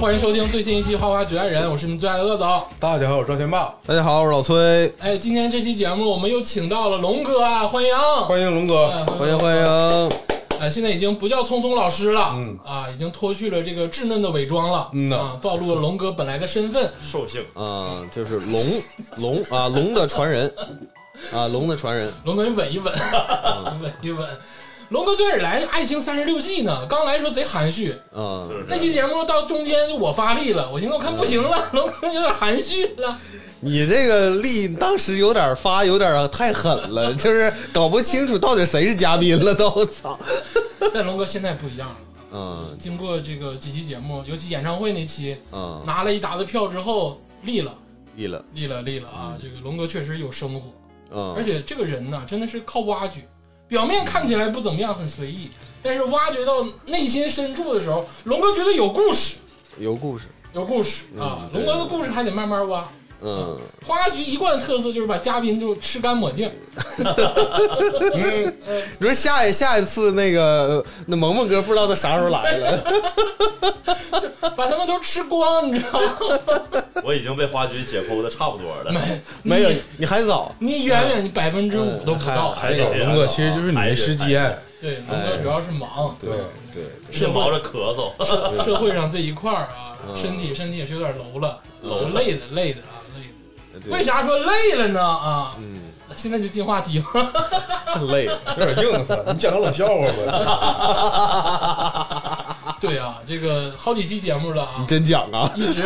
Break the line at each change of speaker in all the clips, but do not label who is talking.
欢迎收听最新一期《花花局爱人》，我是你们最爱的鄂总。
大家好，我是赵天霸，
大家好，我是老崔，
哎，今天这期节目我们又请到了龙哥啊，欢迎！
欢迎龙哥。
哎
欢迎欢迎。
啊，现在已经不叫聪聪老师了，
嗯
啊，已经脱去了这个稚嫩的伪装了，
嗯呐
啊，暴露了龙哥本来的身份。
兽性，
啊，就是龙龙啊，龙的传人啊，龙的传人。
龙哥，你稳一 稳，稳一稳。龙哥最开始来《爱情三十六计》呢，刚来的时候贼含蓄，
啊
是，不是？
那期节目到中间就我发力了，我寻思我看不行了，
嗯
龙哥有点含蓄了，
你这个力当时有点发，有点太狠了，就是搞不清楚到底谁是嘉宾了，都操。
但龙哥现在不一样了。
嗯
经过这个几期节目，尤其演唱会那期，
嗯，
拿了一沓子票之后，立了，
力了。
立了，立了啊！这个龙哥确实有生活，而
嗯
且这个人呢，真的是靠挖掘。表面看起来不怎么样，很随意，但是挖掘到内心深处的时候，龙哥觉得有故事，
有故事。
有故事啊！
嗯
龙哥的故事还得慢慢挖。
嗯，
花局一贯特色就是把嘉宾就吃干抹 净，
你说下一下一次那个那萌萌哥不知道他啥时候来了，
把他们都吃光，你知道吗？
我已经被花局解剖的差不多 了，
没有哎你还早。
你远远你百分之五都不到。
还
还得
龙哥，其实就是你没时间，
哎
对，龙哥主要是忙，
对，
对，
是忙着咳嗽，
社 社会上这一块儿啊，
嗯
身体身体也是有点楼了，
楼了
累的累的啊，累的。
对
为啥说累了呢？啊，
嗯，
现在就进话题了。
累。
有点硬塞。你讲个冷笑话吧，
对啊，这个好几期节目了
你
啊，
真讲啊？
一直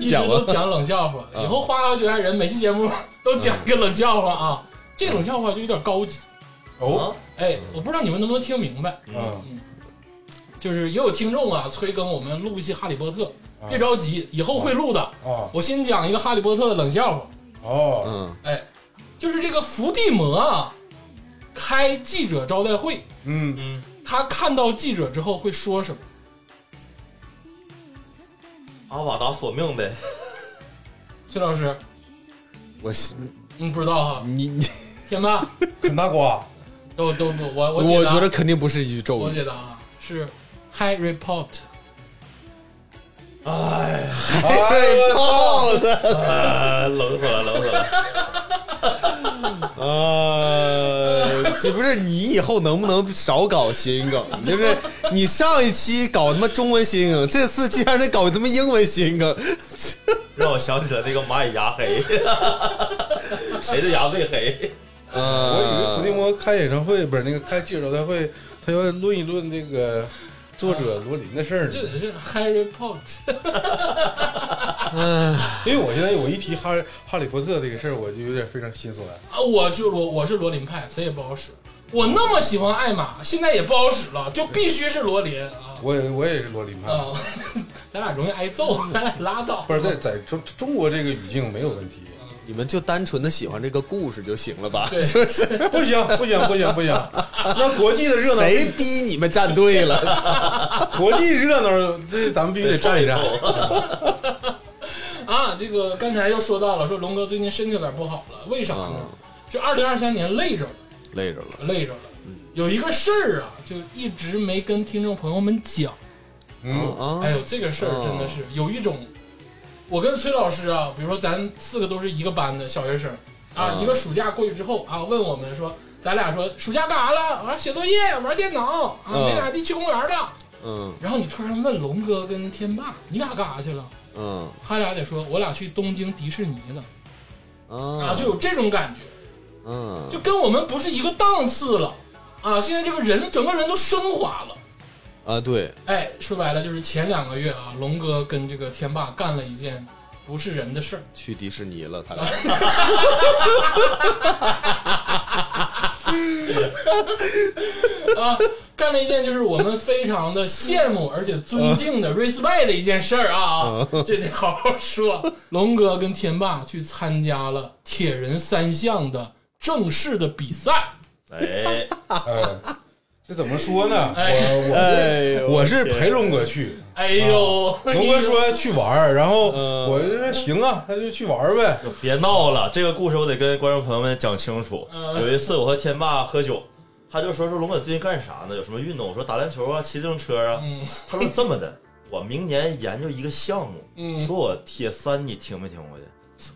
一直
讲嗯
都
吧
讲冷笑话。以后《花花绝爱人》每期节目都讲一个冷笑话啊，
嗯
这个冷笑话就有点高级。
哦，
哎，我不知道你们能不能听明白，
嗯，
就是也有听众啊催更我们录一期《哈利波特》，
啊
别着急，以后会录的。
啊，
我先讲一个《哈利波特》的冷笑话。
哦，
嗯
哎，就是这个伏地魔啊，开记者招待会，
嗯，
嗯，
他看到记者之后会说什么？
阿瓦达索命呗，
崔老师，
我是
嗯，不知道哈，
你你，
天霸
啃大瓜，
都都不，我
我
我解答
觉得啊肯定不是一句咒
我
语。
解答啊，是 High Report，
哎，
哎我操，
的
哎冷死了，冷死了，
啊！ 这不是你以后能不能少搞谐音梗？就是你上一期搞他妈中文谐音梗，这次竟然得搞他妈英文谐音梗，
让我想起了那个蚂蚁牙黑， 谁的牙最黑？
啊！
我以为伏地魔开演唱会不是那个开记者招待会，他要论一论这个作者罗琳的事儿呢
这。得是 High Report，
因为我现在我一提哈哈利波特这个事儿，我就有点非常心酸。
啊，我就我我是罗琳派，谁也不好使。我那么喜欢艾玛，现在也不好使了，就必须是罗琳啊
我也我也是罗琳派，
啊！ 咱俩容易挨揍，咱俩拉倒。
不是在在中中国这个语境没有 问题。
你们就单纯的喜欢这个故事就行了吧？
对
就是
不行不行不行不行，那国际的热闹
谁逼你们站队了？
国际热闹，这咱们必须得 站一站。
哎啊，这个刚才又说到了，说龙哥最近身体有点不好了，为啥呢？就二零二三年累着了，
累着了，
累着了。有一个事儿啊，就一直没跟听众朋友们讲。
嗯，
啊
哎呦，这个事儿真的是有一种，我跟崔老师啊，比如说咱四个都是一个班的小学生啊，
啊
一个暑假过去之后啊，问我们说，咱俩说暑假干啥了？啊，写作业，玩电脑啊，
嗯
没咋地去公园了。
嗯
然后你突然问龙哥跟天霸，你俩干啥去了？
嗯
他俩得说，我俩去东京迪士尼了啊，
啊
就有这种感觉。
嗯
就跟我们不是一个档次了啊！现在这个人整个人都升华了。
啊对，
哎，说白了就是前两个月啊，龙哥跟这个天霸干了一件不是人的事儿。
去迪士尼了，他俩。
啊， 干了一件就是我们非常的羡慕而且尊敬的 respect 的一件事儿啊，这得好好说。龙哥跟天霸去参加了铁人三项的正式的比赛，
哎，
哎，这怎么说呢？
哎
我
呦
我我是陪龙哥去，
哎呦，
龙哥说去玩儿，然后
嗯
我就说行啊，那就去玩儿呗。
别闹了，这个故事我得跟观众朋友们讲清楚。
嗯
有一次我和天霸喝酒，他就说说龙哥最近干啥呢？有什么运动？我说打篮球啊，骑自行车啊。
嗯
他说这么的，我明年研究一个项目，
嗯
说我铁三你听没听过去？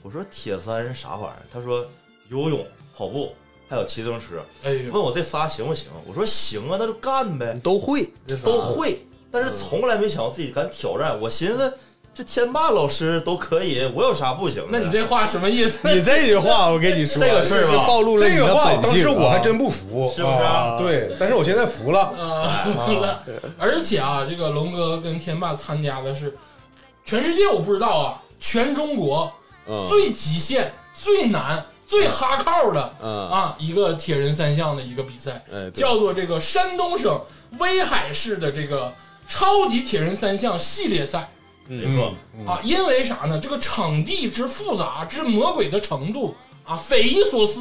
我说铁三是啥玩意儿？他说游泳、跑步还有骑自行车。
哎呦，
问我这仨行不行？我说行啊，那就干呗
你，都会，
都
啊
会。但是从来没想过自己敢挑战。我寻思这天霸老师都可以，我有啥不行的？
那你这话什么意思？
你这句话我跟你说，
这个事儿吧
就是暴露了你
这个
的
话
本
当
性。
时我还真不服，
是不是啊
啊对，但是我现在服了。
啊，而且啊，这个龙哥跟天霸参加的是全世界我不知道啊，全中国
嗯
最极限、最难、最哈靠的
嗯，
啊一个铁人三项的一个比赛，
哎，对
叫做这个山东省威海市的这个超级铁人三项系列赛
没错，
嗯
啊。因为啥呢？这个场地之复杂、之魔鬼的程度啊，匪夷所思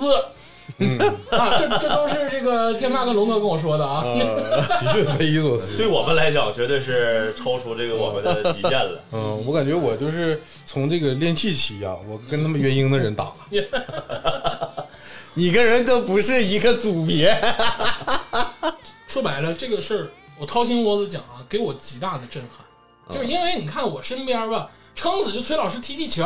嗯
啊！这这都是这个天霸跟龙哥跟我说的
嗯
啊。
嗯呃的确匪夷所思。
对我们来讲绝对是超出这个我们的极限 了。
嗯，我感觉我就是从这个练气期啊，我跟他们元英的人打，
你跟人都不是一个组别。
说白了，这个事儿我掏心窝子讲啊，给我极大的震撼，就是因为你看我身边吧，撑死就崔老师踢踢球，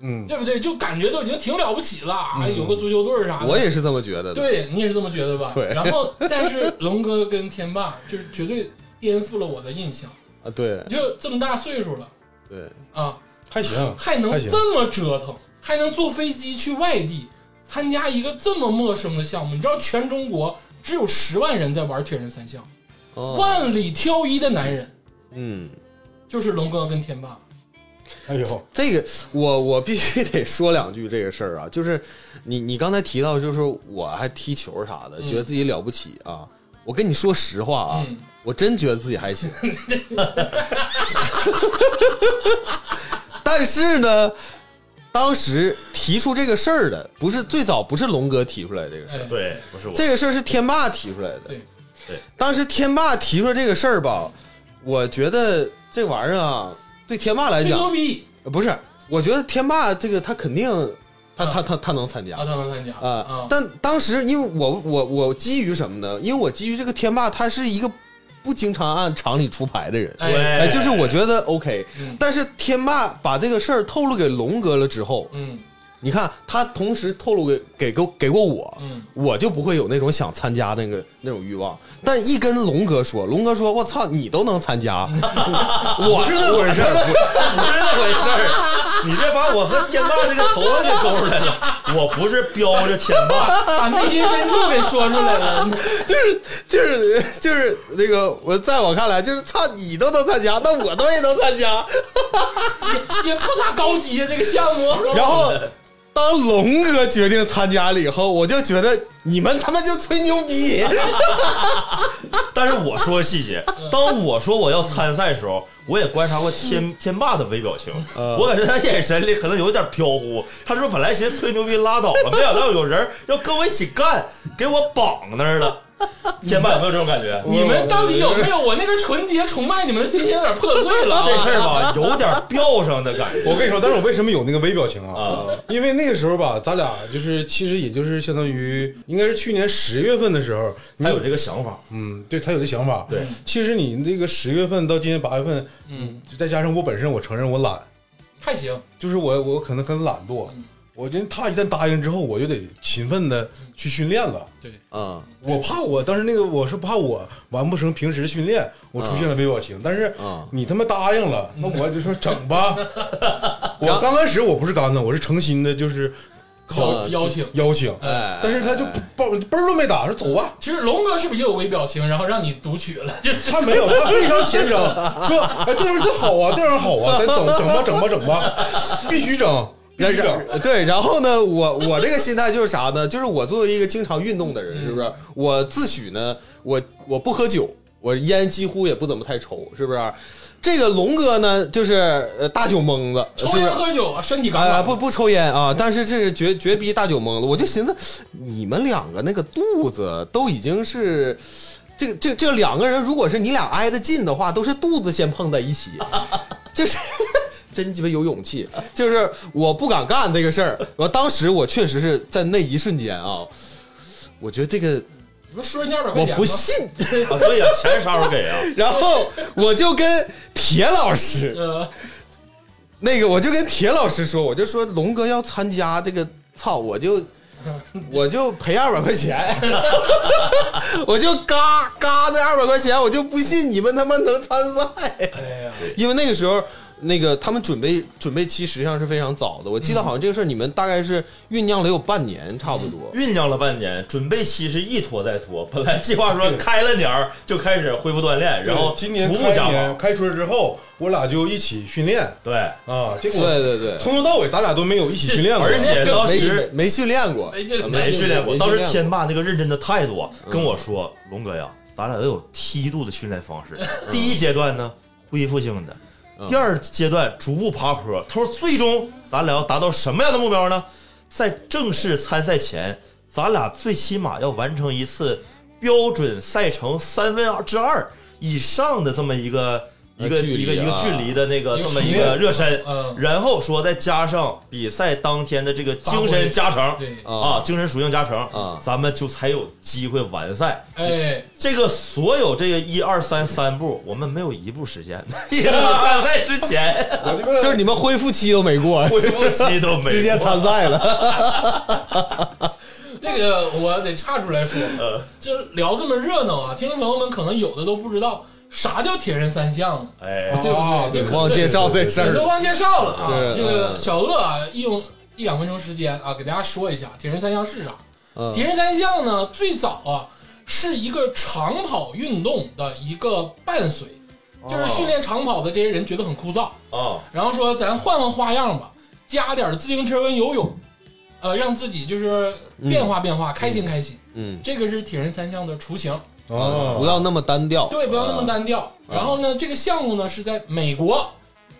嗯，
对不对？就感觉都已经挺了不起了，啊，有个足球队儿啥的。
我也是这么觉得的。
对你也是这么觉得吧？
对
然后，但是龙哥跟天霸就是绝对颠覆了我的印象，
啊，对
就这么大岁数了
对，
啊，
还行，
还能
还行
这么折腾，还能坐飞机去外地参加一个这么陌生的项目。你知道全中国只有十万人在玩铁人三项，
哦，
万里挑一的男人。
嗯，
就是龙哥跟天霸，
哎呦，
这个我我必须得说两句这个事儿啊，就是你你刚才提到，就是我还踢球啥的，
嗯
觉得自己了不起啊。我跟你说实话啊，
嗯
我真觉得自己还行，但是呢，当时提出这个事儿的不是最早不是龙哥提出来这个事儿，
哎，
对，不是我，
这个事儿是天霸提出来的。
对
对
当时天霸提出来这个事儿吧，我觉得这玩意儿啊，对天霸来
吹牛
讲
逼
呃不是，我觉得天霸这个他肯定，他他他他能参加
啊，他能参加
啊
啊。，
但当时因为我我我基于什么呢？因为我基于这个天霸他是一个不经常按常理出牌的人，
哎，
哎，就是我觉得 OK
嗯。
但是天霸把这个事儿透露给龙哥了之后，
嗯
你看他同时透露给给过给过我，
嗯，
我就不会有那种想参加那个那种欲望。但一跟龙哥说，龙哥说：“我操，你都能参加？”我是那回事
不是那回事儿。 你这把我和天霸这个仇恨给勾出来了。我不是标着天 霸，
把内心深处给说出来 了。
就是就是就是那个，我在我看来就是操，你都能参加，那我都也能参加。
也也不咋高级啊，这个项 目。
然后当龙哥决定参加了以后，我就觉得你们他妈就吹牛逼。
但是我说细节，当我说我要参赛的时候，我也观察过天天霸的微表情，我感觉他眼神里可能有一点飘忽。他是不是本来寻思吹牛逼拉倒了，没想到有人要跟我一起干，给我绑那儿了。天霸有没有这种感觉？
你们到底有没有我那个纯洁崇拜你们的心情有点破碎了啊？
这事儿吧，有点吊上的感觉。
我跟你说，但是我为什么有那个微表情啊？
啊，
因为那个时候吧，咱俩就是其实也就是相当于应该是去年十月份的时候，你
还有这个想法，
嗯，对他有这想法，
对，
其实你那个十月份到今年八月份，
嗯，
再加上我本身我承认我懒，
还行，
就是我我可能很懒惰
嗯，
我觉得他一旦答应之后，我就得勤奋的去训练了。
对，
嗯
我怕我当时那个我是怕我完不成平时训练，我出现了微表情。但是
嗯
你他妈答应了，那我就说整吧。我刚开始我不是刚的，我是诚心的，就是考
啊
邀邀请。
邀请，
哎
但是他就不报嘣儿都没打，说走吧。
其实龙哥是不是也有微表情，然后让你读取了？就是
他没有，他非常 虔诚，说哎这样就好啊，这样好啊，咱整整吧整吧整 吧，必须整，必须整。
对，然后呢，我我这个心态就是啥呢？就是我作为一个经常运动的人，是不是？我自诩呢，我我不喝酒，我烟几乎也不怎么太抽，是不是？这个龙哥呢，就是呃大酒蒙子，是
抽
不是
烟？喝酒啊，身体杠
啊、
杠。
不不抽烟啊，但是这是绝绝逼大酒蒙子。我就寻思，你们两个那个肚子都已经是，这个这这两个人，如果是你俩挨得近的话，都是肚子先碰在一起，就是 真鸡巴有勇气。就是我不敢干这个事儿，我当时我确实是在那一瞬间啊，我觉得这个
你们说人家二百块
我
钱吧
不信。
啊，对呀、钱啥时候给啊？
然后我就跟铁老师，
呃，
那个我就跟铁老师说，我就说龙哥要参加这个，操，我就 我就赔二百块钱， 我就嘎嘎这二百块钱，我就不信你们他妈能参赛，
哎呀，
因为那个时候。那个他们准备准备期实际上是非常早的，我记得好像这个事儿你们大概是酝酿了有半年差不多。
酝酿了半年，准备期是一拖再拖。本来计划说开了年儿就开始恢复锻炼，然后
对今年
逐步
开
加
年
码。
开春之后，我俩就一起训练
对，
啊，结
对
果
对对，
从头到尾咱俩都没有一起训练过，
而且当
没
时
没训练过，
没劲，
没训练过。
没训练过嗯
当时天霸那个认真的态度啊，跟我说：“龙哥呀，咱俩要有梯度的训练方式。第一阶段呢，恢复性的；
嗯
第二阶段逐步爬坡。”他说：“最终咱俩要达到什么样的目标呢？在正式参赛前，咱俩最起码要完成一次标准赛程三分之二以上的这么一个。”一个
呃距离啊
一个一个距离的那个
一个
这么一
训
个
练
热身
嗯，
然后说再加上比赛当天的这个精神加成，
对，
啊
啊，精神属性加成
啊
咱们就才有机会完赛。
哎，
这个所有这个一二三三步，我们没有一步实现的。 一参赛之前，
我这个
就是你们恢复期都没过，
恢复期都没有，
直接参赛了。
这个我得岔出来说，
嗯
就是聊这么热闹啊，听众朋友们可能有的都不知道啥叫铁人三项，
哎，
对不
啊，
对？
忘介绍这事
你都
儿，
忘介绍了啊
是！
这个小鄂啊，一用一两分钟时间啊，给大家说一下铁人三项是啥。
嗯
铁人三项呢，最早啊是一个长跑运动的一个伴随，
哦
就是训练长跑的这些人觉得很枯燥，
啊，
然后说咱换换花样吧，加点自行车跟游泳，呃，让自己就是变化变化，开心开心。
嗯，
这个是铁人三项的雏形，
啊，
不要那么单调，
对，不要那么
啊。
单调。然后呢，这个项目呢是在美国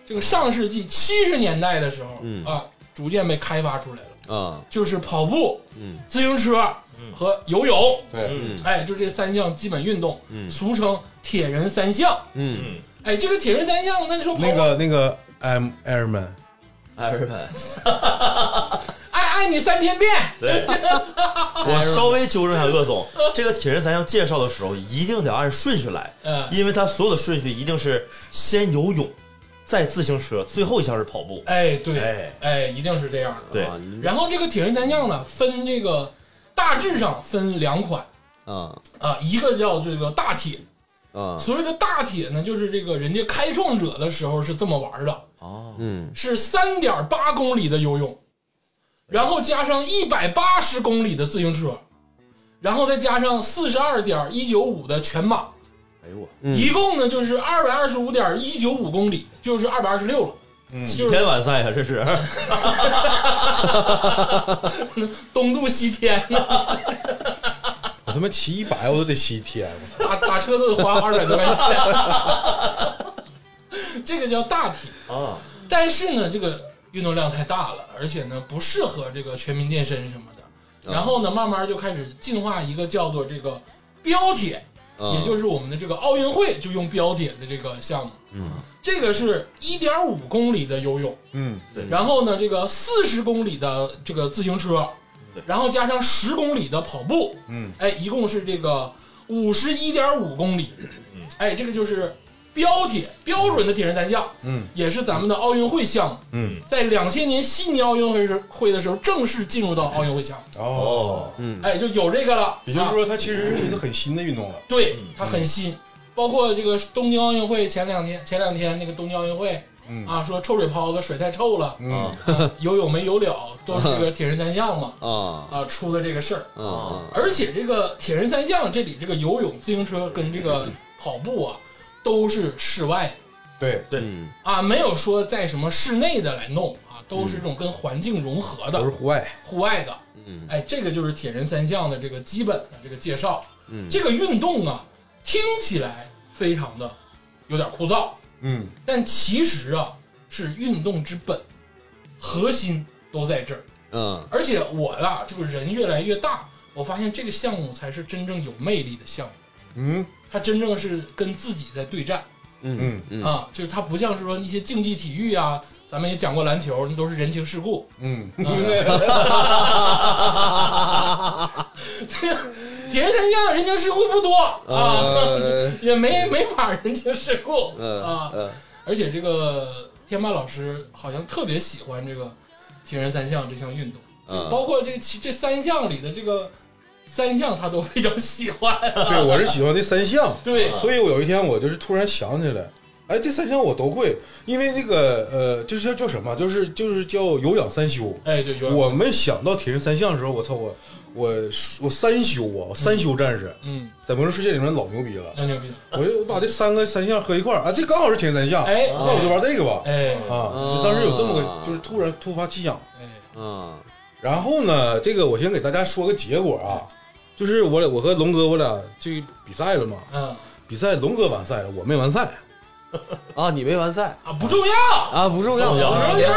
这个上世纪七十年代的时候
嗯
啊，逐渐被开发出来了，
啊，
就是跑步、
嗯
自行车
嗯
和游泳，
对，
嗯
哎，就这三项基本运动，
嗯
俗称铁人三项。
嗯，
嗯，
哎，这个铁人三项，那你说跑
那
步
个那个 M Airman，
艾瑞本，
爱爱你三千遍，
对，我稍微纠正一下鄂总，这个铁人三项介绍的时候一定得按顺序来，
嗯，
因为它所有的顺序一定是先游泳，再自行车，最后一项是跑步。
哎，对，
哎，
哎，一定是这样的。
对，
啊你
然后这个铁人三项呢，分这个大致上分两款
啊
啊，一个叫这个大铁，
啊，
所谓的大铁呢，就是这个人家开创者的时候是这么玩的，
哦，
嗯
是三点八公里的游泳，然后加上一百八十公里的自行车，然后再加上四十二点一九五的全马，
哎呦我，
嗯
一共呢就是二百二十五点一九五公里，就是二百二十六了。
嗯
就
几
是
天完赛呀、这是。
东渡西天，
我他妈骑一百我都得骑一天，
打打车都得花二百多块 钱。这个叫大体，
啊，
但是呢，这个运动量太大了，而且呢不适合这个全民健身什么的。然后呢，慢慢就开始进化一个叫做这个标铁，
啊
也就是我们的这个奥运会就用标铁的这个项目。嗯，这个是一点五公里的游泳，
嗯，
对
然后呢，这个四十公里的这个自行车
对，
然后加上十公里的跑步，
嗯，
哎，一共是这个五十一点五公里，
嗯
哎，这个就是标铁标准的铁人三项，
嗯，
也是咱们的奥运会项目，
嗯，
在两千年悉尼奥运会时会的时候正式进入到奥运会项目，
哦，
哦，
哎，就有这个了，
也就是
啊
说它其实是一个很新的运动了，
对，
嗯
它很新，包括这个东京奥运会前两天，前两天那个东京奥运会
嗯
啊，说臭水泡子水太臭了，
嗯，
啊游泳没游了，都是个铁人三项嘛，
啊
啊，出的这个事儿。
嗯
啊啊
而且这个铁人三项这里这个游泳、自行车跟这个跑步啊，都是室外
对，
嗯
啊，没有说在什么室内的来弄啊，都是这种跟环境融合
嗯都是
的、
户外，
户外的。
嗯
哎，这个就是铁人三项的这个基本的这个介绍。
嗯
这个运动啊，听起来非常的有点枯燥，
嗯，
但其实啊是运动之本，核心都在这儿。
嗯
而且我啦，这个人越来越大，我发现这个项目才是真正有魅力的项目。
嗯，
它真正是跟自己在对战、
嗯嗯
啊，就是它不像是说一些竞技体育啊，咱们也讲过篮球，那都是人情世故。
嗯，
啊这个铁人三项人情世故不多
呃
啊， 也没没法人情世故
嗯
啊。
嗯
而且这个天霸老师好像特别喜欢这个铁人三项这项运动，
嗯
包括这其这三项里的这个三项他都非常喜欢。
嗯
对，我是喜欢这三项，
对，
所以我有一天我就是突然想起来，哎，这三项我都会，因为那个呃，就是叫叫什么，就是就是叫有氧三休。
哎，对，有点
我们想到铁人三项的时候，我操我我我三休啊，我三休战士，
嗯，
在魔兽世界里面老牛逼了。
那牛逼。
我就我把这三个三项合一块儿啊，这刚好是铁人三项，
嗯哎
那我
嗯
就玩这个吧。
哎
啊，就当时有这么个，就是突然突发奇想。
哎，
嗯
然后呢，这个我先给大家说个结果啊，就是我俩我和龙哥我俩去比赛了嘛，
嗯
比赛龙哥完赛了，我没完赛。
啊，你没完赛
啊，不重要，
啊，不重要，
不重要
不重
不重要，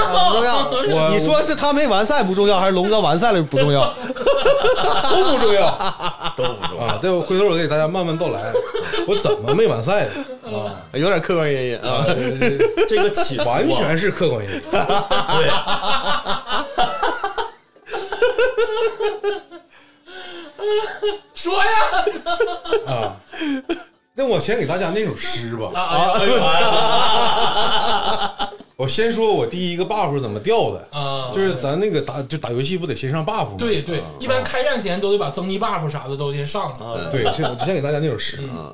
要，
不重要。
我
你说是他没完赛不重要，还是龙哥完赛了不重要？
都不重要啊，
都不重要。
对，我回头我给大家慢慢道来，我怎么没完赛的 啊？
有点客观原因啊。
这个起伏啊
完全是客观原因。
对， 哎
说呀
啊，那我先给大家那首诗吧。
啊哎呦
我先说我第一个 buff 怎么掉的，
啊，
就是咱那个打就打游戏不得先上 buff 吗？
对对，
嗯
一般开战前都得把增益 buff 啥的都先上了。
啊
对，先我先给大家那首
嗯
诗啊，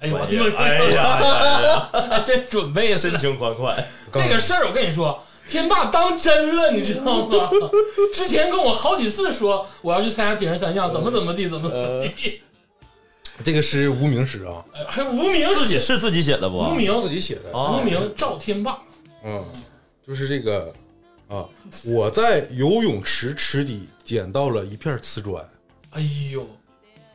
哎呦，我
哎呀，哎呀，哎呀，
真准备了
深情款款，
这个事儿，我跟你说，天霸当真了，你知道吗？ 之前跟我好几次说我要去参加铁人三
嗯
项，怎么怎么地，怎么怎么地，
这个诗无名诗啊，
哎还无名
自己是自己写的不？
无名
自己写的
啊
无名赵天霸，
嗯，就是这个啊，我在游泳池池底捡到了一片瓷砖，
哎呦，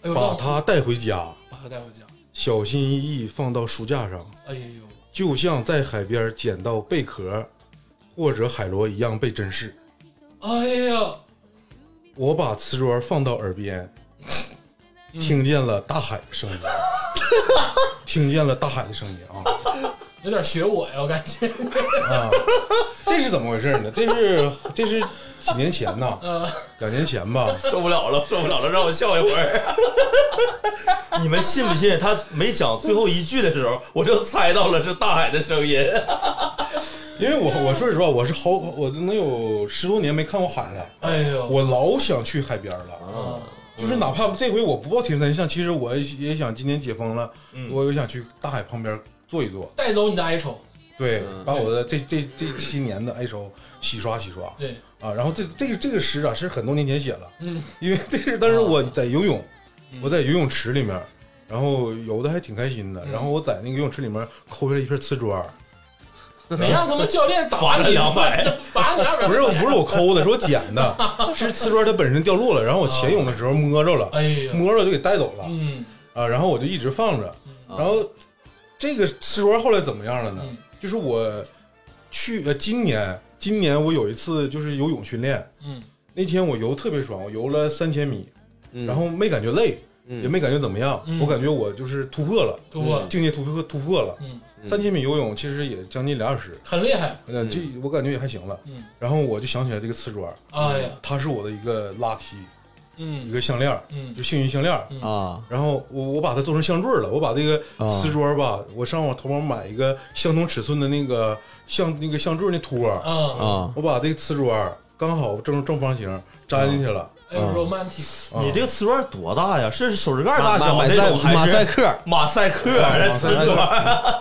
哎呦，
把
让
它带回家，
把他带回家，
小心翼翼放到书架上，
哎呦，
就像在海边捡到贝壳或者海螺一样被珍视。
哎呀，
我把瓷砖放到耳边，听见了大海的声音，听见了大海的声音啊！
有点学我呀，我感 觉，
啊，这是怎么回事呢？这是这是几年前呐，
呃，
两年前吧。
受不了了，受不了了，让我笑一会儿。 你们信不信？他没讲最后一句的时候，我就猜到了是大海的声音。
因为我我说实话，我是好我能有十多年没看过海了，
哎呦，
我老想去海边了。
啊
就是哪怕这回我不报铁人三项，其实我也也想今年解封了，
嗯
我也想去大海旁边坐一坐，
带走你的哀愁，
对，
嗯
把我的这这这这些年的哀愁洗刷洗刷。
对，
啊，然后这这个这个诗啊是很多年前写了，
嗯，哦
因为这是当时我在游泳，我在游泳池里面，然后游的还挺开心的，
嗯
然后我在那个游泳池里面抠下来一片瓷 砖儿，
没让他们教练打
罚了200，
你罚你二百，
啊不是我不是我抠的，是我捡 的，是瓷砖它本身掉落了，然后我潜泳的时候摸着了，
哎呀，
摸着就给带走了
嗯，
啊，然后我就一直放着，然后这个瓷砖后来怎么样了呢
嗯？
就是我去呃今年今年我有一次就是游泳训练，
嗯，
那天我游特别爽，我游了三千米，
嗯
然后没感觉累，
嗯
也没感觉怎么样，
嗯
我感觉我就是突破了，
多了，
境界突破突破了。
嗯，
三千米游泳其实也将近俩小时，
很厉害，
嗯，这我感觉也还行了。
嗯，
然后我就想起来这个瓷砖，
哎呀，
它是我的一个拉提，一
嗯
个项链，
嗯
就幸运项链。
啊，
然后我我把它做成项坠了，我把这个
啊
瓷砖吧，我上网淘宝买一个相同尺寸的那个像那个项坠那托，
啊
啊，
我把这个瓷砖刚好正正方形粘进去了。
哎
嗯
呦，romantic，
啊
你这个瓷砖多大呀？是手指盖大
马
小
马
那
赛
种，还是
马赛克
马赛克这瓷砖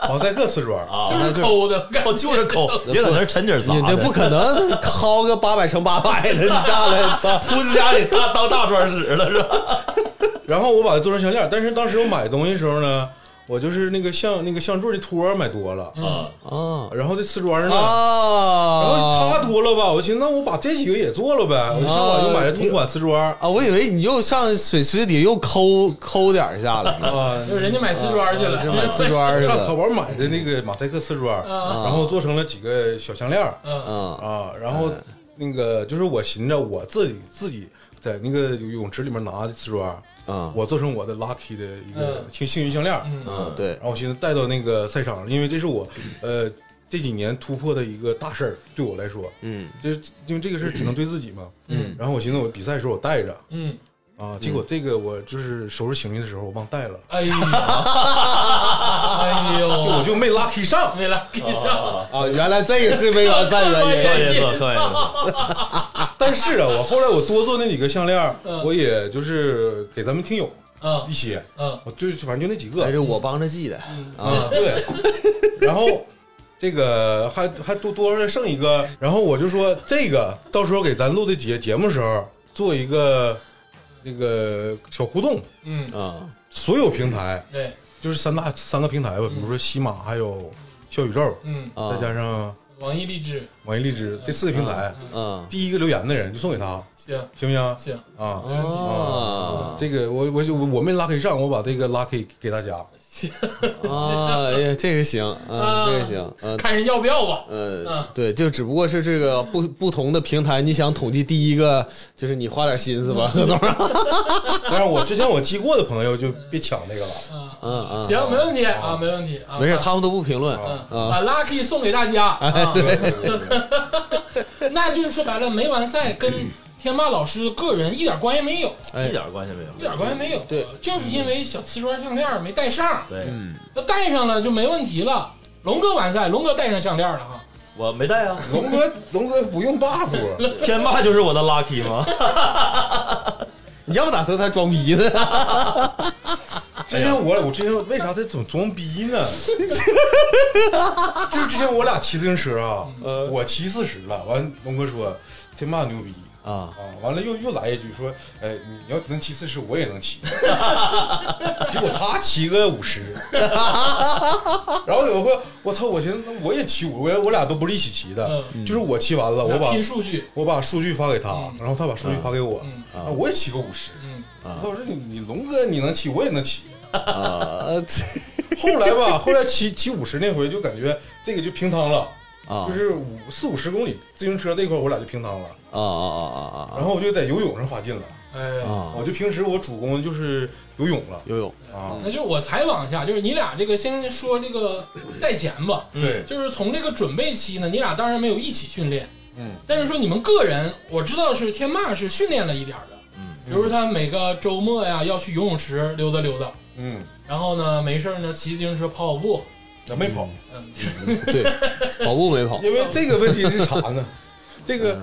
马赛克瓷砖，
啊？
就是抠 的，感 觉
我
哦
就是抠，也搁那儿抻底儿砸
你这
的。
不可能薅个八百乘八百的，你下来操！
秃子家里大当大砖使了是吧？
然后我把它做成项链，但是当时我买东西的时候呢，我就是那个项那个项坠的托儿买多了，
啊，
啊
然后这瓷砖呢，然后
啊
它多了吧，我寻思那我把这几个也做了呗，我就上网又买了同款瓷砖
啊！我以为你又上水池底又抠抠点儿下来呢，
啊，
就是人家买瓷砖去了，
就买瓷砖儿去
上淘
了。
宝买的那个马赛克瓷砖，
啊
然后做成了几个小项链
嗯
嗯
啊，然后那个就是我寻着我自己自己在那个游泳池里面拿的瓷砖，
嗯
我做成我的拉提的一个
嗯
幸幸运项链。
嗯，
嗯，对
然，后我寻思带到那个赛场，因为这是我呃这几年突破的一个大事儿，对我来说，
嗯
就是因为这个事儿只能对自己嘛。
嗯，
然后我寻思我比赛的时候我带着，
嗯，
啊，结果这个我就是收拾行李的时候我忘带了，
哎呀， 哎
就我
呦，
就没拉 key 上，
没来给上，
啊，原来这个是微软三原因。
算一算，算一算。
但是 啊，我后来我多做那几个项链，
嗯
我也就是给咱们听友
嗯
哦
一些，
嗯
我就反正就那几个
但，是嗯我帮着记的，
啊，对， 然后这个还还多多出来剩一个，然后我就说这个到时候给咱录的节节目时候做一个那个小互动，
嗯，
啊，
所有平台
对，
就是三大三个平台吧，比如说喜马，还有小宇宙，
嗯，
啊
再加上
网易荔枝，
网易荔枝这四个平台，
啊
第一个留言的人就送给他，
行
行不行？
嗯行，嗯
啊。
没问题
啊
这个我我就我没拉黑上，我把这个拉黑给大家。
啊！哎呀，这个行，嗯，
啊
这个行，嗯。
看人要不要吧。
呃
啊，
对，就只不过是这个不不同的平台，你想统计第一个，就是你花点心思吧，何总。
但是我之前我记过的朋友就别抢这个了。
啊，
嗯嗯，
行，没问题啊，没问题啊，
没事，哎他们都不评论。
嗯，把
啊
Lucky 送给大家啊，
对对对 对
那就是说白了，没完赛跟天霸老师个人一点关系没有，
哎
一点关系没有。
一点关系没有，
对，
就是因为小瓷砖项链没戴上，
对，
那戴上了就没问题了。龙哥完赛，龙哥戴上项链了哈，
我没带啊。
龙哥，龙哥不用 buff，
天霸就是我的 lucky 吗？
你要不咋说他装逼呢？
之前我我之前为啥他总装逼呢？ 就是之前我俩骑自行车啊，
呃
我骑四十了，完龙哥说天霸牛逼
啊
啊，完了又又来一句说，哎，你要能骑四十，我也能骑。结果他骑个五十，然后有个我操，我寻思那我也骑五，我我俩都不是一起骑的，就是我骑完了，我把
拼数据，
我把数据发给他，然后他把数据发给我，
嗯
那我也骑个五十。
嗯，
我说你你龙哥你能骑，我也能骑。
啊
后来吧，后来骑骑五十那回就感觉这个就平摊了，
啊
就是五四五十公里自行车这块我俩就平摊了。
啊啊啊
然后我就在游泳上发劲了，
啊
哎，
啊！
我就平时我主攻就是游泳了
游泳
啊。
那就是我采访一下，就是你俩这个先说这个赛前吧，
对，
就是从这个准备期呢，你俩当然没有一起训练，
嗯，
但是说你们个人，我知道是天霸是训练了一点儿的，
嗯，
比如说他每个周末呀要去游泳池溜达溜达，
嗯，
然后呢没事儿呢骑自行车跑跑步，
那没跑，
对，跑步没跑
因为这个问题是啥呢？这个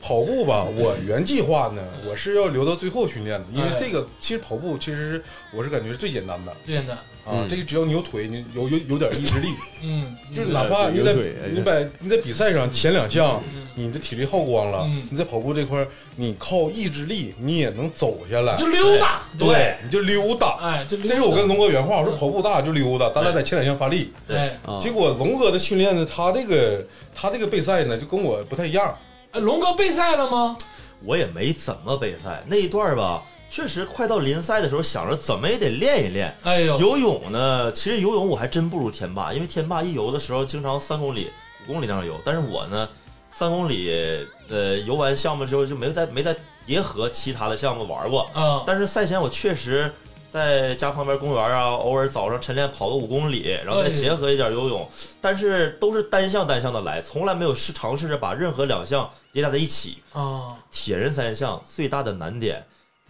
跑步吧，我原计划呢，我是要留到最后训练的，因为
哎
这个其实跑步其实是我是感觉是最简单的
最简单，
啊，这个只要你有腿，你有有有点意志力。
嗯，
就是哪怕你在
有腿哎
你在你在比赛上前两项，你的体力耗光了
嗯，
你在跑步这块儿，你靠意志力你也能走下来，
就溜达，
对，
你就溜达。
哎，就溜达
这是我跟龙哥原话，我说跑步咱俩就溜达，咱俩在前两项发力。
哎，
啊
结果龙哥的训练呢，他这个他这个备赛呢就跟我不太一样，
哎龙哥备赛了吗？
我也没怎么备赛那一段吧，确实快到临赛的时候，想着怎么也得练一练。
哎呦，
游泳呢，其实游泳我还真不如天霸，因为天霸一游的时候经常三公里、五公里那样游，但是我呢，三公里呃游完项目之后就没再没再也和其他的项目玩过。
啊，
但是赛前我确实在家旁边公园啊，偶尔早上晨练跑个五公里，然后再结合一点游泳，但是都是单项单项的来，从来没有试尝试着把任何两项叠加在一起。
啊，
铁人三项最大的难点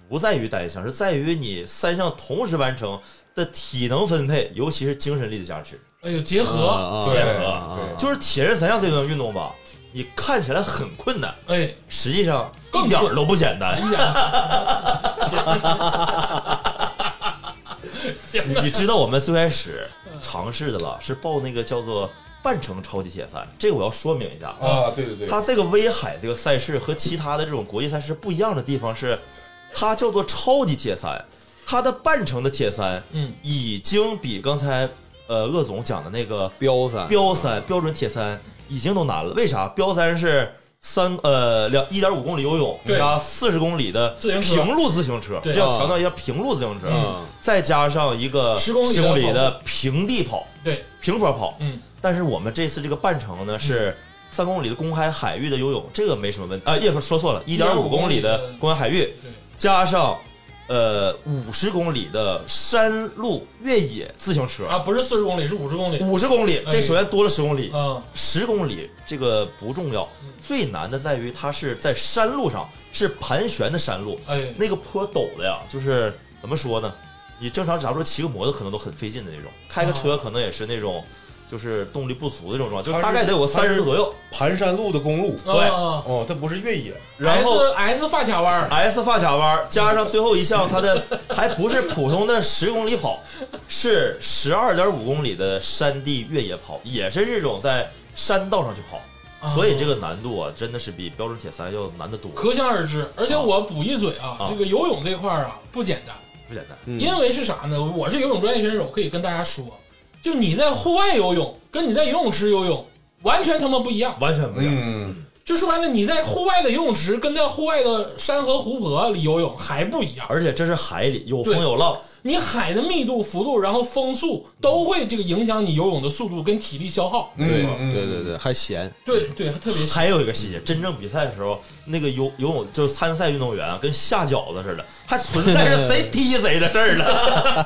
不在于单项，是在于你三项同时完成的体能分配，尤其是精神力的加持。
哎呦，结合，
啊
对
结合
对
就是铁人三项这项运动吧，你看起来很困难，
哎，
实际上一点儿都不简单。
你讲，
你你知道我们最开始尝试的了，是报那个叫做半程超级铁三，这个我要说明一下。
啊，对对对，
它这个威海这个赛事和其他的这种国际赛事不一样的地方是，它叫做超级铁三，它的半程的铁三
嗯，
已经比刚才呃鄂总讲的那个
标三
标三标准铁三已经都难了。为啥？标三是三呃两一点五公里游泳
对
加四十公里的
自行车
平路自行车，
对
这要强调一下平路自行车，
嗯
再加上一个
10公里的
10公里的平地跑、
对，
平坡跑。
嗯，
但是我们这次这个半程呢是。三公里的公开海呃域的游泳，这个没什么问题啊，也不说错了，一点五公里的公开海域，
对，
加上呃五十公里的山路越野自行车，
啊，不是四十公里，是五十公里
五十公里，这首先多了十公里，
啊。
十公里这个不重要，
嗯
最难的在于它是在山路上，是盘旋的山路，
哎，
那个坡陡的呀，就是怎么说呢？你正常，假如说骑个摩托可能都很费劲的那种，开个车可能也是那种，就是动力不足的这种状态，就
哦它是
大概得有
它
三
是
十左右。
盘山路的公路，
对
啊
哦，它不是越野，
然后
S S 发卡弯儿
S 发卡弯儿加上最后一项，它的还不是普通的十公里跑，是十二点五公里的山地越野跑，也是这种在山道上去跑。
啊
所以这个难度啊，真的是比标准铁三要难得多，
可想而知。而且我补一嘴啊，
啊
这个游泳这块儿啊不简单，
不简单。
嗯
因为是啥呢？我是游泳专业选手，我可以跟大家说，就你在户外游泳，跟你在游泳池游泳完全他妈不一样。
完全不一样。
嗯，
就说白了，你在户外的游泳池跟在户外的山河湖泊里游泳还不一样，
而且这是海里，有风
对
有浪，
你海的密度、幅度，然后风速都会这个影响你游泳的速度跟体力消耗。
对
嗯
对对，对，还闲，
对对，特别
还有一个细节，真正比赛的时候，那个游游泳就是参赛运动员啊跟下饺子似的，还存在 着谁踢谁的事儿呢。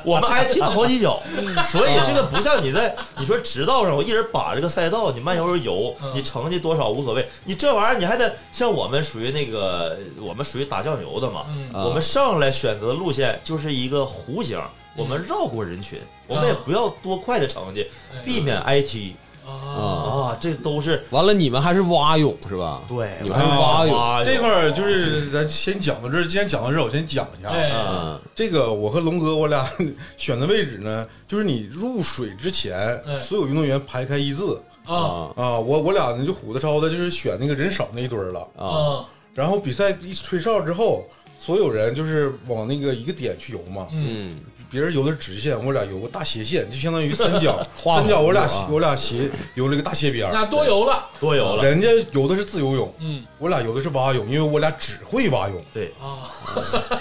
我们还踢了好几脚，
嗯
所以这个不像你在你说直道上，我一人把这个赛道，你慢悠悠游
嗯，
你成绩多少无所谓，你这玩意儿你还得像我们属于那个我们属于打酱油的嘛，
嗯
啊
我们上来选择的路线就是一个弧形，
嗯
我们绕过人群，我们也不要多快的成绩，
哎
避免挨踢
啊
啊，这都是。
完了，你们还是蛙泳是吧？
对，
你们还
哎
是
呦
蛙泳，
哇
这块儿就是咱先讲到这儿，既然讲到这儿，我先讲一下。
哎
嗯
这个我和龙哥，我俩 选的位置呢，就是你入水之前，
哎
所有运动员排开一字
啊
啊。我我俩呢就虎子超的，就是选那个人少那一堆儿了。
啊
啊
然后比赛一吹哨之后，所有人就是往那个一个点去游嘛。
嗯
嗯，
别人游的直线，我俩游个大斜线，就相当于三角。
画
三角我俩
弧啊
我俩斜游了一个大斜边儿。
那多游了，
多有了，
人家游的是自由泳，
嗯
我俩游的是蛙泳，因为我俩只会蛙泳。
对，
啊，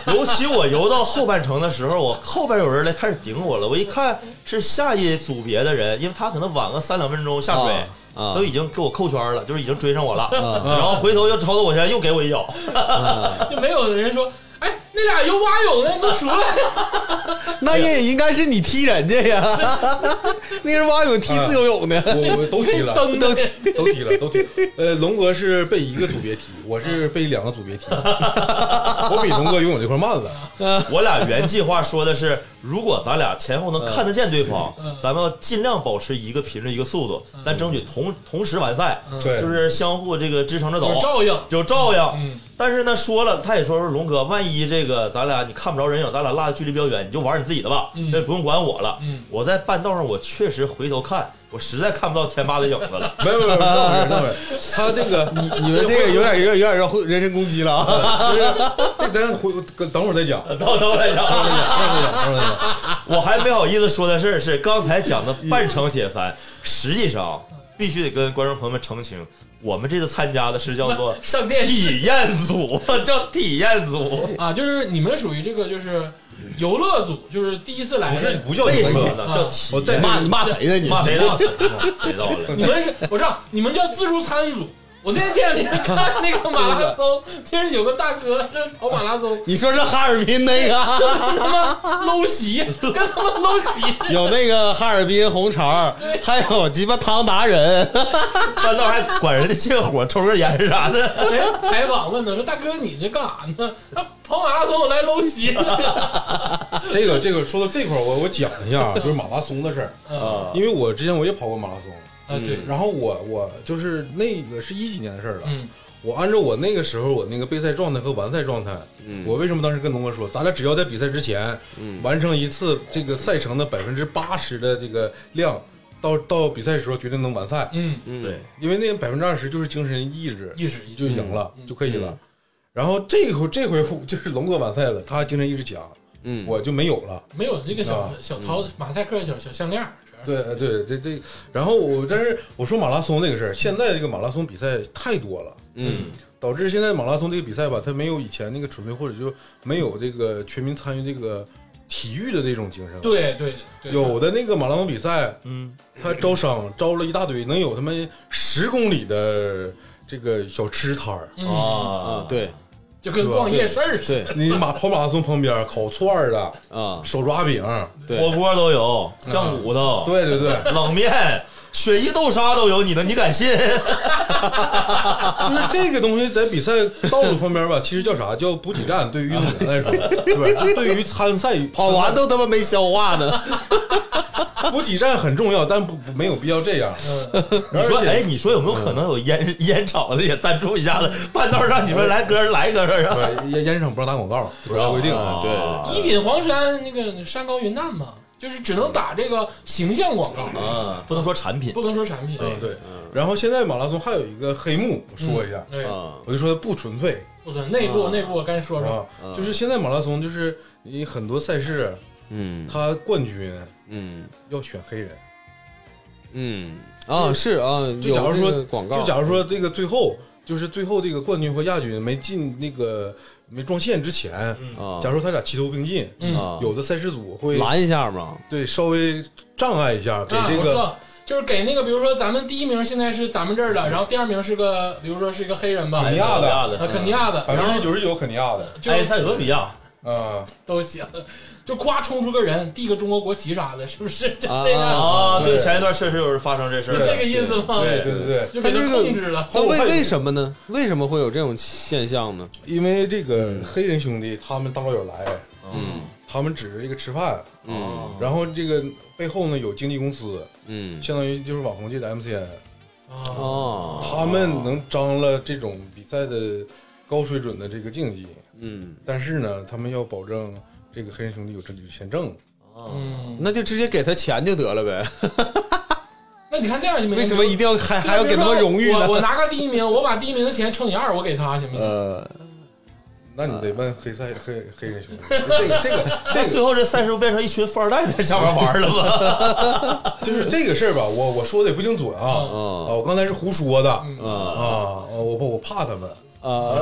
尤其我游到后半程的时候，我后边有人来开始顶我了，我一看是下一组别的人，因为他可能晚个三两分钟下水，
啊
都已经给我扣圈了，就是已经追上我了，然后回头又朝着我前又给我一脚，
就没有人说，哎，那俩游蛙泳的，你给我出来！
那也应该是你踢人家 呀，那是蛙泳踢自由泳的，
我我都踢 了，
蹬蹬去，
都踢了，都踢了。呃，龙哥是被一个组别踢，我是被两个组 别踢。我比龙哥游泳这块慢了。
我俩原计划说的是，如果咱俩前后能看得见对方，
嗯
咱们要尽量保持一个频率一个速度，咱争取同同时完赛，
对，。
就是相互这个支撑着走，
嗯有照应。
有照应。
嗯
但是呢，说了，他也说说龙哥，万一这个咱俩你看不着人影，咱俩落的距离比较远，你就玩你自己的吧，
嗯
这不用管我了。
嗯
我在半道上，我确实回头看，我实在看不到天霸的影子了
没有没有没有没有没有没有，他这个
你你们啊这个有点有点有点有点人身攻击了啊！
这咱回等会儿再 讲，
等等我来讲，
等会儿再讲，等会儿再讲，等会儿再讲。
我还没好意思说的事儿是，刚才讲的半程铁三，实际上必须得跟观众朋友们澄清，我们这次参加的是叫做
上电视
体验组，叫体验组。
啊，就是你们属于这个就是游乐组，就是第一次来
不是
的，
不叫
为
游
什么
乐，
呢？
啊
叫体
我再
验
骂你骂谁呢你？
骂谁到谁谁到 了。
你们是我知道，你们叫自助餐组。我那天前两天看那个马拉松，就是有个大哥这跑马拉松，
你说是哈尔滨那个？
跟他妈搂席，跟他妈搂席，
有那个哈尔滨红肠，还有鸡巴汤达人，
半道还管人家借火抽根烟啥的。
人采访问他说：“大哥，你这干啥 呢？他跑马拉松我来搂啊席。
这个这个说到这块儿，我我讲一下，就是马拉松 的事儿，
啊，
因为我之前我也跑过马拉松，”
啊，嗯对，
然后我我就是那个是一几年的事儿了，
嗯
我按照我那个时候我那个备赛状态和完赛状态，我为什么当时跟龙哥说，咱俩只要在比赛之前、完成一次这个赛程的百分之八十的这个量，到到比赛的时候绝对能完赛，
嗯，
对，
因为那百分之二十就是精神意志
意识意嗯
就
识，
赢了、就可以了。然后这回这回 就是龙哥完赛了，他精神意志强，
嗯
我就没有了。
没有这个小
啊
小桃马赛克小小项链儿，
对呃对对对，然后我但是我说马拉松这个事儿，现在这个马拉松比赛太多了，
嗯
导致现在马拉松这个比赛吧，它没有以前那个纯粹，或者就没有这个全民参与这个体育的这种精神了。
对对对，
有的那个马拉松比赛，
嗯，
他招商招了一大堆，能有他妈十公里的这个小吃摊儿，
嗯
啊
啊，，对，
就跟逛夜市儿似的。
对
你马跑马拉松旁边烤串儿的，
啊，
手抓饼，
火
对，
锅都有，酱骨头，
对对对，
冷面、雪衣豆沙都有，你能你敢信？
就是这个东西在比赛道路旁边吧，其实叫啥叫补给站，对于运动员来说，对吧？这对于参赛
跑完都他妈没消化呢。
补给站很重要，但不不没有必要这样。
嗯，
你说，
而且
哎，你说有没有可能有烟 烟厂的也赞助一下子？半道上你说来哥来哥这啊，
对，烟烟厂不让打广告，不按规定啊。
对
一品黄山那个山高云淡嘛，就是只能打这个形象广告，
啊，不能说产品
不能说产品。
嗯对。然后现在马拉松还有一个黑幕，我说一下，
对，
啊，
我就说不纯粹
不对，内部
啊
内部我该说说，
啊，就是现在马拉松就是你很多赛事，
嗯
它冠军
嗯
要选黑人。
嗯啊，是啊，
就假如
有
说
这个广告，嗯
就假如说这个最后就是最后这个冠军和亚军没进那个没撞线之前，
啊，
假如他俩齐头并进，
嗯
啊
有的赛事组会
拦一下嘛，
对稍微障碍一下，给
啊，
这
我知
个
道，就是给那个，比如说咱们第一名现在是咱们这儿的，然后第二名是个，比如说是一个黑人吧
肯，尼亚
肯尼亚
的
的哎
啊，肯尼亚的，
百
然
分
后嗯
之九十九肯尼亚的
就
埃塞俄比亚，
啊，
都行，就夸冲出个人，递个中国国旗啥的，是不是？就这样，
啊，对，
对
前一段确实有人发生这事
是这
儿，
个意思吗？
对对对对，
就给他控制了。
那
我
为
看
为什么呢？为什么会有这种现象呢？
因为这个黑人兄弟他们大老远来，
哦
嗯
他们指着这个吃饭，
嗯
然后这个背后呢有经纪公司，
哦
嗯，
相当于就是网红界的 MCN，
啊，
哦，
他们能张罗这种比赛的高水准的这个竞技，
嗯，
但是呢，他们要保证这个黑人兄弟有这有签证，
嗯，
那就直接给他钱就得了呗，
那你看这 样行不行？
为什么一定要还
对
还要给他们荣誉
比如说
呢
我？我拿个第一名，我把第一名的钱乘以二，我给他行不行？
呃，
那你得问黑赛黑黑人
啊
兄弟，这个这个
这最后这赛事不变成一群富二代在上面玩了吗？
就是这个事儿吧，我我说的也不一定准啊啊，
哦，
我刚才是胡说的
嗯
啊
啊，我我 怕他们，
啊，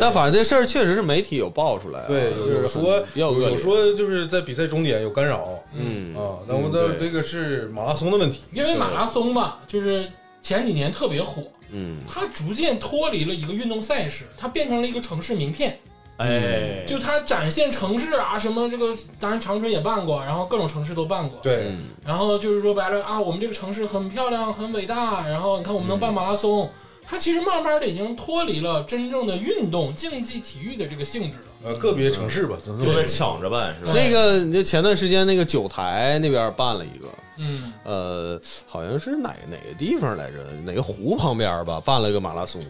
但反正这事儿确实是媒体有爆出来啊，
对，
就
有
是
说
很比较
有
恶
有
劣，
说就是在比赛终点有干扰
嗯
啊，那我的
嗯对
这个是马拉松的问题，
因为马拉松吧，就是前几年特别火，
嗯
它逐渐脱离了一个运动赛事，它变成了一个城市名片，
嗯
哎，
就它展现城市啊，什么这个，当然长春也办过，然后各种城市都办过，
对，
嗯
然后就是说白了啊，我们这个城市很漂亮，很伟大，然后你看我们能办马拉松，它其实慢慢的已经脱离了真正的运动竞技体育的这个性质了。
呃，个别城市吧，
嗯
总
都得
是
抢着办是吧？
那个，就前段时间那个九台那边办了一个，
嗯，
呃，好像是哪哪个地方来着，哪个湖旁边吧，办了个马拉松。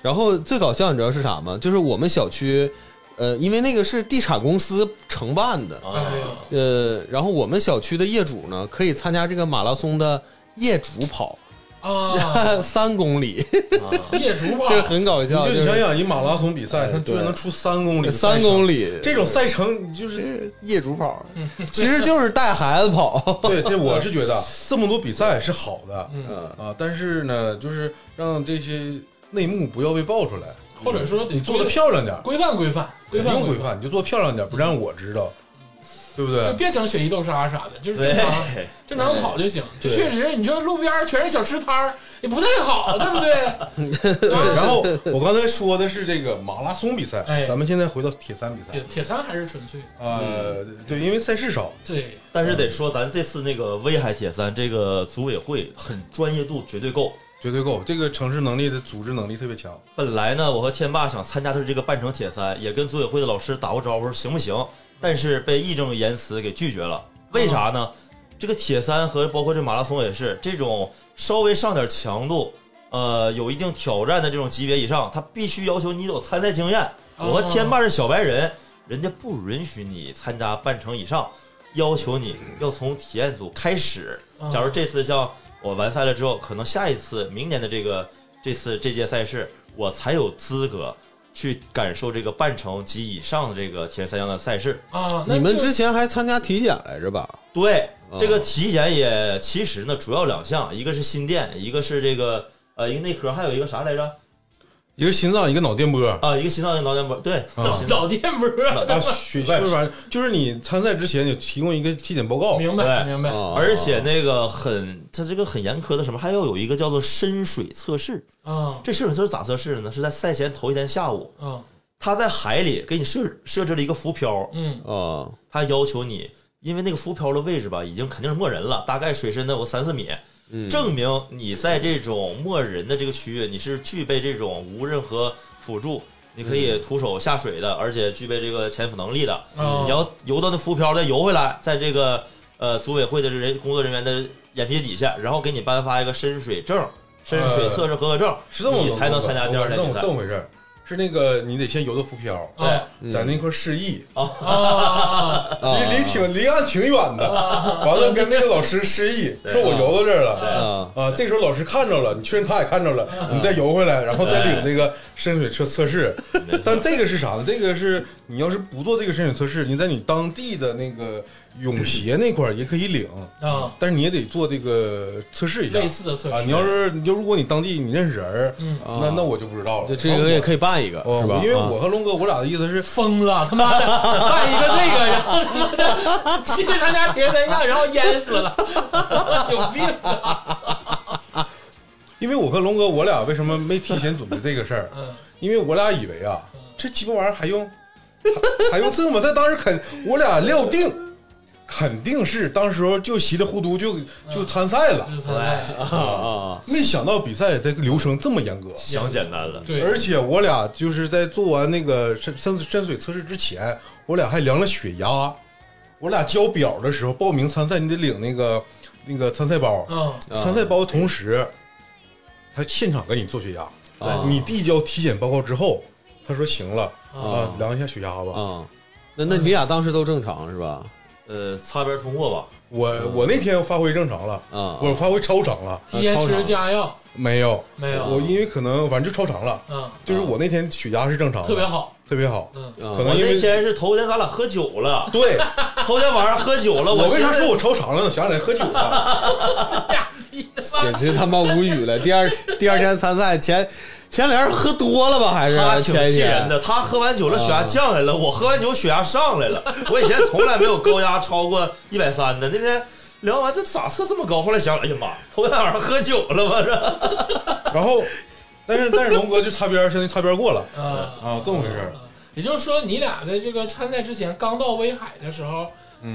然后最搞笑，你知道是啥吗？就是我们小区，呃，因为那个是地产公司承办的，
哎
啊，
呀，
呃，然后我们小区的业主呢，可以参加这个马拉松的业主跑，
啊，
三公里，
业主啊吧，
这很搞笑，
就你
是
想想，一马拉松比赛，它
哎
居
对
然能出三公里，
三公，里，
这种赛程你就是
是业主跑，其实就是带孩子 跑，
对，这我是觉 得啊这么多比赛是好的
嗯
啊，但是呢，就是让这些内幕不要被爆出来，
或者说得
你做
规
的漂亮点儿，
规范规范，
不
规范
用规范，你就做漂亮点儿，不让我知道，对不
就
对？
别整雪衣豆沙啥的，就是正
对，
常正常跑就行。就
对
确实，你说路边儿全是小吃摊儿也不太好，对不对？啊
对。然后我刚才说的是这个马拉松比赛
哎，
咱们现在回到铁三比
铁
赛，
铁三还是纯粹的，
呃，对，因为赛事少，
对，
但是得说咱这次那个威海铁三这个组委会很专业度绝对够。
绝对够。这个城市能力的组织能力特别强，
本来呢，我和天霸想参加的是这个半程铁三，也跟组委会的老师打过招呼，行不行？但是被义正言辞给拒绝了。为啥呢？这个铁三和包括这马拉松也是这种稍微上点强度，呃，有一定挑战的这种级别以上，他必须要求你有参赛经验。我和天霸是小白人，人家不允许你参加半程以上，要求你要从体验组开始。
啊
假如这次像我完赛了之后，可能下一次明年的这个这次这届赛事，我才有资格去感受这个半程及以上的这个铁人三项的赛事。
啊，那
你们
就
之前还参加体检来着吧？
对
哦，
这个体检也其实呢主要两项，一个是心电，一个是这个呃一个内科，还有一个啥来着？
一个心脏，一个脑电波。
啊，一个心脏一个脑电波，对，脑心脏
脑电波，
啊，血血反正就是你参赛之前你提供一个体检报告，
明白
对
明白
啊
而且那个很，它这个很严苛的什么，还要有一个叫做深水测试。
啊
这深水测试咋测试的呢？是在赛前头一天下午，
啊
他在海里给你设设置了一个浮漂，
嗯
啊
他要求你，因为那个浮漂的位置吧，已经肯定是没人了，大概水深能有个三四米，
嗯
证明你在这种没人的这个区域，你是具备这种无任何辅助，你可以徒手下水
嗯
的，而且具备这个潜伏能力的。
哦
你要游到那浮漂再游回来，在这个呃组委会的人工作人员的眼皮底下，然后给你颁发一个深水证、深水测试合格证，
哎是这么
你才能参加第二
是
天
这
比
么
赛
这。么回事儿，是那个你得先游到浮漂，
对
啊
在那块儿示意，
哦
啊啊
啊
离离挺离岸挺远的， 完了跟那个老师示意，
对
说我游到这儿了。
啊
啊，这时候老师看着了，你确认他也看着了，你再游回来，然后再领那个深水测测试。但这个是啥呢？这个是你要是不做这个深水测试，你在你当地的那个 泳协那块儿也可以领，
啊！
但是你也得做这个测试一下。
类似的测
啊，
试，
你要是你就如果你当地你认识人儿，
嗯
那那我就不知道了。
就啊这个也
以
可以办一个，是吧？
哦因为
啊
我和龙哥，我俩的意思是，
疯了，他妈的办一个这个，然后他妈的去参加铁人三项，然后淹死了，有病啊！
因为我和龙哥，我俩为什么没提前准备这个事儿？
嗯
因为我俩以为啊，这鸡巴玩意儿还用还 还用这吗？但当时肯，我俩料定肯定是当时候就稀里糊涂就
嗯
就参赛了，
就是参赛
啊啊
没想到比赛这个流程这么严格。
想简单了，
对，
而且我俩就是在做完那个深深深水测试之前，我俩还量了血压。我俩交表的时候，报名参赛你得领那个那个参赛包，
嗯
参赛包同时，他现场给你做血压。
啊
你递交体检报告之后，他说行了
啊
啊，量一下血压吧。
啊，那那你俩当时都正常是吧？
呃，擦边通过吧。
我我那天发挥正常了，
啊
我发挥超常了，
提前
超
吃
长
加药
没有
没有
我因为可能反正就超常了，
嗯，
就是我那天血压是正常的，
特别好，
特别好，
嗯
可
我
能因
那
为
天是头天咱俩喝酒了，
对。
头天晚上喝酒了，
我为
寻
啥
思
说我超常了呢？想起来喝酒了，
简直他妈无语了。第二第二天参赛前前两天喝多了吧？还是
啊
他挺
前一
气人
天？
的，他喝完酒了血压降下来了，我喝完酒血压上来了。我以前从来没有高压超过一百三的，那天聊完这咋测这么高？后来想，哎呀妈，头天晚上喝酒了吧？这
然后，但是但是龙哥就擦边儿，相当于擦边儿过了
啊。
啊，这么回事儿。
也就是说，你俩在这个参赛之前，刚到威海的时候，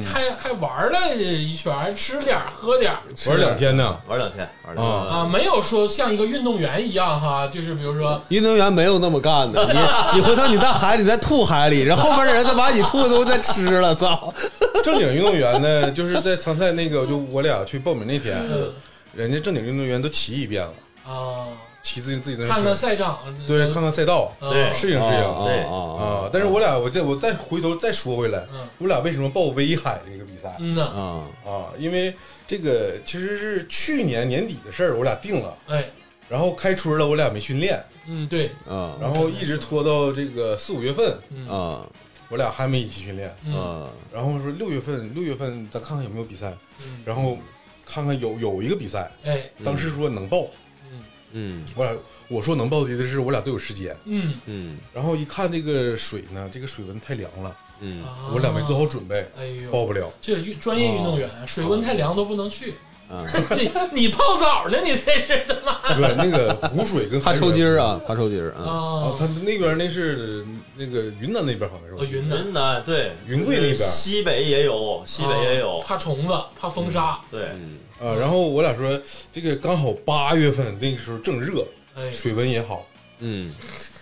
还还玩了一圈，吃点儿喝点儿
玩儿两 天呢，
玩两天，玩两天。
啊，没有说像一个运动员一样哈，就是比如说
运动员没有那么干的，你你回头你在海里再吐海里，然后后边的人再把你吐的都再吃了， 操！
正经运动员呢，就是在参赛那个，就我俩去报名那天，
嗯
人家正经运动员都骑一遍了，
啊，
骑自己自己自行
看看
车，
赛场，
对，看看赛道，
啊
对
适应适应
对
啊
啊。但是我俩，我这我再回头再说回来
嗯，
我俩为什么报威海这个比赛
嗯呐，
啊
啊？因为这个其实是去年年底的事儿，我俩定了，
哎，
然后开春了，我俩没训练，
嗯，对，
啊
然后一直拖到这个四五月份，
嗯
啊
我俩还没一起训练。
嗯
啊！
然后说六月份，六月份咱看看有没有比赛，
嗯，
然后看看有有一个比赛，
哎，
当时说能报，
嗯
嗯
我俩我说能报的意思是我俩都有时间。
嗯，
嗯
然后一看这个水呢，这个水温太凉了，
嗯
啊
我俩没做好，准备，
哎
报
呦，
不了。
这运专业运动员水温太凉都不能去，
啊，
你你泡澡呢，你这是他妈
对，那个湖水 跟
怕
海水
抽筋儿啊，怕抽筋儿啊！
啊！
啊
他那边那是那个云南那边好像是吧
啊，云南
云南对，
云贵那边
西北也有，西北也有
啊，怕虫子，怕风沙，
对，
嗯
啊。然后我俩说，这个刚好八月份那个时候正热，
哎，
水温也好，
嗯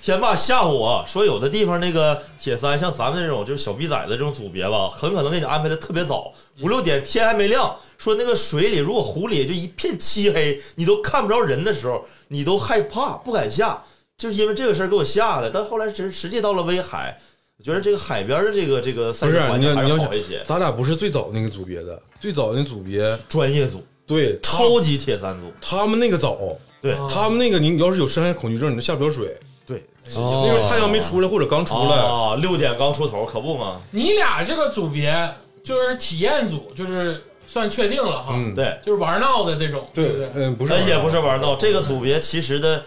天霸吓唬我说，有的地方那个铁三，像咱们这种就是小逼崽子这种组别吧，很可能给你安排的特别早，五六点天还没亮，说那个水里如果湖里就一片漆黑，你都看不着人的时候，你都害怕不敢下，就是因为这个事儿给我吓的。但后来实实际到了威海，我觉得这个海边的这个这个赛
不
事
是
环
你
境
要
还
你
是
要
好一些。
咱俩不是最早那个组别的，最早那组别
专业组，
对
超级铁三组，
他们那个早，
对
啊
他们那个你要是有深海恐惧症，你都下不了水，
对，
那
哦
时候太阳没出来或者刚出来，
啊，六点刚出头，可不嘛？
你俩这个组别就是体验组，就是算确定了哈，
嗯，
对。
就是玩闹的这种，对不
对，
呃
对？
嗯，不是
咱
玩
也
闹
不是玩闹，这个组别其实的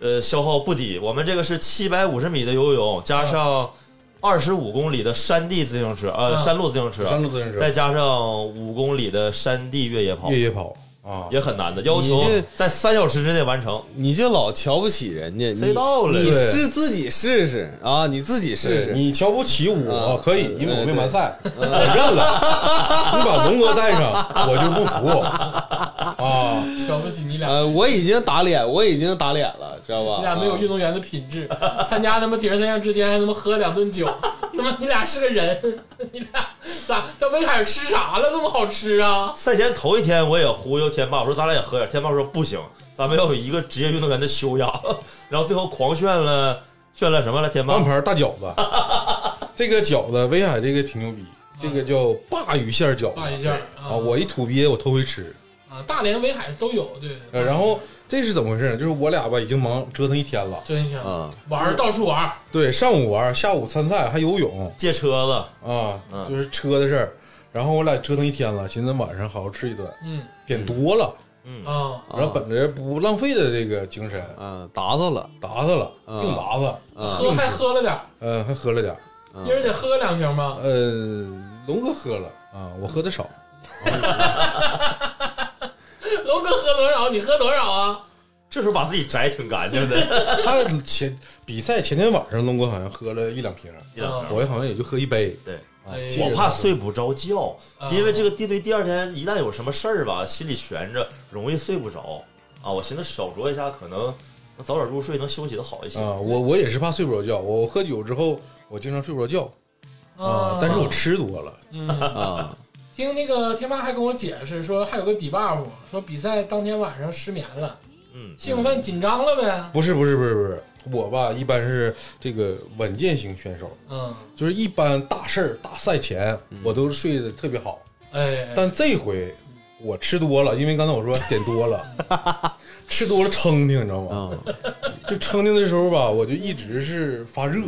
呃消耗不低。我们这个是七百五十米的游泳，
啊
加上二十五公里的山地自行车，呃，
嗯
山路自行车，
啊山路自行车
再加上五公里的山地越野跑，
越野跑啊，
也很难的，要
你
求
这
在三小时之内完成。
你就老瞧不起人家，
谁
你
到了
你
对
是自己试试啊，你自己试
对
试。
你瞧不起我
啊
可以，因为我没
对
完赛，我认了。 你把龙哥带上，我就不服啊！
瞧不起你俩，
呃，我已经打脸，我已经打脸了，知道吧？
你俩没有运动员的品 质。参加他妈铁人三项之前还他妈喝两顿酒， 他妈你俩是个人？ 你俩咋在威海尔吃啥了？那么好吃啊？
赛前头一天我也忽悠天霸，我说咱俩也喝点，天霸说不行，咱们要有一个职业运动员的修养。 然后最后狂炫了，炫了什么了？天霸
王牌大饺子， 这个饺子威海这个挺牛逼，这个叫鲅鱼馅儿饺
大一
子
下
啊，我一土鳖我头回吃。
啊，大连、威海都有，对。
呃然后这是怎么回事呢？就是我俩吧已经忙折腾一天了，
真香，
啊，
玩
嗯
儿到处玩儿，
对，上午玩，下午参赛，还游泳
借车子，
啊，
嗯
就是车的事儿。然后我俩折腾一天了，寻思晚上好好吃一顿，
嗯
点多了，
嗯，
啊，
然后本着不浪费的这个精神，
啊达到了
打他了，
嗯
啊
硬打他，
啊
喝还喝了点儿，
嗯，还喝了点儿，
啊
一人得喝两瓶吧。
呃，龙哥喝了啊，我喝的少，
龙哥喝多少？你喝多少啊？
这时候把自己摘挺干净 的，
他前比赛前天晚上，龙哥好像喝了一两瓶，
一两瓶
我好像也就喝一杯。
对，
啊
哎呀
接着
我怕
喝
睡不着觉，
啊
因为这个地队第二天一旦有什么事儿吧，心里悬着，容易睡不着啊。我寻思少酌一下，可能能早点入睡，能休息的好一些。
啊，我我也是怕睡不着觉，我喝酒之后我经常睡不着觉
哦
啊，但是我吃多了，
嗯，
啊
听那个天妈还跟我解释说，还有个底 buff，说比赛当天晚上失眠了，
嗯，
兴奋紧张了呗。
不是不是不是不是，我吧一般是这个稳健型选手，
嗯，
就是一般大事儿大赛前我都睡得特别好，
哎，
但这回我吃多了，因为刚才我说点多了，吃多了撑挺，你知道吗？
啊
就撑的那时候吧，我就一直是发热，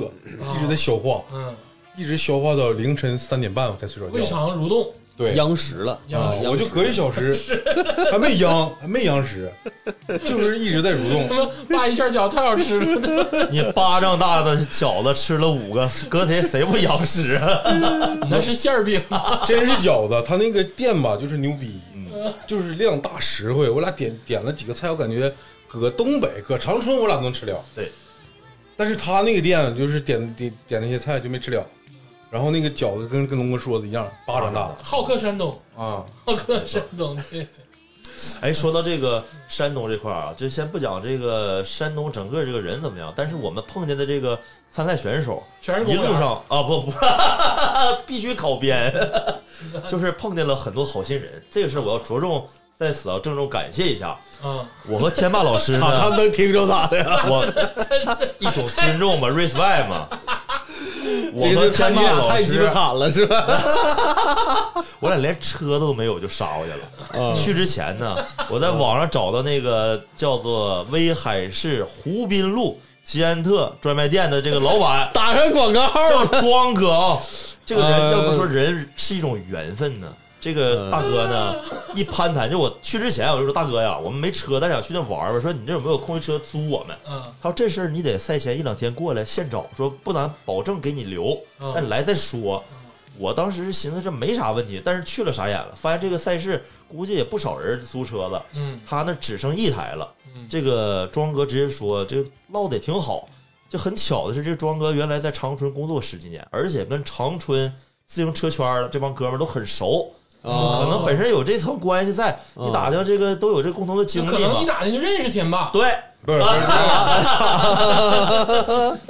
一直在消化，
嗯，
一直消化到凌晨三点半我才睡着
胃
觉。
肠蠕动，
对，
央视了，
啊
央视，
我就隔一小时， 还没央，还没央时，就是一直在蠕
他
动。
妈扒一下脚太好吃了，
嗯你巴掌大的饺子吃了五个， 搁谁谁不养 屎啊？
那是馅儿饼。
真是饺子，他那个店吧，就是牛逼，
嗯
就是量大实惠。我俩点点了几个菜，我感觉搁东北，搁长春，我俩能吃了。
对，
但是他那个店就是点点点那些菜就没吃了，然后那个饺子跟跟龙哥说的一样，巴掌大
好客山东，
啊，
好客山东，对，
哎，说到这个山东这块儿啊，就先不讲这个山东整个这个人怎么样，但是我们碰见的这个参赛选手，
全是公
一
务员
路上啊不 不，必须考编， 就是碰见了很多好心人，这个事儿我要着重在此啊郑重感谢一下。
嗯，
我和天霸老师
啊他
呢，
们能听着咋的呀？
我 一种尊 重嘛，respect 嘛。我
这
和
次看
天
你
霸
俩
老
太鸡巴
师，
惨了是吧？
我俩连车子都没有就杀过去了。
啊，
去之前呢，我在网上找到那个叫做威海市湖滨路吉安特专卖店的这个老板
打上广告
叫庄哥啊。这个人
呃
要不说人是一种缘分呢。这
嗯
个大哥呢，一攀谈，就我去之前我就说大哥呀，我们没车，但是想去那玩玩。说你这有没有空余车租我们？
嗯，
他说这事儿你得赛前一两天过来现找，说不咱保证给你留，
嗯
但来再说。我当时是寻思这没啥问题，但是去了傻眼了，发现这个赛事估计也不少人租车子，
嗯，
他那只剩一台了。
嗯
这个庄哥直接说，这唠得也挺好。就很巧的是，这庄哥原来在长春工作十几年，而且跟长春自行车圈儿的这帮哥们儿都很熟，可
啊
哦
能本身有这层关系在。
哦
你打听这个都有这共同的经
可
历
能一
嘛？
打听就认识天霸，
对，
不是不是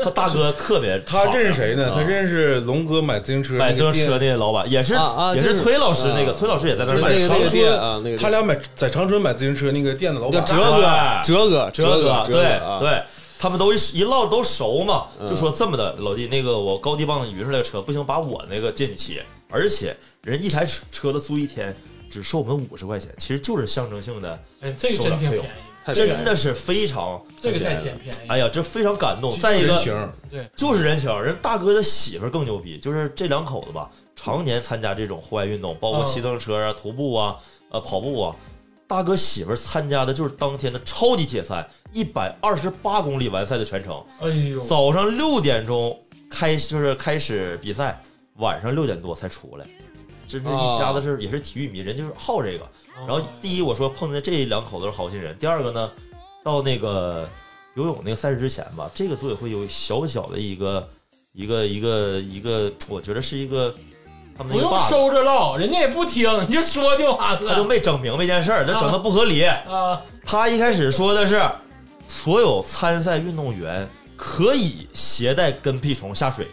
他大哥特别敞
他
亮，
认识谁呢？
啊
他认识龙哥买自行车，
买自
那
行
个店
车那个老板也是
啊啊
也
就是是
崔老师那个，
啊
崔老师也在那
就
儿
是
买
那个
车。
那个店啊，那个
他俩买在长春买自行车那个店的老
叫
板，啊
哲哥，哲哥，
哲
哥，啊
对
对，
对，他们都一一唠都熟嘛，
嗯
就说这么的，老弟，那个我高低帮你匀出来个车，不行把我那个借你骑，而且人一台车车子租一天。只收我们五十块钱，其实就是象征性的，
哎，这个真挺便宜，
太
这个
便宜
真的是非常
这个太
便宜
甜
了。
便宜，
哎呀，这非常感动。再一
人
个
情
就是人情，人大哥的媳妇儿更牛逼，就是这两口子吧，常年参加这种户外运动，包括骑自行车啊、徒步啊、呃跑步啊，大哥媳妇儿参加的就是当天的超级铁三，一百二十八公里完赛的全程。
哎呦，
早上六点钟开就是开始比赛，晚上六点多才出来。这这一家子是也是体育迷，人就是好这个。
啊
然后第一，我说碰见这两口子是好心人；第二个呢，到那个游泳那个赛事之前吧，这个组委会有小小的一个一个一个一个，我觉得是一个他们
不
那个
用
bug，
收着唠，人家也不听，你就说就完
他就
了
没整明白一件事儿，这整的不合理。
啊。
他一开始说的是，所有参赛运动员可以携带跟屁虫下水。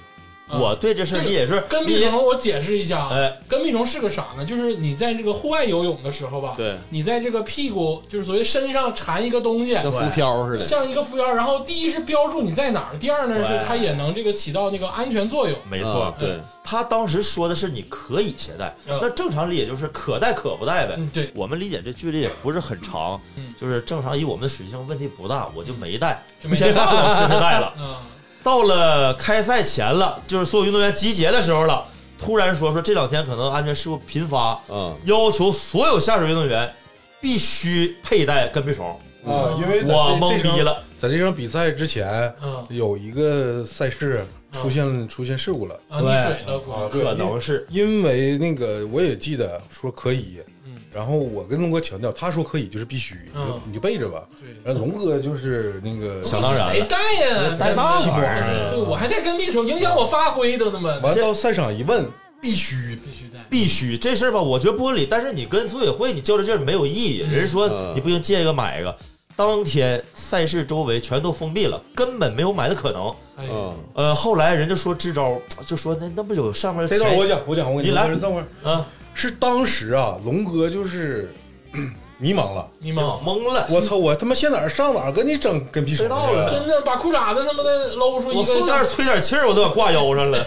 啊
我对这事儿理解是
跟
理
屁
解，
虫，我解释一下啊，
哎，
跟屁虫是个啥呢？就是你在这个户外游泳的时候吧，
对，
你在这个屁股，就是所谓身上缠一个东西，
跟浮漂似的。
像一个浮标，然后第一是标注你在哪儿，第二呢
对
是它也能这个起到那个安全作用。
没错
啊，对，
他当时说的是你可以携带，
嗯
那正常理解就是可带可不带呗。
嗯，对，
我们理解这距离也不是很长
嗯，
就是正常以我们的水性问题不大，我就没带。
就没
天霸老师是 带了，
啊，
到了开赛前了，就是所有运动员集结的时候了，突然说说这两天可能安全事故频发，
嗯，
要求所有下水运动员必须佩戴跟屁虫。
啊，因为咱
我
这
懵
这场
逼了，
在这场比赛之前，
嗯
有一个赛事出现出现事故了
啊，你水了，估
啊，
计
对
可能是
因为那个我也记得说可以，
嗯
然后我跟龙哥强调，他说可以就是必须，你就
嗯
你就背着吧。
对。
然后龙哥就是那个
想啊当然了
谁带呀？
在
那
气泡
玩意儿
对，我还在跟屁虫影响我发挥，都他妈
完到赛场一问，必须
必须带。
必须这事儿吧，我觉得不合理。但是你跟组委会你较这劲儿没有意义，
嗯
人说
嗯
你不行借一个买一个。当天赛事周围全都封闭了，根本没有买的可能。
哎呦，
嗯，
呃，后来人家说支招，就说那那不有上面
这段
前
我讲，我讲，我跟
你来
说等会儿
嗯
啊，
是当时啊，龙哥就是 咳迷茫了，
迷
懵
茫，
懵了，
我操，我他妈现哪儿上哪儿跟你整跟屁虫
飞到了
真的把裤衩子他妈的搂出一
我
个
塑料袋
像
吹点气儿，我都想挂腰上了。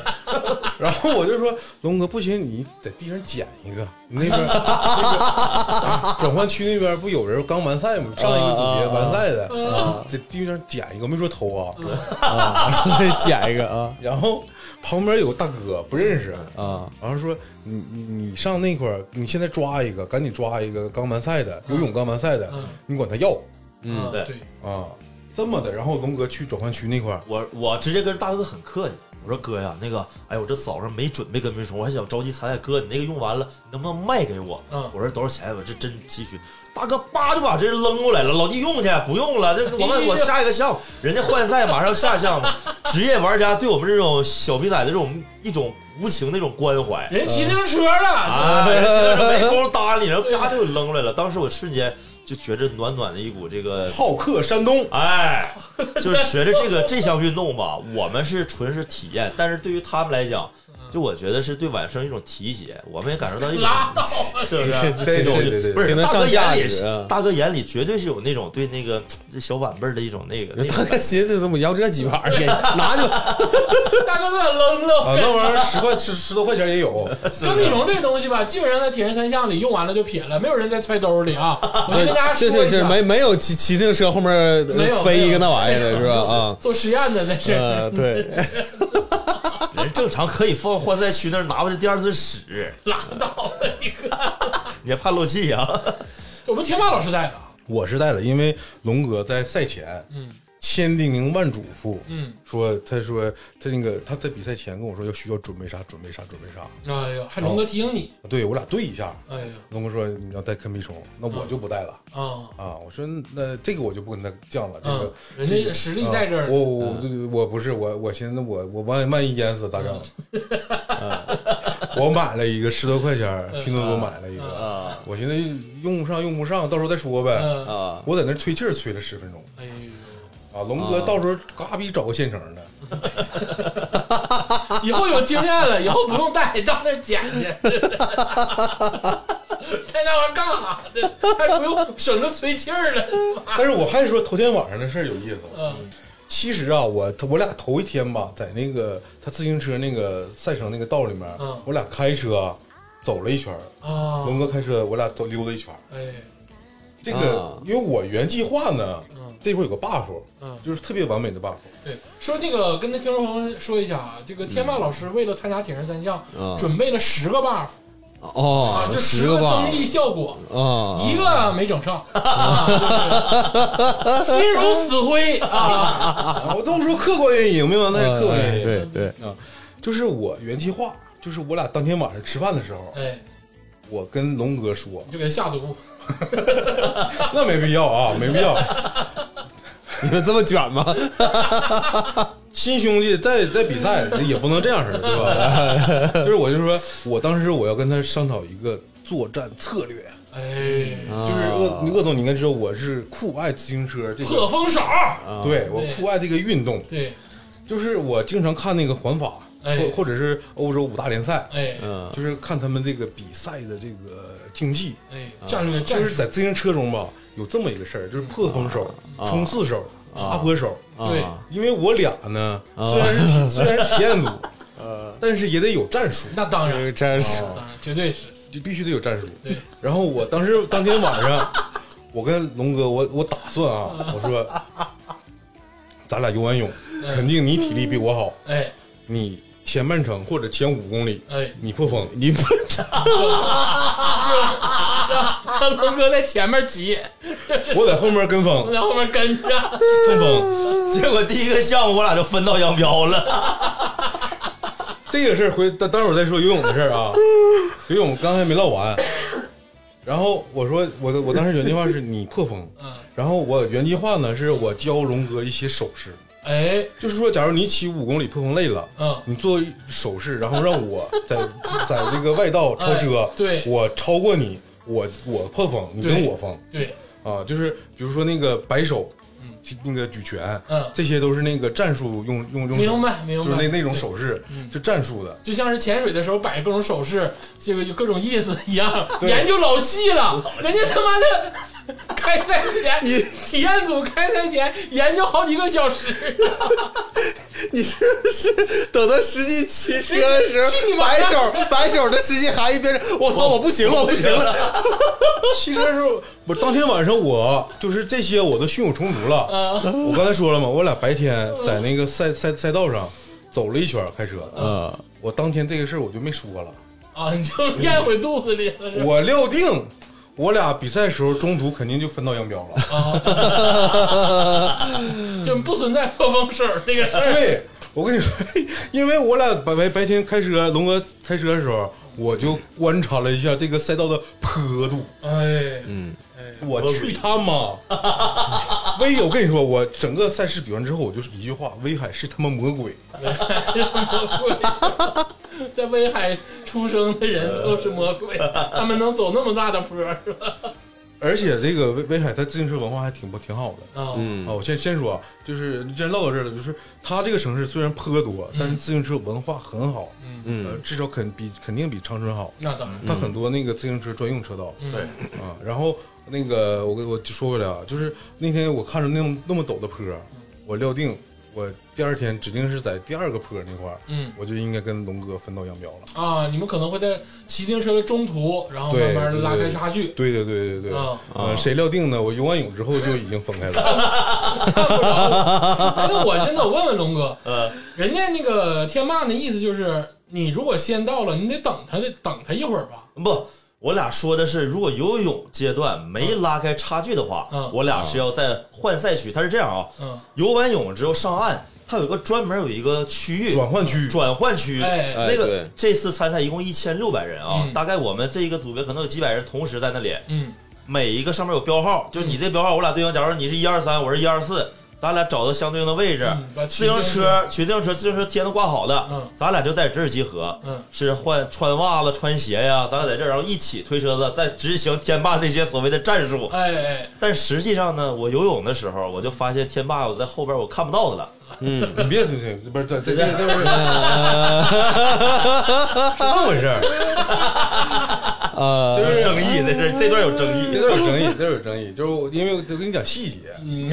然后我就说龙哥不行，你在地上捡一个，你那边儿就是转换区那边儿不有人刚完赛吗？上一个组别完赛的，
啊
在地上捡一个，我没说偷啊。
捡一个啊
然后旁边有个大哥不认识，
啊
然后说你你你上那块儿，你现在抓一个，赶紧抓一个刚完赛的，游泳刚完赛的
嗯，
你管他要
啊
嗯对
对，
啊，这么的。然后龙哥去转换区那块儿，
我我直接跟大哥很客气，我说哥呀，那个，哎，我这早上没准备跟别人说，我还想着急参赛，哥，你那个用完了，你能不能卖给我？
嗯
我说多少钱？我这真急需。大哥叭就把这扔过来了，老弟用去，不用了，这我们我下一个项目，人家换赛马上下项目，职业玩家对我们这种小逼崽的这种一种无情的一种关怀。
人骑自行车了，
啊，人家就是没工夫搭理，然后啪就扔过来了。当时我瞬间就觉着暖暖的一股这个
好客 山东，
哎，就是觉得这个这项运动吧，我们是纯是体验，但是对于他们来讲，就我觉得是对晚生一种提携，我们也感受到一种
拉倒，
是不是？
对对对对，
不是
挺能
大哥
上
眼
价
里
值啊，
大哥眼里绝对是有那种对那个这小晚辈儿的一种那个那
大
种
哥
感
寻思怎么要这鸡巴玩意儿给你，拿去吧。
大哥都想扔了。
啊，那玩意儿十块十十多块钱也有，
跟屁虫这东西吧，基本上在铁人三项里用完了就撇了，没有人再揣兜里 啊。我就跟大家说
这
一下，
这这没没有骑骑自行车后面呃
没有
飞一个那玩意儿的
没
是
有
吧？啊，
做实验的那
嗯
是。
呃，对，
觉，人正常可以放换赛区那儿拿回来第二次使，
拉倒吧你！
你还怕漏气啊？
我们天霸老师带的啊，
我是带了，因为龙哥在赛前，
嗯，
千叮咛万嘱咐，
嗯，
说他说他那个他在比赛前跟我说要需要准备啥准备啥准备啥，
哎呦，还龙哥提醒你，
对我俩对一下，
哎呦
龙哥说你要带坑屁虫，那我就不带了、
啊，
啊，我说那这个我就不跟他犟哎了，这个。
嗯，人家实力在这
啊
儿，
我我我不是我我寻思我我万万一淹死咋整？啊我买了一个十多块钱儿，
嗯
拼
啊
多多买了一个，我寻思用不上用不上，到时候再说呗。
嗯，
啊，
我在那儿吹气儿吹了十分钟
哎呦，
啊，龙哥到时候嘎逼找个现成的，
以后有经验 了，以后不用带，到那儿捡去。 带那玩意儿干啥的？还不用省着吹气儿了。
但是我还说头天晚上的事儿有意思。
嗯
其实啊，我我俩头一天吧，在那个他自行车那个赛程那个道里面
嗯，
我俩开车走了一圈儿，
啊，
龙哥开车，我俩走溜达一圈儿。
哎，
这个
啊
因为我原计划呢
嗯，
这会儿有个 buff，
嗯
就是特别完美的 buff。
对，说那个跟那听众朋友们说一下啊，这个天霸老师为了参加铁人三项，
嗯
准备了十个 buff，啊，
哦，
就
十
个
棒
增益效果，
啊，
一个没整 上，啊就是心如死灰 啊！
啊我都说客观原因，没有，那是客观原因。
哎对对，
啊，就是我原计划，就是我俩当天晚上吃饭的时候，
哎，
我跟龙哥说
你，就给他下毒，
那没必要啊，没必要。
你们这么卷吗？
亲兄弟在在比赛也不能这样式儿，对吧？ 就是我就说，我当时我要跟他商讨一个作战策略，
哎，
嗯
就是鄂鄂总，你应该知道我是酷爱自行车这
破
个，
风手，
啊
对我酷爱这个运动，
对，
就是我经常看那个环法，
哎
或或者是欧洲五大联赛，
哎
嗯
就是看他们这个比赛的这个竞技，
哎，战
嗯
略
就
战
是
术，
在自行车中吧，有这么一个事儿，就是破风手、
啊
冲刺手、爬坡手。
对
啊
因为我俩呢，
啊
虽然 是体虽然是体验组，但是也得有战术，
呃那当然，
真是啊
当然绝对是，
就必须得有战术。
对，
然后我当时当天晚上， 我跟龙哥，我我打算啊，我说， 咱俩游完泳，肯定你体力比我好，
哎
你前半程或者前五公里，
哎，
你破 风，
你不
让龙哥在前面急，
我在后面跟风，
在后面跟着，
蹭风。
结果第一个项目我俩就分道扬镳了。
这个事儿回待待会儿再说游泳的事儿啊，游泳刚才没唠完。然后我说我的我当时原计划是你破风，
嗯，
然后我原计划呢是我教龙哥一些手势，
哎，
就是说假如你骑五公里破风累了。
嗯，
你做手势，然后让我在 在这个外道超车，
哎对
我超过你，我我破风，你
对
跟我风
对，
啊，就是比如说那个摆手，就那个举拳，
嗯
这些都是那个战术用用用手，
明白明白，嗯
就是那那种手势，就战术的。
就像是潜水的时候摆各种手势，这个就各种意思一样，
对
研究老细了。人家他妈的 开赛前，体验组开赛前研究好几个小时，
你是不是等到实际骑车的时候
哎去你，妈
摆手摆手的实际含义变成我操，我不行了，我不行 了，
其实是我当天晚上我就是这些我都胸有成竹了。
嗯
我刚才说了嘛，我俩白天在那个赛赛赛道上走了一圈开车，
嗯
啊
我当天这个事儿我就没说了。
啊，你就咽回肚子里了是吧？
我料定，我俩比赛时候中途肯定就分道扬镳了。
就不存在破风手这个事儿。
对，我跟你说， 因为我俩白白白天开车，龙哥开车的时候，我就观察了一下这个赛道的坡度。
哎，
嗯我去他妈！威，我跟你说，我整个赛事比完之后，我就是一句话：威海是他妈魔鬼。
魔鬼， 在威海出生的人都是魔 鬼，他们能走那么大的坡是吧？
而且这个威威海，他自行车文化还挺不挺好的。
啊，
啊，我先先说啊，就是既然唠到这儿了，就是他这个城市虽然坡多，但是自行车文化很好，
嗯
呃，至少肯比肯定比长春好。
那当然，
它很多那个自行车专用车道
对，
啊，然后那个我跟我就说回来啊，就是那天我看着那么那么陡的坡，我料定我第二天指定是在第二个坡那块儿，
嗯
我就应该跟龙哥分道扬镳了。
啊，你们可能会在骑自行车的中途，然后慢慢地拉开差距。
对对对对对，
啊
呃，谁料定呢？我游完泳之后就已经分开了。
看不着我。那我真的，我问问龙 哥，
呃，
人家那个天霸那意思就是，你如果先到了，你得等他，得等他一会儿吧？
不，我俩说的是，如果游泳阶段没拉开差距的话，
嗯
我俩是要在换赛区。它是这样啊，
嗯，
游完泳之后上岸，它有一个专门有一个区域
转换区，
转换区。
哎
哎
那个
对
这次参赛一共一千六百人啊，
嗯
大概我们这一个组别可能有几百人同时在那里，
嗯，
每一个上面有标号，就是你这标号，我俩对应，假如你是一二三，我是一二四，咱俩找到相对应的位置，
嗯把
自行车、取自行车、自行车贴都挂好的，
嗯
咱俩就在这儿集合，
嗯
是换穿袜子、穿鞋呀，咱俩在这儿，然后一起推车子，在执行天霸那些所谓的战术。
哎哎，
但实际上呢，我游泳的时候，我就发现天霸我在后边我看不到他了，
嗯，
你别推推，不是在在在在不是，是这么回事儿，
呃，
啊
就是
争议这是这段有争
这
议，
都有争议，这都有争议，就是我因为我得跟你讲细节，
嗯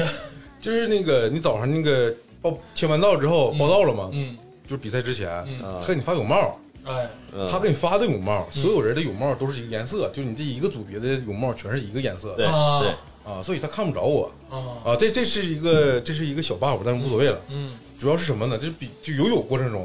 就是那个你早上那个报签完到之后报到了嘛，
嗯
就是比赛之前，
嗯
他给你发泳帽，
哎，
嗯
他给你发的泳帽，所有人的泳帽都是一个颜色，就你这一个组别的泳帽全是一个颜色
对
的
啊
对，
啊，所以他看不着我
啊，
啊。这这是一个这是一个小 buff，但无所谓了。
嗯
主要是什么呢？就是比就游泳过程中，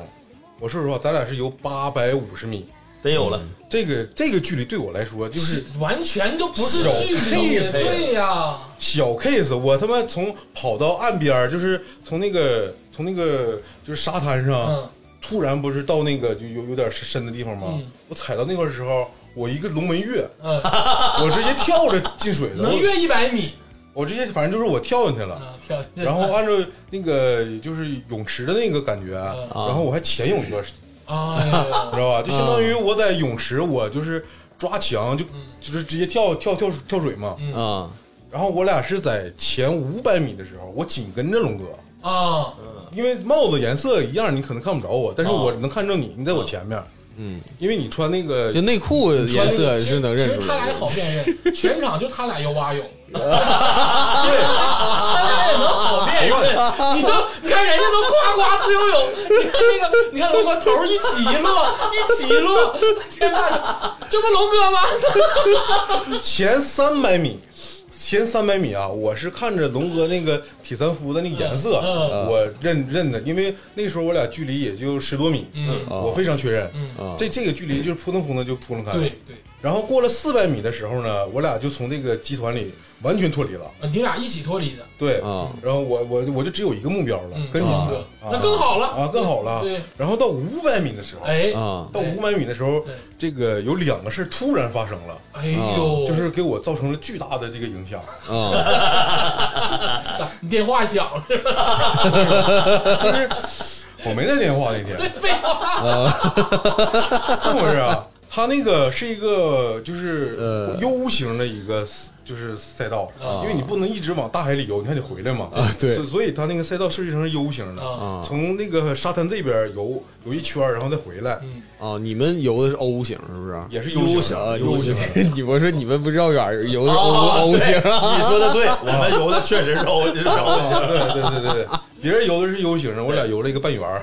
我说实话，咱俩是游八百五十米，
得有了。
这个这个距离对我来说就是
完全就不是
小
距离，
配色
对呀、
小 case，我他妈从跑到岸边儿，就是从那个从那个就是沙滩上，
嗯
突然不是到那个就有有点深的地方吗？
嗯
我踩到那块儿的时候，我一个龙门跃，
嗯，
我直接跳着进水了，
能
我
越一百米
我直接反正就是我跳进去了。
啊，跳进去
然后按照那个就是泳池的那个感觉，
嗯
然后我还潜泳一段时 间，
哎呀
你知道吧？就相当于我在泳池，我就是抓墙，就就是直接跳跳跳跳水嘛。
嗯
啊，
然后我俩是在前五百米的时候，我紧跟着龙哥，
啊，
因为帽子颜色一样，你可能看不着我，但是我能看着你，你在我前面，
嗯，
因为你穿那个
就内裤颜色是能认
其
出
实他
来
俩
的。
好辨 认，全场就他俩有蛙泳，对，他俩也能好辨认。你就你看人家都呱呱自由泳，你看那个，你看龙哥头一起一落，一起一落，天呐，这不龙 哥吗？
前三百米，前三百米啊，我是看着龙哥那个铁三夫的那个颜色，
嗯
我认认的，因为那时候我俩距离也就十多米，
嗯
我非常确认，
啊
这这个距离就是扑腾扑腾就扑腾开了。
对对，
然后过了四百米的时候呢，我俩就从这个集团里完全脱离了，
呃你俩一起脱离的，
对，
啊
然后我我我就只有一个目标了，
嗯，
跟你
龙
们
哥
的，
那更好了
啊更好了，
对，
然后到五百米的时候。
哎
啊
到五百米的时候
对，
这个有两个事儿突然发生了，
哎呦，
啊就是给我造成了巨大的这个 影响。
啊
你电话响了，
就是 我没带电话那天，
废话，
这么回事啊？它那个是一个就是
呃
U 型的一个就是赛道
啊，
因为你不能一直往大海里游，你还得回来嘛。
啊对
所所以它那个赛道设计成是 U 型的，
啊，
啊
从那个沙滩这边游游一圈儿，然后再回来，
嗯，
啊！你们游的是 O 型是不是？
也是
U
型
型
啊
U 型。
你我说你们不绕远儿游的
哦
啊
O O 型
对
啊？
你说的 对，我们游的确实是 O 是 O
啊
型。
对对对对对，别人游的是 U 型的，我俩游了一个半圆儿。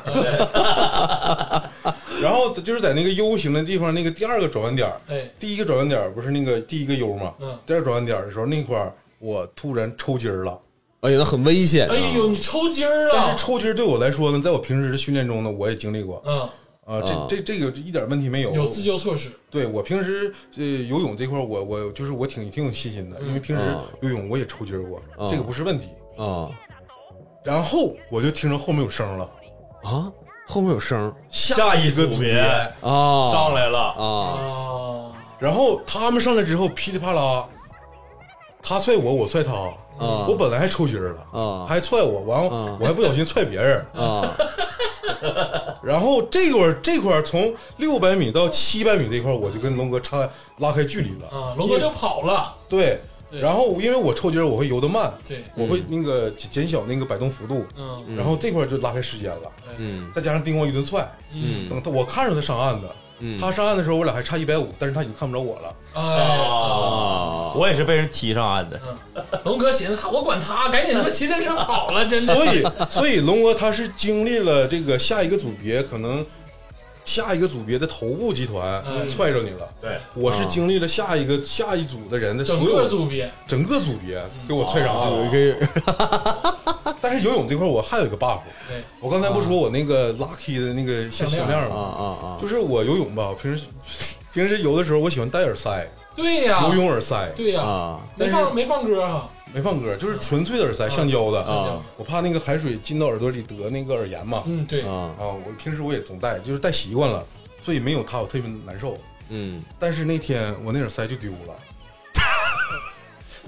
然后就是在那个 U 型的地方，那个第二个转弯点儿，
哎，
第一个转弯点儿不是那个第一个 U 吗？
嗯
第二转弯点儿的时候，那块儿我突然抽筋儿了。
哎呀，那很危险啊
哎！呦，你抽筋儿
但
了
是，抽筋儿对我来说呢，在我平时的训练中呢，我也经历过
嗯，
啊，
啊
这这这个一点问题没有。
有自救措施，
对我平时呃游泳这块儿我我就是我挺挺有信心的，因为平时
啊
游泳我也抽筋儿过，
啊
这个不是问题。
啊
然后我就听着后面有声儿了，
啊！后面有声儿
下一
个
个
组
组
别
别
啊！
上来了，
啊！
啊，
然后他们上来之后噼里啪啦，他踹我，我踹他，
啊
我本来还抽筋儿了，
啊
还踹我，完了、
啊
我还不小心踹别人，
啊
然后这块儿这块儿从六百米到七百米这块儿，我就跟龙哥差拉开距离了。
啊，龙哥就跑了，
对，
对
然后因为我抽筋儿，我会游得慢，
嗯
对，
我会那个减减小那个摆动幅度，
嗯
然后这块儿就拉开时间了。
嗯
再加上叮咣一顿踹，
嗯
等他我看着他上岸的，
嗯
他上岸的时候我俩还差一百五，但是他已经看不着我了。
哎，
啊！
我也是被人踢上岸的。
龙哥寻思，我管他，赶紧他妈骑自行车跑了， 真的，
所以，所以龙哥他是经历了这个下一个组别可能下一个组别的头部集团
嗯
踹着你了。
对，
我是
啊
经历了下一个下一组的人的所
整
有
个组别，
整个组别给我踹上
啊
岸
有
了。
一个
啊
但是游泳这块我还有一个 buff，
对，
我刚才不说我那个 lucky 的那个小
项
项
链
链
啊
吗？
啊啊！
就是我游泳吧，我平时平时游的时候我喜欢戴耳塞，
对呀，
游泳耳塞
啊对呀，
啊
没放没放歌啊，
没放歌，就是纯粹的耳塞，橡胶的。
啊
我怕那个海水进到耳朵里得那个耳炎嘛。
嗯，对，
啊
啊，我平时我也总戴，就是戴习惯了，所以没有它我特别难受。
嗯
但是那天我那耳塞就丢了，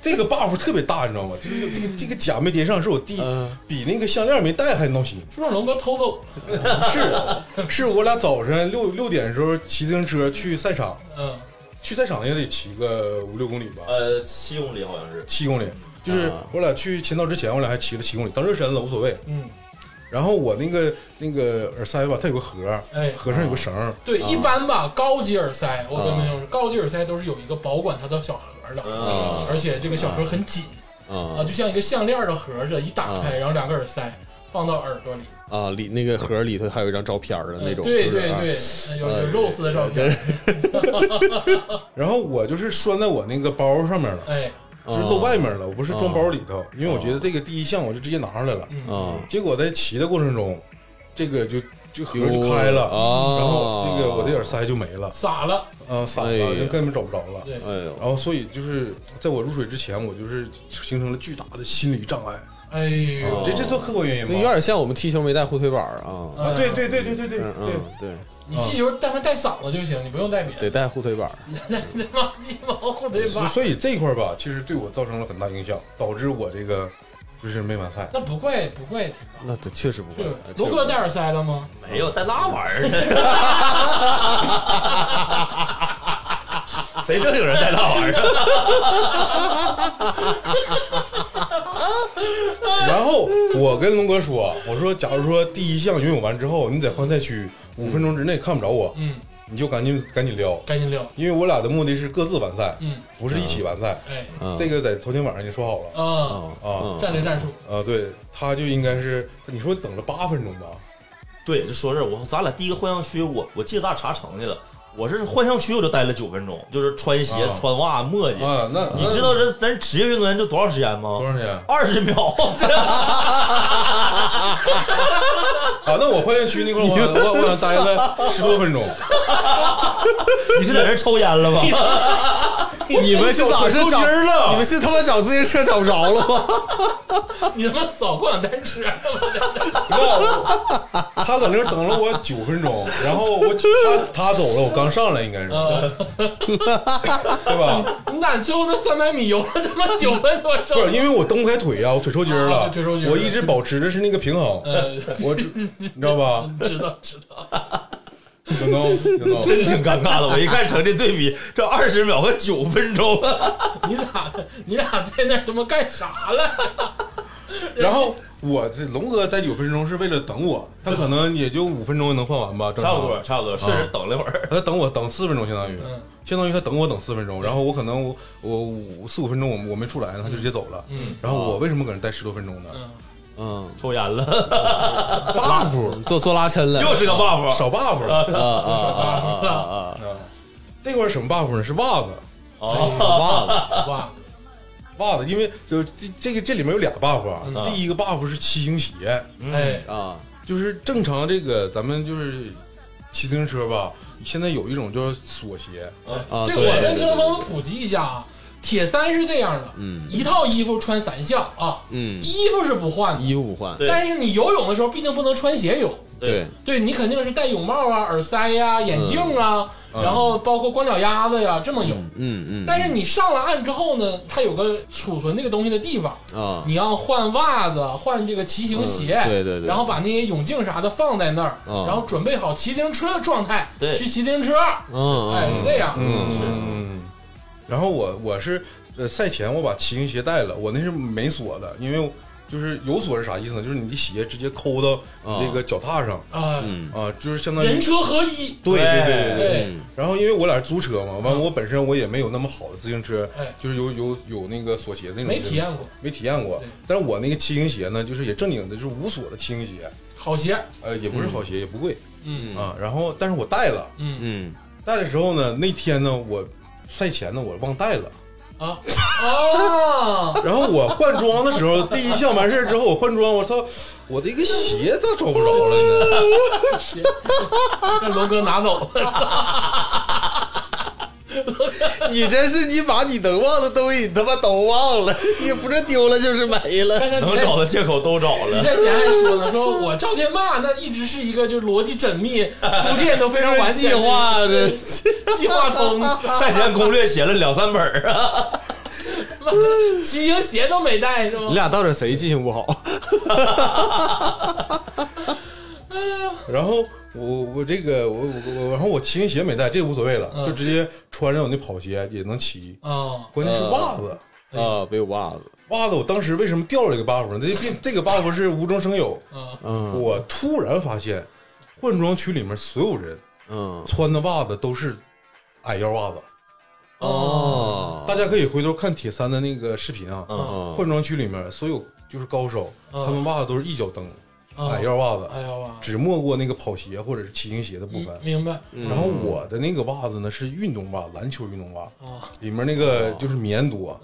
这个 buff 特别大，你知道吗？就是这个这个甲没叠上，是我第、
嗯
比那个项链没戴还闹心。
是不是龙哥偷走了？
是是，我俩早晨六六点的时候骑自行车去赛场，
嗯，
去赛场也得骑个五六公里吧，
呃，七公里好像是。
七公里。就是
啊
我俩去签到之前，我俩还骑了七公里，当热身了无所谓。
嗯，
然后我那个那个耳塞吧，它有个盒儿，
哎。
盒上有个绳儿，
对，
啊
一般吧，高级耳塞，我跟你说，高级耳塞都是有一个保管它的小盒的，
啊
而且这个小盒很紧啊，
嗯啊
就像一个项链的盒似的，一打开，然后两个耳塞放到耳朵里，
啊！里那个盒里头还有一张照片的那种，
哎对
是不是
对
啊
对，那有有 Rose 的照 片，
然后我就是拴在我那个包上面了，
哎，
就是露外面了，我不是装包里头，因为我觉得这个第一项我就直接拿上来了。
嗯，
啊
结果在骑的过程中，这个就就盒就开了，
哦
然后这个我的耳塞就没了，
洒了，
嗯，散
哎
了，
呀
人根本找不着了。
对，
哎呦，
然后，所以就是在我入水之前，我就是形成了巨大的心理障碍。
哎呦，
这这都客观原因
那
吗？
有点像我们踢球没带护腿板儿啊。
啊，对对对对对对
嗯
对
嗯，对，
哎你踢球但凡带嗓子就行，你不用带别的，
得带护腿板儿。
他妈鸡毛护腿
所
吧。
所以这一块儿吧，其实对我造成了很大影响，导致我这个就是没完赛。
那不怪不怪挺高，
那这确实不会
是。龙哥戴耳塞了吗？
没有带那玩 意儿，谁正经人带那玩意儿？啊
然后我跟龙哥说，我说假如说第一项游泳完之后，你在换赛区五分钟之内看不着我，
嗯，
你就赶紧赶紧撩，
赶紧溜，
因为我俩的目的是各自完赛，
嗯，
不是一起完赛。
哎，
嗯
这个在头天晚上就说好了
啊，
哦
啊
战略战术，
啊，对，他就应该是你说等了八分钟吧，
对，就说这我咱俩第一个幻象区，我我记得咱俩查成绩了，我这是幻象区我就待了九分钟，就是穿鞋、
啊
穿袜、磨
嗯
叽。
啊，那
你知道这咱职业运动员就多长时间
那
吗
多？长时间啊？
二十 秒，
啊那我换线区那块儿我我我好像待了十多分钟，
你是在这抽烟了吗？
你们是咋是
抽筋
找
儿了
你们是他妈找自行车找不着了吗？
你他妈扫共享单车啊了吗？
他搁那儿等了我九分钟，然后我他他走了，我刚上来应该是，
嗯
呃
对吧？
你咋最后那三百米游了他妈九分多
不是，
钟？
因为我蹬不开腿啊，我腿抽筋儿
啊
了，
腿抽筋儿
我一直保持的是那个平衡，
呃，
我你知道吧？
嗯知道知道，
能能能 能，
真挺尴尬的。我一看成绩对比，这二十秒和九分钟，
你咋的？你俩在那儿他妈干啥了？
然后。我这龙哥待九分钟是为了等我，他可能也就五分钟就能换完吧，正常
差不多，差不多，确实等了会儿。
他等我等四分钟，相当于，
嗯
相当于他等我等四分钟，然后我可能我我五四五分钟我我没出来呢，他就直接走了。
嗯
然后我为什么搁那待十多分钟呢？
嗯，
嗯，
抽烟了，
buff
做做拉伸了。
又是个 buff。
少 buff，
嗯
啊 啊啊啊
这块儿什么 buff 呢？是袜子，
哦，
啊！忘了
哇，
袜子，因为就这这个这里面有俩 buff 啊
嗯，
第一个 buff 是骑行鞋，
哎，
啊，
就是正常这个咱们就是骑自行车吧，现在有一种叫锁鞋，
啊
这
对
我跟
对
听众朋友们普及一下啊，铁三是这样的，
嗯
一套衣服穿三项啊，
嗯，
衣服是不换的，
衣服不换。
对
但是你游泳的时候毕竟不能穿鞋游，
对，
对你肯定是戴泳帽啊、耳塞呀、眼镜啊，
嗯
然后包括光脚丫子呀这么游。
嗯嗯。
但是你上了岸之后呢，它有个储存那个东西的地方，
啊
你要换袜子、换这个骑行鞋，
嗯对对对
然后把那些泳镜啥的放在那儿，
嗯
然后准备好骑自行车的状态，
对
去骑自行车，
嗯
哎，是
嗯
这样，
嗯，然后我我是呃赛前我把骑行鞋带了，我那是没锁的，因为就是有锁是啥意思呢？就是你的鞋直接抠到你这个脚踏上
啊，
嗯
啊、就是相当于
人车合一，
对对对对对。
对，
嗯
然后因为我俩是租车嘛，完我本身我也没有那么好的自行车
哎，
就是有有有那个锁鞋的那种，
没体验过
没体验过
对。
但是我那个骑行鞋呢，就是也正经的，就是无锁的骑行鞋，
好鞋，
呃，也不是好鞋，也不贵
嗯
啊。然后但是我带了，
嗯
嗯
带的时候呢，那天呢我赛前呢我忘带了。
啊啊，
然后我换装的时候，第一项完事儿之后，我换装，我操，我这个鞋咋找不着了呢？
让龙哥拿走了，
你真是你把你能忘的东西你他妈都忘了，你不是丢了就是没了。
刚才你
能
在
找的借口都找
你
了。
在前还说呢，说我赵天霸那一直是一个就是逻辑缜密、铺垫都非常完
计
整、
划这
计划通，
赛前攻略写了两三本儿 啊，
骑行鞋都没带是
你
吗？
俩到底谁记性不好？
然后我我这个我我我，然后我骑行鞋没带，这个无所谓了，
嗯
就直接穿上我那跑鞋也能骑。
啊，
关键是袜子，
啊，没有袜子。
袜子我当时为什么掉了一个 buff 呢？这并这个 buff 是无中生有，
啊
嗯
我突然发现，换装区里面所有人
嗯
穿的袜子都是矮腰袜子。
哦
大家可以回头看铁三的那个视频啊，
嗯
换装区里面所有就是高手，
嗯
他们袜子都是一脚蹬，
嗯
矮腰袜子，
哎嗯呀哇，
只没过那个跑鞋或者是骑行鞋的部分。
明白
然后我的那个袜子呢是运动袜，篮球运动袜，
啊，
里面那个就是 棉多，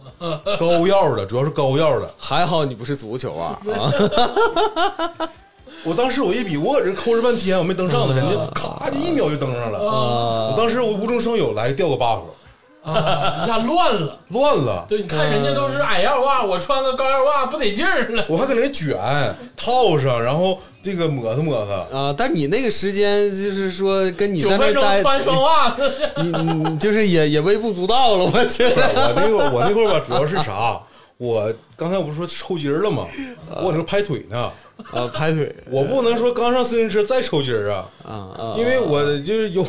高腰的，主要是高腰的。
还好你不是足球啊！啊
我当时我一比，我搁这抠着半天，我没登
嗯
上呢，人家咔就一秒就登上了。我当时我无中生有，来掉个 buff，
啊，一下乱了。
乱了。
对，你看人家都是矮腰袜，我穿个高腰袜不得劲儿了。
我还搁那卷套上，然后这个抹它抹它。
啊、但你那个时间就是说跟你
九
在那
分
儿
钟
待，
穿双袜子，
你你就是也也微不足道了，我觉得。
我那会儿我那会儿吧，主要是啥？我刚才不是说抽筋儿了吗？我搁那拍腿呢，
啊，拍腿
我不能说刚上自行车再抽筋儿啊，
啊啊，
因为我就是有，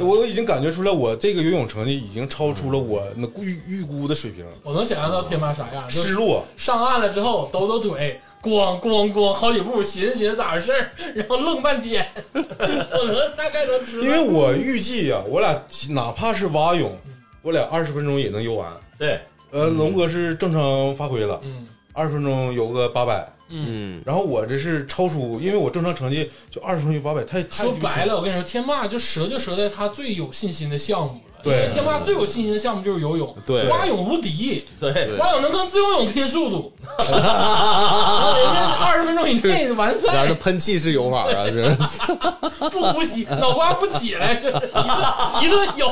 我已经感觉出来，我这个游泳成绩已经超出了我能预预估的水平，
我能想象到天妈啥样，就
失
是
落。
上岸了之后抖抖腿，咣咣咣好几步，寻思寻思咋回事儿， 然后愣半天。 我能大概能知道，
因为我预计呀、我俩哪怕是蛙泳，我俩二十分钟也能游完。
对，
呃，龙哥是正常发挥了，
嗯
二十分钟游个八百，
嗯，
嗯
然后我这是超出，因为我正常成绩就二十分钟游八百，太太
说白了，我跟你说，天霸就折就折在他最有信心的项目了。
对
因为天霸最有信心的项目就是游泳，
对
蛙泳无敌，
对，
蛙泳能跟自由泳拼速度， 人家二十分钟以内完
然 后
赛
那，喷气式游法啊，是
不呼吸，脑瓜不起来，就是一顿一顿游，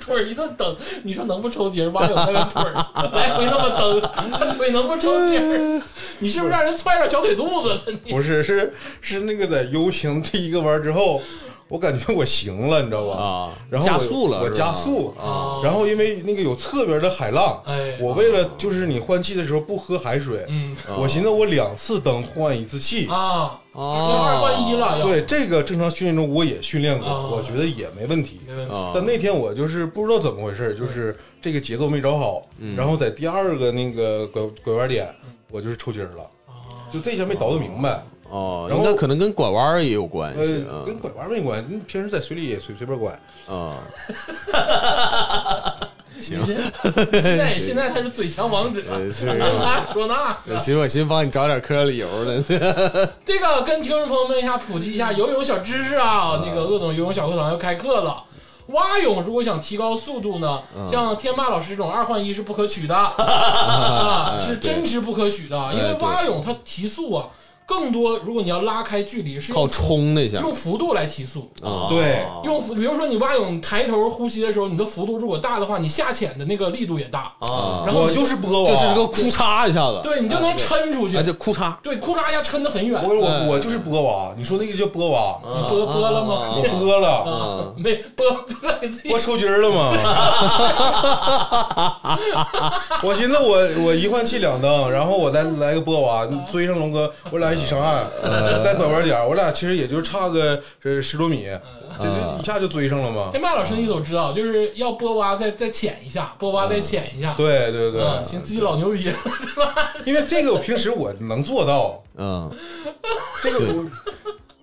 腿儿一顿蹬，你说能不抽筋儿？蛙泳那个腿儿来回那么蹬，他腿能不抽筋儿？你是不是让人踹着小腿肚子了？你
不是是是那个在 U 型第一个弯之后，我感觉我行了，你知道吧？
啊
然后我
加速了
我
是吧
加速
啊
然后因为那个有侧边的海浪，
哎
我为了就是你换气的时候不喝海水，
嗯
啊
我寻思我两次蹬换一次气，
啊，一
啊
二换一了，要
对这个正常训练中我也训练过，
啊
我觉得也没问题。
没问题。
啊
但那天我就是不知道怎么回事，就是这个节奏没找好，
嗯
然后在第二个那个拐拐弯点，
嗯
我就是抽筋儿了，
啊
就这下没倒腾明白。
哦，
然
应
后
该可能跟拐弯儿也有关
呃
系，啊
跟拐弯没关系，你平时在水里也随随便拐。
啊，
你这现在现在他是最强王者，
呃是
他说 那
我寻思我寻思帮你找点科理由呢，
这个跟听众朋友们一下普及一下游泳小知识啊，那个鄂总游泳小课堂要开课了。蛙泳如果想提高速度呢，像天霸老师这种二换一是不可取的啊，是真是不可取的，因为蛙泳它提速啊，更多如果你要拉开距离是
靠
用
冲那下
用幅度来提速，
啊，
对
用幅比如说你蛙泳抬头呼吸的时候，你的幅度如果大的话，你下潜的那个力度也大，
啊，
然后
我
你
就是波
就是这
蛙，
个库嚓一下子，
对你就能抻出去
啊，，就库嚓，
对，裤衩一下抻得很远
我。跟你说我我就是波蛙，你说那个叫波蛙，
你播播了吗？
我波了，
啊， 没播播给自己
我抽筋儿了吗？ 我寻思我我一换气两蹬，然后我再来个波娃追上龙哥，我俩一起上岸，再拐弯点儿，我俩其实也就差个呃十多米，这这一下就追上了嘛。
天霸哎老师，你总知道，就是要播蛙再再潜一下，播蛙再潜一下。
嗯对对对，
嗯，行，自己老牛逼了。
因为这个我平时我能做到，
嗯，
这个我。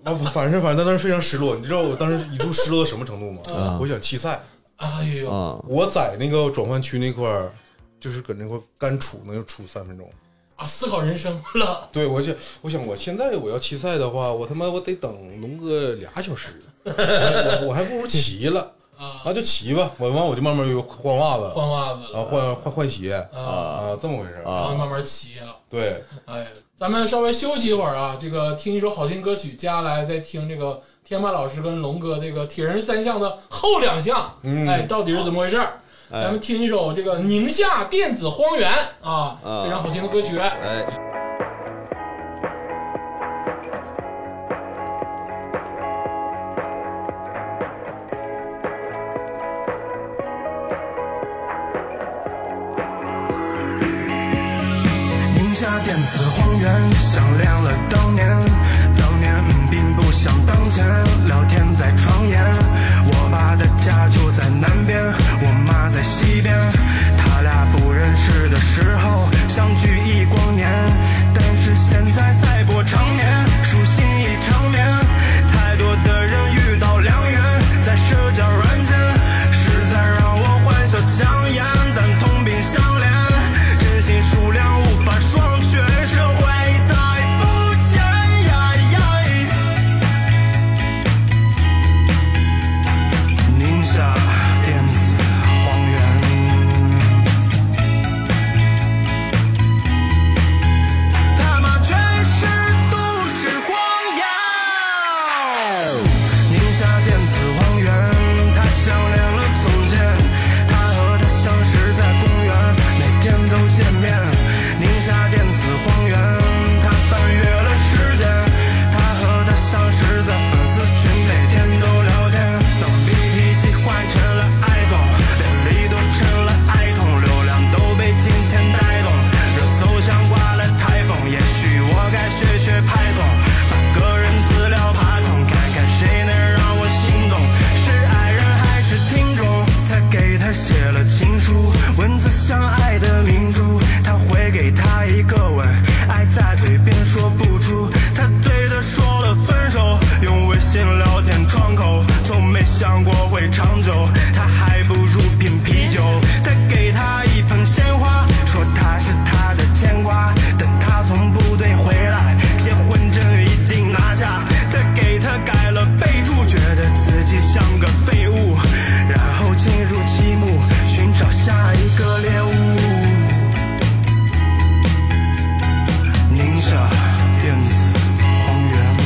啊，反正反正当时非常失落，你知道我当时一度失落到什么程度吗？我想弃赛，
哎呦，
啊
我在那个转换区那块儿，就是搁那块儿干杵，能就杵三分钟。
啊，思考人生了，
对，我就我想，我现在我要弃赛的话，我他妈我得等龙哥俩小 时，我我还不如骑了
啊
啊，就骑吧，我完我就慢慢又换袜子
换袜子
啊，
了
换换换鞋
啊，
啊，这么回事儿。
然后
啊
慢慢骑了。
对，
哎，咱们稍微休息一会儿啊，这个听一首好听歌曲，接下来再听这个天霸老师跟龙哥这个铁人三项的后两项，
嗯
哎，到底是怎么回事儿？
哎
咱们听一首这个《宁夏电子荒原》啊，
嗯
啊
非常好听的歌曲。
哎。
宁夏电子荒原响亮了当年，当年并不像当前，聊天在床沿。我爸的家就在南边，我妈在西边，他俩不认识的时候相聚忆光年，但是现在赛过常年，舒心已长眠。太多的人遇到良缘，在社交软件，实在让我欢笑强颜，但同病相怜。真心数量无法双全，社会太肤浅。呀呀想过会长久，他还不如品啤酒。他给他一盆鲜花，说他是他的牵挂。等他从部队回来，结婚证一定拿下。他给他改了备注，觉得自己像个废物，然后进入积木，寻找下一个猎物。宁夏电子荒原。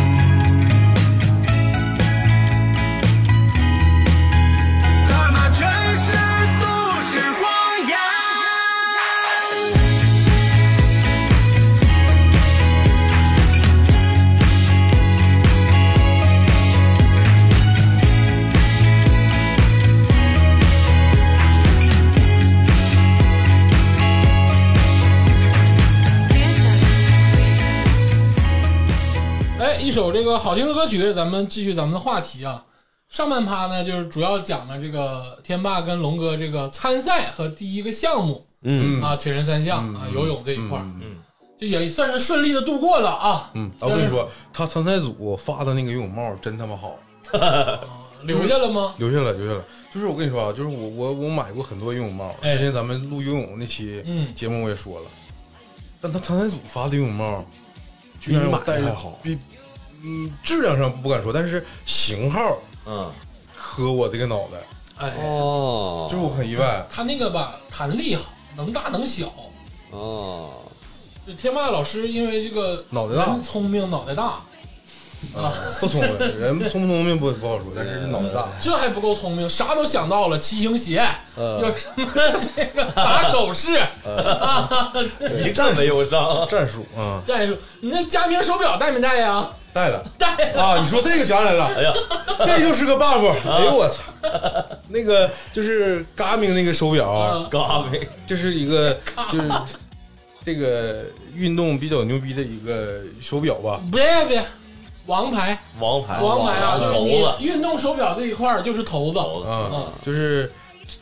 他妈全是都是谎言。
哎，一首这个好听的歌曲，咱们继续咱们的话题啊。上半趴呢，就是主要讲了这个天霸跟龙哥这个参赛和第一个项目，
嗯
啊，铁人三项、啊，游泳这一块儿，
嗯，
就也算是顺利的度过了啊，
嗯，我跟你说，他参赛组发的那个游泳帽真他妈好，
留下了吗？
留下了，留下了。就是我跟你说啊，就是我我我买过很多游泳帽，
哎
之前咱们录游泳那期
嗯
节目我也说了，但他参赛组发的游泳帽，居然
比你
我
买的
戴着
还好
比嗯质量上不敢说，但是型号
嗯，
磕我这个脑袋，
哎，
哦，
就是我很意外。
他那个吧，弹力好，能大能小。
哦，
就天霸老师因为这个
脑袋大
人聪明，脑袋大，
不聪明，人聪不聪明不不好说，但是这脑袋大。
这还不够聪明，啥都想到了，骑行鞋，
呃
有什么这个打手势，啊，
呃
嗯一个没有上，
战术啊，
战术。你那加名手表带没带呀？
带了
带了。
啊！你说这个想起来了，
哎呀，
这就是个 buff。哎呦我操！那个就是嘎明那个手表啊，
嗯
嘎没，
就是一个就是这个运动比较牛逼的一个手表吧。
别别，王牌
哎王牌，
王牌啊，就是
头
你
子，
运动手表这一块儿就是头
头
子，
子，
啊
嗯，
就是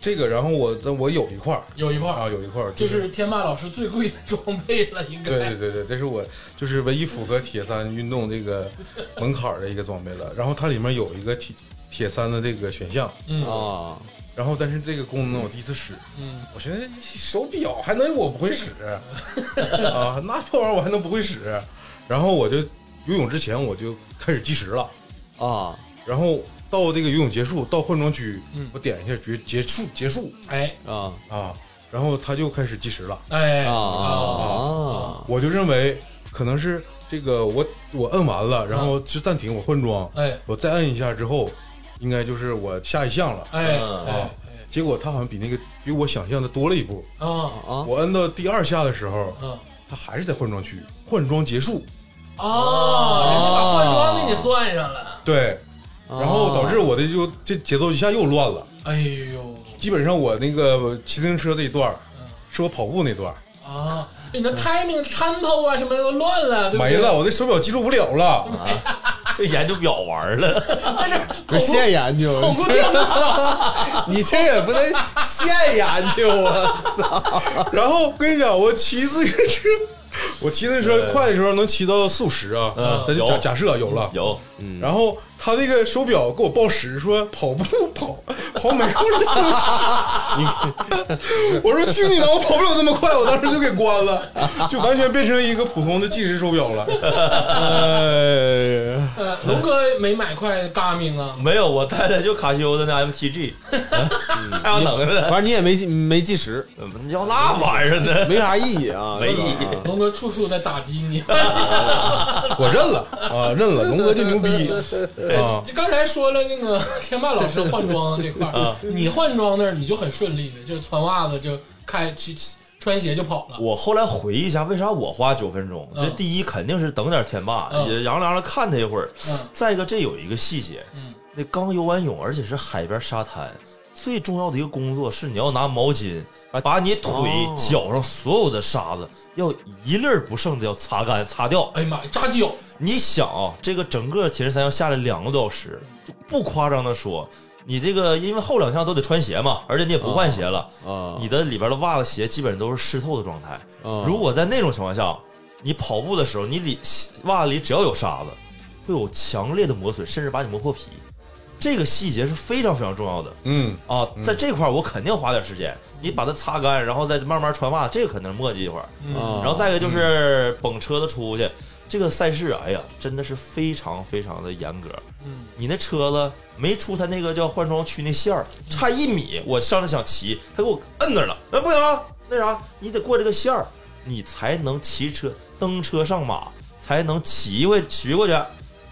这个。然后我我有一块儿
有一块儿
啊，有一块儿
就
就是
天霸老师最贵的装备了，应
对对
该。
对对，这是我就是唯一符合铁三运动这个门槛儿的一个装备了。然后它里面有一个铁铁三的这个选项，
嗯
啊，
然后但是这个功能我第一次使，
嗯，
我寻思手表还能我不会 使啊？那破玩意儿我还能不会使？然后我就游泳之前我就开始计时了，
啊，
然后到这个游泳结束到换装区
嗯，
我点一下结结束结束
哎
啊，
啊，然后他就开始计时了，
哎
啊，啊，
我就认为可能是这个我我摁完了，然后是暂停我换装，
哎
我再摁一下之后，应该就是我下一项了。啊
哎
嗯
哎
结果他好像比那个比我想象的多了一步，
哎啊
啊，
我摁到第二下的时候，
啊
他还是在换装区，换装结束。
啊！人家把换装给你算上了，
对，
啊
然后导致我的就这节奏一下又乱了。
哎呦
基本上我那个骑自行车这一段儿，
嗯
是我跑步那段儿
啊！你的 timing、tempo 啊什么的都乱了，对不对
没了，，我这手表记录不了
啊
了。
这研究表玩了，
但是
不是现研究，
捅咕电
你这也不能现研究啊！操，
然后我跟你讲，我骑自行车， 我骑自行车
嗯
快的时候能骑到四五十啊
嗯，
那就假
有
假设有了。
有嗯
然后他那个手表给我报时说跑步跑跑每公里 四十，我说去你妈，我跑不了那么快，我当时就给关了，就完全变成一个普通的计时手表 了。哎，
呃，龙哥没买块 Garmin 啊，
没有？我太太就卡西欧的那 MTG，太嗯阳能的，
反正你也没没计时，
嗯要那玩意儿呢？
没啥意义啊，
没意义，
龙哥处处在打击你。
我认了啊，认了，龙哥就牛逼啊！
就刚才说了那个 天霸老师换装这 块
啊
儿，你换装那儿你就很顺利了，就是穿袜子就开骑骑穿鞋就跑了。
我后来回忆一下，为啥我花九分钟？
嗯
这第一肯定是等点天霸，
嗯
也洋洋的看他一会儿
嗯。
再一个，这有一个细节
嗯，
那刚游完泳，而且是海边沙滩，最重要的一个工作是你要拿毛巾
啊
把你腿
哦、
脚上所有的沙子要一粒儿不剩的要擦干、擦掉。
哎呀妈呀，扎脚！
你想啊，这个整个铁人三项下来两个多小时，就不夸张的说，你这个因为后两项都得穿鞋嘛，而且你也不换鞋了，
啊！
你的里边的袜子、鞋基本上都是湿透的状态。
嗯
啊
如果在那种情况下，你跑步的时候，你里袜子里只要有沙子，会有强烈的磨损，甚至把你磨破皮。这个细节是非常非常重要的
嗯，
啊，在这块儿我肯定花点时间，你把它擦干，然后再慢慢穿袜，这个肯定磨叽一会儿。
嗯
啊
然后再一个就是蹦车子出去，这个赛事，哎呀，真的是非常非常的严格。
嗯，
你那车子没出它那个叫换装区那线儿，差一米，我上来想骑，他给我摁那儿了。哎，不行啊，那啥，你得过这个线儿，你才能骑车蹬车上马，才能骑回骑过去。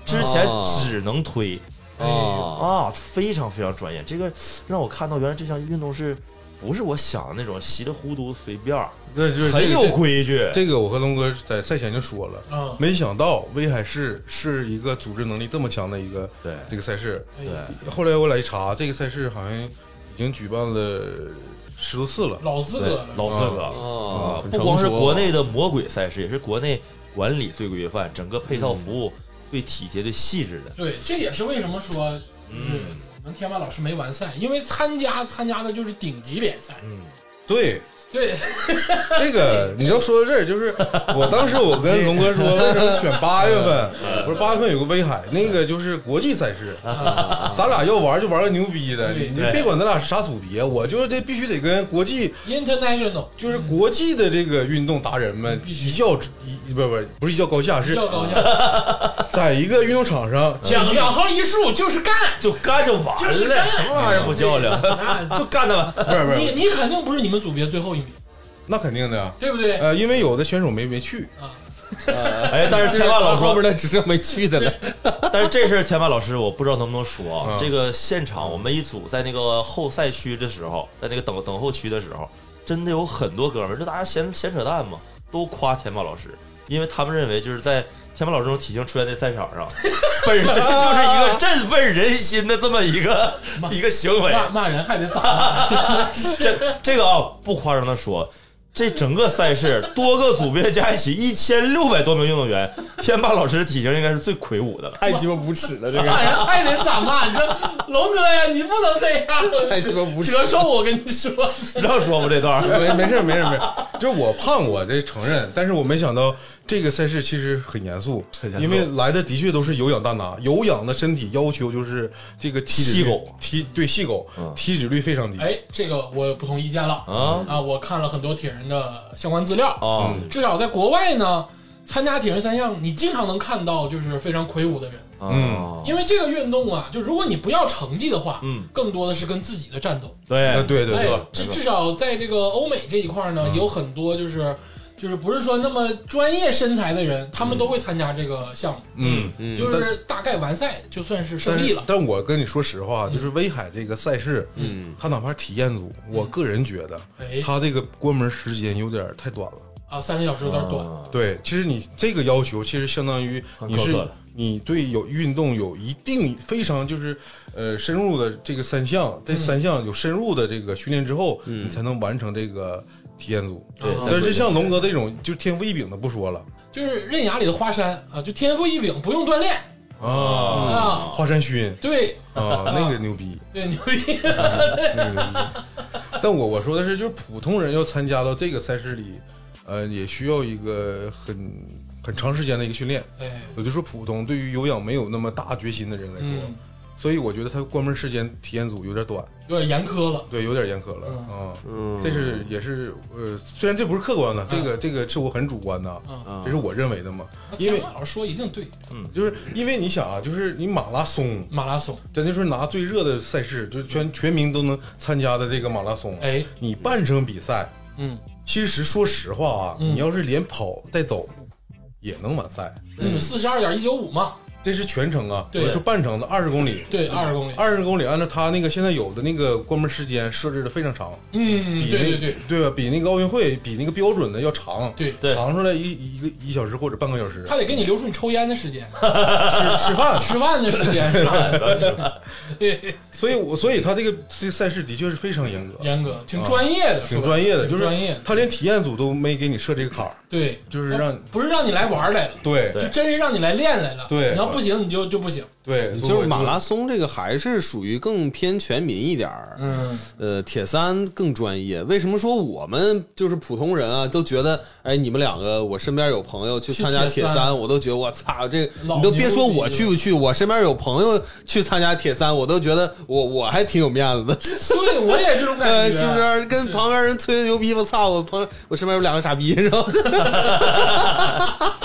之前
哦
只能推
哎呦
啊
啊，非常非常专业。这个让我看到，原来这项运动是不是我想的那种稀里糊涂随便儿，
那就是
很有规矩。
这个我和龙哥在赛前就说了，
啊，
没想到威海市是一个组织能力这么强的一个
对
这个赛事。
哎呀
后来我来一查，这个赛事好像已经举办了十多次了。
老资格
对
了，，
老资格了。
啊！
哦不光是国内的魔鬼赛事，也是国内管理最规范，整个配套服务最体贴、最细致的。
对，这也是为什么说
嗯
就是我们天霸老师没完赛，因为参加参加的就是顶级联赛，
嗯，
对，
对，
这个你要说到这儿，就是我当时我跟龙哥说，为什么选八月份？
哎
我说八月份有个威海，那个就是国际赛事，咱俩要玩就玩个牛逼的，
啊对
你
对
别管咱俩啥组别，我就是这必须得跟国际
international
就是国际的这个运动达人们一较一不不不是一较高下，是
较高下，嗯
在一个运动场上
两两行一竖就是干，
就干就完
就是干嗯
了，什么玩意儿不较量，
那
就干他们。
不是不
你你
是，
肯定不是你们组别最后一名，
那肯定的，
对不对？
呃，因为有的选手没没去，
啊，
哎， 但是天霸老
后边
师，
的只剩没去的了。
但是这事儿天霸老师，我不知道能不能说啊
嗯。
这个现场我们一组在那个后赛区的时候，在那个等等候区的时候，真的有很多哥们儿，就大家闲闲扯淡嘛，都夸天霸老师，因为他们认为就是在天霸老师这种体型出现在赛场上，本身就是一个振奋人心的这么一个一个行为。
骂骂人还得 咋？
这这个啊，不夸张的说，这整个赛事多个组别加一起一千六百多名运动员，天霸老师的体型应该是最魁梧的了。
太鸡巴无耻了，这
骂
个
人还哎得咋骂？你说龙哥呀，你不能这
太
样，
鸡巴无耻。
折寿！我跟你说，
让说吗这段儿？
没没事没事没事，就是我胖我这承认，但是我没想到这个赛事其实很严肃，
严肃
因为来的的确都是有氧大拿，有氧的身体要求就是这个体脂
细
率
狗
体对细狗
嗯
体脂率非常低，
哎，这个我不同意见了
啊
啊！我看了很多铁人的相关资料
啊，
至少在国外呢，参加铁人三项，你经常能看到就是非常魁梧的人，
嗯
因为这个运动啊，就如果你不要成绩的话，
嗯，
更多的是跟自己的战斗。
呃
对，
对对对
哎，至至少在这个欧美这一块呢，有很多就是就是不是说那么专业身材的人，他们都会参加这个项目，
嗯。
嗯
就是大概完赛就算是胜
但
利
是
了，。
但我跟你说实话，就是威海这个赛事，
嗯，
他哪怕体验组，我个人觉得
哎
他这个关门时间有点太短了。
啊，三个小时有点短。
对，其实你这个要求，其实相当于
很苛
你是
刻了
你对有运动有一定非常就是呃深入的这个三项，这三项有深入的这个训练之后，你才能完成这个体验组。
对
啊
在
但是像龙哥这种就天赋异禀的不说了
就是刃牙里的华山啊，就天赋异禀，不用锻炼
啊，
啊。
华山勋
对
啊，那个牛逼，
对，牛逼！
那个牛逼。 但我我说的是，就是普通人要参加到这个赛事里，呃，也需要一个很很长时间的一个训练。
哎，
我就说普通对于有氧没有那么大决心的人来说，
嗯，
所以我觉得他关门时间体验组有点短，
有点严苛了。
对，有点严苛了
嗯
啊。这是也是呃，虽然这不是客观的，这个这个是我很主观的，
嗯
这是我认为的嘛。因
天
为
霸老师说一定对，
就是因为你想啊，就是你马拉松，
马拉松，
咱就说拿最热的赛事，就是全全民都能参加的这个马拉松，
哎，
你半程比赛，
嗯，
其实说实话啊，
嗯
你要是连跑带走也能完赛，
嗯，四十二点一九五嘛，
这是全程啊，
对
我说半程的二十公里。
对，二十公里，
嗯二十公里，按照他那个现在有的那个关门时间设置的非常长，
嗯，
比
对
那
对对
对吧？比那个奥运会，比那个标准的要长，
对，
对
长出来一一个一小时或者半个小时。
他得给你留出你抽烟的时 间、
吃吃 饭，
吃饭的时间啥的，对
所以我所以他这个这赛事的确是非常严格，
严格，挺专业的，
啊挺专业的，
挺
就是
专业的
他连体验组都没给你设这个坎儿，
对，
就是让
不是让你来玩儿来了，
对
对
就真是让你来练来了。
对
你要不行，你就就不行。
对，所以
就
我
是马拉松这个还是属于更偏全民一点儿，
嗯，
呃，铁三更专业。为什么说我们就是普通人啊，都觉得哎，你们两个，我身边有朋友去参加
去铁
铁
三
三，我都觉得我操，这
老
你都别说
牛逼
我
了
去不去，我身边有朋友去参加铁三，我都觉得我我还挺有面 子的，
对我也这种
呃，
感觉，
是不是？跟旁边人吹牛逼，我操，我朋友我身边有两个傻逼，然后就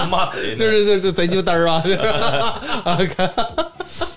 骂谁
就
呢？
是就就贼鸡巴嘚 儿啊，就是啊，看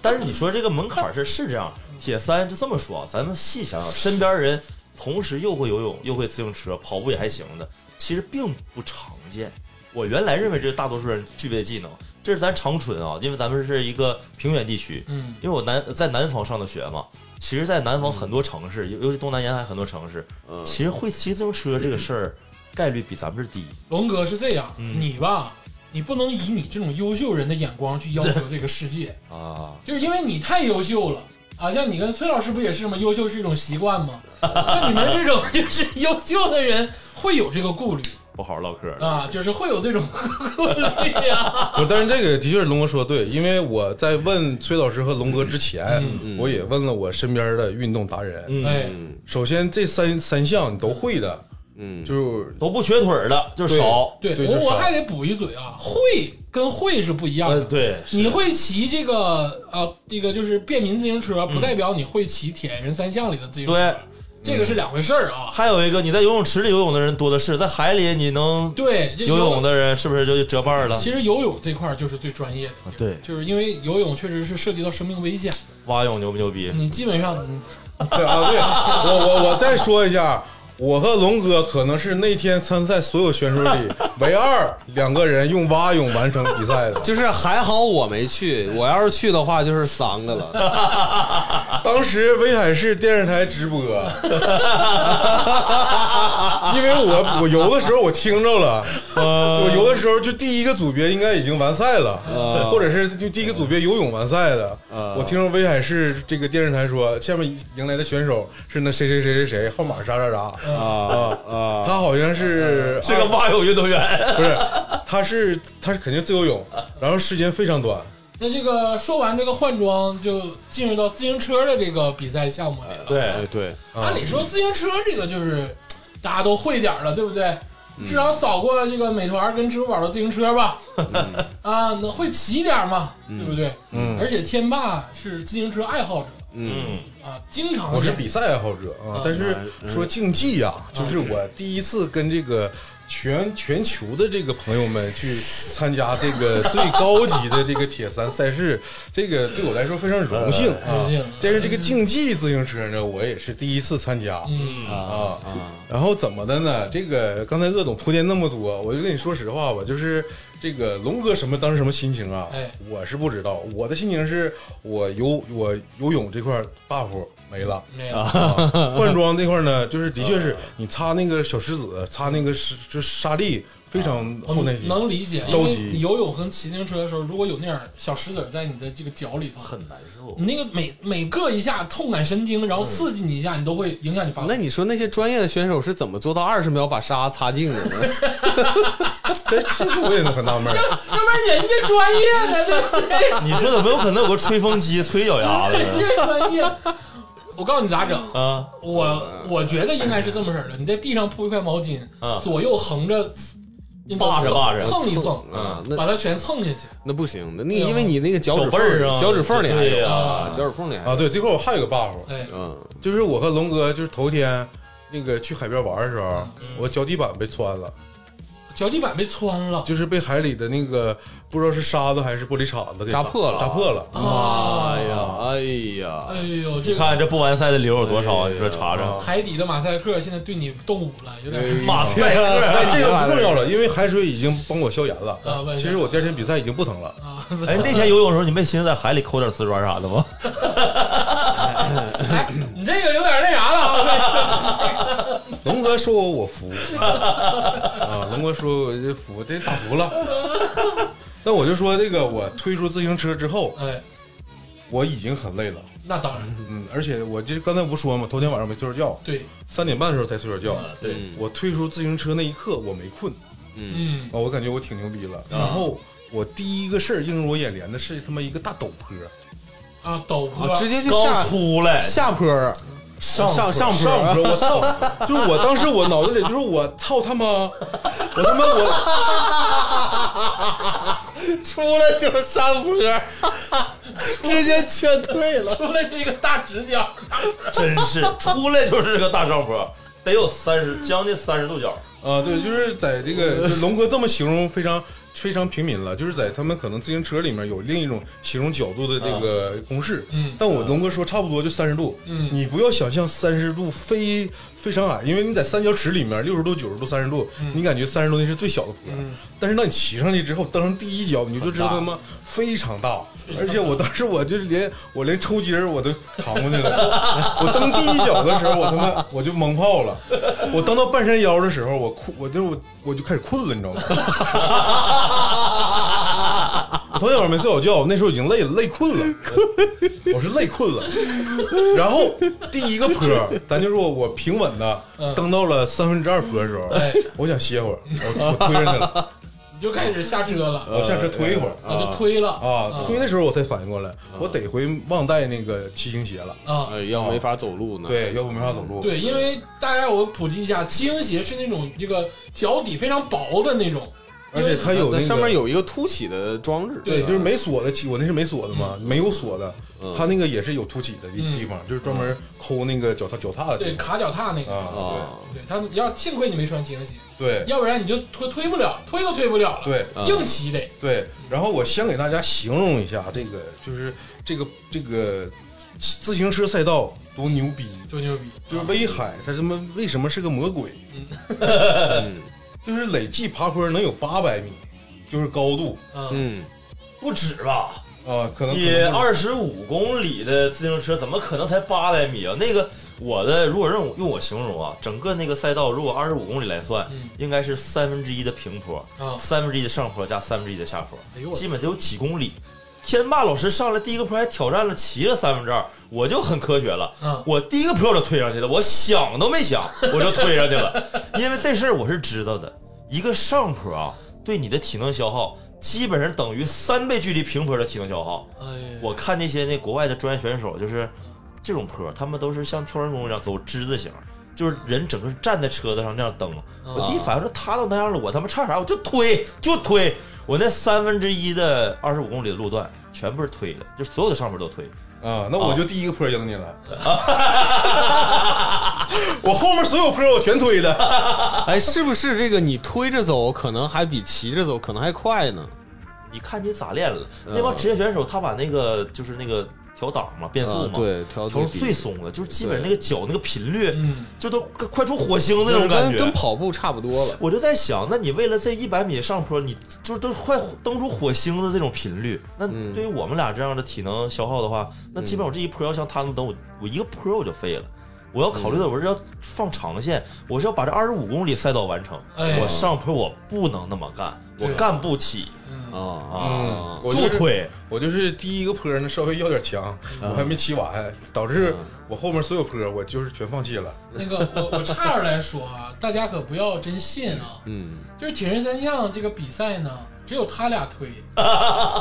但是你说这个门槛儿是是这样，铁三就这么说啊，咱们细想想，身边人同时又会游泳又会自行车，跑步也还行的，其实并不常见。我原来认为这是大多数人具备的技能，这是咱长春啊，因为咱们是一个平原地区，
嗯，
因为我南在南方上的学嘛，其实，在南方很多城市，尤尤其东南沿海很多城市，其实会骑自行车这个事儿概率比咱们是低。
龙哥是这样，
嗯
你吧，你不能以你这种优秀人的眼光去要求这个世界，
啊，
就是因为你太优秀了。啊，像你跟崔老师不也是吗？优秀是一种习惯吗？像你们这种就是优秀的人会有这个顾虑
不好好唠嗑了。
啊，就是会有这种 顾虑啊。
不是，但是这个的确是龙哥说的对，因为我在问崔老师和龙哥之前，我也问了我身边的运动达人。
嗯
哎，
首先这三三项你都会的，嗯，就是
都不缺腿儿的，就是少。
对
对
我
就
我
少
还得补一嘴啊，会跟会是不一样
呃
的。，
对，
你会骑这个呃，这个就是便民自行车，不代表你会骑铁人三项里的自行车，
嗯对，嗯
这个是两回事儿啊。
还有一个，你在游泳池里游泳的人多的是，在海里你能
对，这
游泳
的。
的人是不是就折半儿了？
其实游泳这块儿就是最专业的，
啊对
就是因为游泳确实是涉及到生命危险，
蛙泳牛不牛逼？
你基本上你
对啊，对，我我我再说一下，我和龙哥可能是那天参赛所有选手里唯二两个人用蛙泳完成比赛的。
就是还好我没去，我要是去的话就是三个了。
当时威海市电视台直播，
啊
因为我我游的时候我听着了，我游的时候就第一个组别应该已经完赛了， 或者是就第一个组别游泳完赛的。我听着威海市这个电视台说，下面迎来的选手是那谁谁谁谁谁，号码啥啥啥啊啊，他好像是啊
是个蛙泳运动员，
不是，他是他是肯定自由泳，然后时间非常短。
那这个说完这个换装，就进入到自行车的这个比赛项目里了。
对，
哎对，
嗯
按理说自行车这个就是大家都会点儿了，对不对？
嗯
至少扫过这个美团跟支付宝的自行车吧， 啊，能会骑点儿嘛，对不对？
嗯，
而且天霸是自行车爱好者
嗯，
啊，经常
我是
见
比赛爱好者啊，但是说竞技呀、就是我第一次跟这个全全球的这个朋友们去参加这 个最高级的这个铁三赛事，这个对我来说非常荣幸啊
荣幸。
但是这个竞技自行车呢，我也是第一次参加。
嗯
啊，然后怎么的呢？这个刚才鄂总铺垫那么多，我就跟你说实话吧，就是这个龙哥什么当时什么心情啊？
哎
我是不知道，我的心情是我游我游泳这块 buff 没了，
那个
啊换装这块呢，就是的确是你擦那个小石子，擦那个是就是沙粒，非常
我
厚耐心。
能理解，因
着
为
急
你游泳和骑自行车的时候，如果有那点儿小石子儿在你的这个脚里头，
很难受。
你那个每每硌一下，痛感神经，然
嗯
后刺激你一下，你都会影响你发
那
挥。
你说那些专业的选手是怎么做到二十秒把沙擦净的 呢？
这这个我也很纳闷儿，
要不然人家专业呢，对不对？
你说怎么有可能有个吹风机吹脚丫 子
人
呢？
家专业。我告诉你咋整，
啊，
我我觉得应该是这么式儿的：你在地上铺一块毛巾，
嗯
左右横着，
扒着扒着
蹭一蹭，
啊，那
把它全蹭下去。
那不行的，那因为你那个脚趾
脚背儿啊
缝脚趾缝里还
对
有
呀
啊，脚趾缝里还有
啊，对，这块我还有个 buff，
哎，
嗯
就是我和龙哥就是头天那个去海边玩的时候，
嗯
我脚底板被穿了，
脚底板被穿了
就是被海里的那个不知道是沙子还是玻璃碴子给
扎破了
扎破了。
啊！
哎呀，哎呀，
哎呦，这
你
个
看这不完赛的流有多少啊？你说查查，
海底的马赛克现在对你动武了，有点
马赛
哎，
克。
这 个不重要了，因为海水已经帮我消炎
啊
了。
问一下
其实我第二天比赛已经不疼了，
哎，那天游泳的时候，你没寻思在海里抠点瓷砖啥的吗？
哎，你这个有点那啥了啊！
龙哥说我我服啊，龙哥说我这服，这打服了。那我就说这个，我推出自行车之后，
哎，
我已经很累了，
那当然，
嗯，而且我这刚才不说嘛，头天晚上没睡着觉，
对，
三点半的时候才睡着觉。
对，
我推出自行车那一刻，我没困
嗯
啊，我感觉我挺牛逼了。然后我第一个事儿映入我眼帘的是他妈一个大陡坡，
啊，陡坡，
直接就
刚
下
出来，
下坡儿，
上
上
上
坡儿
坡，我操！就是我当时我脑子里就是我操他妈，我他妈我
出来就是上坡儿，直接劝退了。
出来就一个大直角，
真是出来就是个大上坡，得有三十将近三十度角。
啊，对，就是在这个就是龙哥这么形容非常非常平民了，就是在他们可能自行车里面有另一种形容角度的这个公式，
啊嗯
但我龙哥说差不多就三十度，
嗯
你不要想象三十度非非常矮，因为你在三角尺里面六十度、九十度、三十度，
嗯
你感觉三十度那是最小的坡，但是当你骑上去之后，蹬上第一脚，你就知道他妈非常大，而且我当时我就连我连抽筋儿我都扛过去了，我我蹬第一脚的时候，我他妈我就蒙泡了，我蹬到半山腰的时候，我困，我就我我就开始困了，你知道吗？我头天晚上没睡好觉，那时候已经累累困了，我是累困了。然后第一个坡，咱就说我平稳的蹬到了三分之二坡的时候
哎，
我想歇会儿，我我推上去了，
你就开始下车了，
我下车推一会儿
啊，就推了
啊，推的时候我才反应过来，我得回忘带那个骑行鞋了，
啊。
要哎没法走路呢，
对，要不没法走路。
对，因为大家我普及一下，骑行鞋是那种这个脚底非常薄的那种，
而且它
它
有那个
上面有一个凸起的装置，
对，就是没锁的，我那是没锁的
嗯
嘛，没有锁的，它那个也是有凸起的地地方，就是专门抠那个脚踏脚踏的
对
地方
卡脚踏那个。
啊，
对他们要幸亏你没穿骑行鞋，
对对
要不然你就推推不了，推都推不了了。
对
硬骑得。
对。然后我先给大家形容一下这个，就是这个这个自行车赛道多牛逼，
多牛逼！啊
就是威海，它他妈为什么是个魔鬼？
嗯
就是累计爬坡能有八百米，就是高度
嗯，
嗯，
不止吧？
啊，可能
你二十五公里的自行车怎么可能才八百米啊？那个我的如果让我用我形容啊，整个那个赛道如果二十五公里来算，
嗯
应该是三分之一的平坡
啊，
三分之一的上坡加三分之一的下坡
哎呦我，的
基本就有几公里。天霸老师上来第一个坡还挑战了骑了三分之二，我就很科学了。
啊
我第一个坡我就推上去了，我想都没想我就推上去 了，因为这事儿我是知道的。一个上坡啊，对你的体能消耗基本上等于三倍距离平坡的体能消耗。
哎呀，
我看那些那国外的专业选手，就是这种坡，他们都是像跳人工一样走之字形，就是人整个站在车子上那样蹬。
啊
我第一反应是他都那样了，我他妈差啥？我就推就推，我那三分之一的二十五公里的路段全部是推的，就所有的上坡都推。
啊，那我就第一个坡赢你了。 我后面所有坡我全推的。
哎，是不是这个你推着走可能还比骑着走可能还快呢？
你看你咋练了？那帮职业选手他把那个就是那个调档嘛，变速嘛，
嗯啊对调
头
最
是
低
最松的，就是基本上那
对
个脚那个频率
嗯，
就都快出火星的那
就是
种感
跟
觉，
跟跑步差不多 了。
我就在想，那你为了这一百米上坡，你就是都快蹬出火星的这种频率，那
嗯
对于我们俩这样的体能消耗的话，那基本我这一坡要像他们蹬，我我一个坡我就废了。我要考虑
嗯
的，我是要放长线，我是要把这二十五公里赛道完成。
哎
我上坡我不能那么干，我
对嗯
干不起
啊，
啊，
嗯我
就
就是
推。
我就是第一个坡呢稍微要点强，我还没骑完，导致我后面所有坡我就是全放弃了。
那个我我差点来说啊，大家可不要真信啊。
嗯，
就是铁人三项这个比赛呢，只有他俩 推，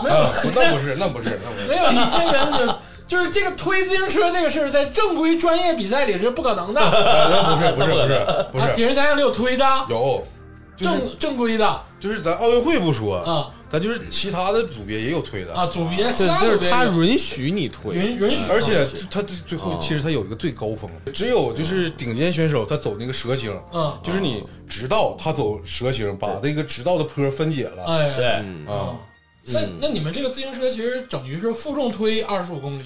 没有
啊，那不是，那不是，那不 是。
没有一个人的，就是这个推自行车这个事儿，在正规专业比赛里是不可能的。啊，
啊那不是，不是，不是， 不
铁
是，
人三项里有推的，
有，就是
正正规的
就是咱奥运会不说，
啊
咱就是其他的组别也有推的
啊，组别其
对，
他
就
组
是
别
他
有
允许你推，
允允许，
而且他最后其实他有一个最高峰，只有就是顶尖选手他走那个蛇形，
嗯
就是你直道他走蛇形，把那个直道的坡分解了
哎，
对，嗯
啊。
那那你们这个自行车其实等于是负重推二十五公里，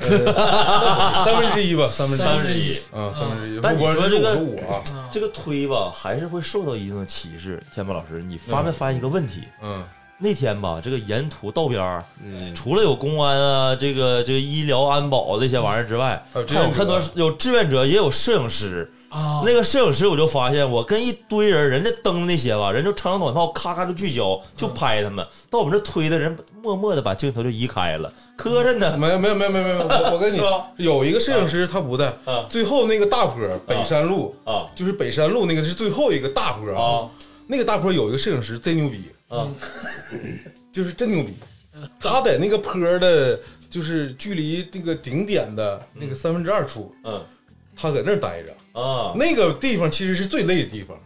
三分之一吧，啊三分之
三分
一，
之一
嗯，三分之一。
但
不管
你说
是
这个
我啊，
这个推吧，还是会受到一定的歧视。天霸老师，你发没发现一个问题？
嗯，
那天吧，这个沿途道边儿，除了有公安啊，这个这个医疗安保这些玩意儿之外，
还有志
还有
愿者
很多有志愿者，也有摄影师。
啊，
那个摄影师我就发现，我跟一堆人，人家蹬那些吧，人就长枪短炮，咔咔就聚焦，就拍他
嗯
们。嗯到我们这推的人，默默的把镜头就移开了，磕碜呢。
没有没有没有没有没有，我我跟你
是吧
有一个摄影师他不在
啊，
最后那个大坡北山路
啊
就是北山路那个是最后一个大坡
啊，
那个大坡有一个摄影师贼牛逼，
啊，
就是真牛逼。他在那个坡儿的，就是距离那个顶点的那个三分之二处，
嗯
他在那儿待着。
啊，
那个地方其实是最累的地方，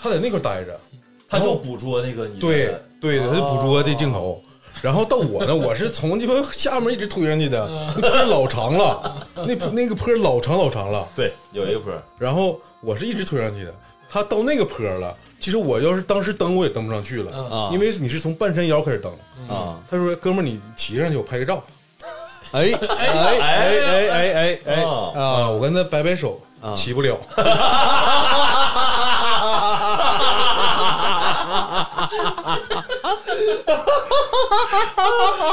他在那块儿待着。
他就捕捉那个你的
对对，他就捕捉的镜
啊
头。然后到我呢，我是从鸡巴下面一直推上去的，那坡儿老长了，那那个坡儿老长老长了。
对，有一个坡儿，
然后我是一直推上去的，他到那个坡儿了，其实我要是当时蹬我也蹬不上去了，
啊
因为你是从半山腰开始蹬。
嗯
嗯
啊，
他说：“哥们儿，你骑上去，我拍个照。
哎哎哎哎哎哎哎
啊
啊！
啊！
我跟他摆摆手，
啊
骑不了。
哎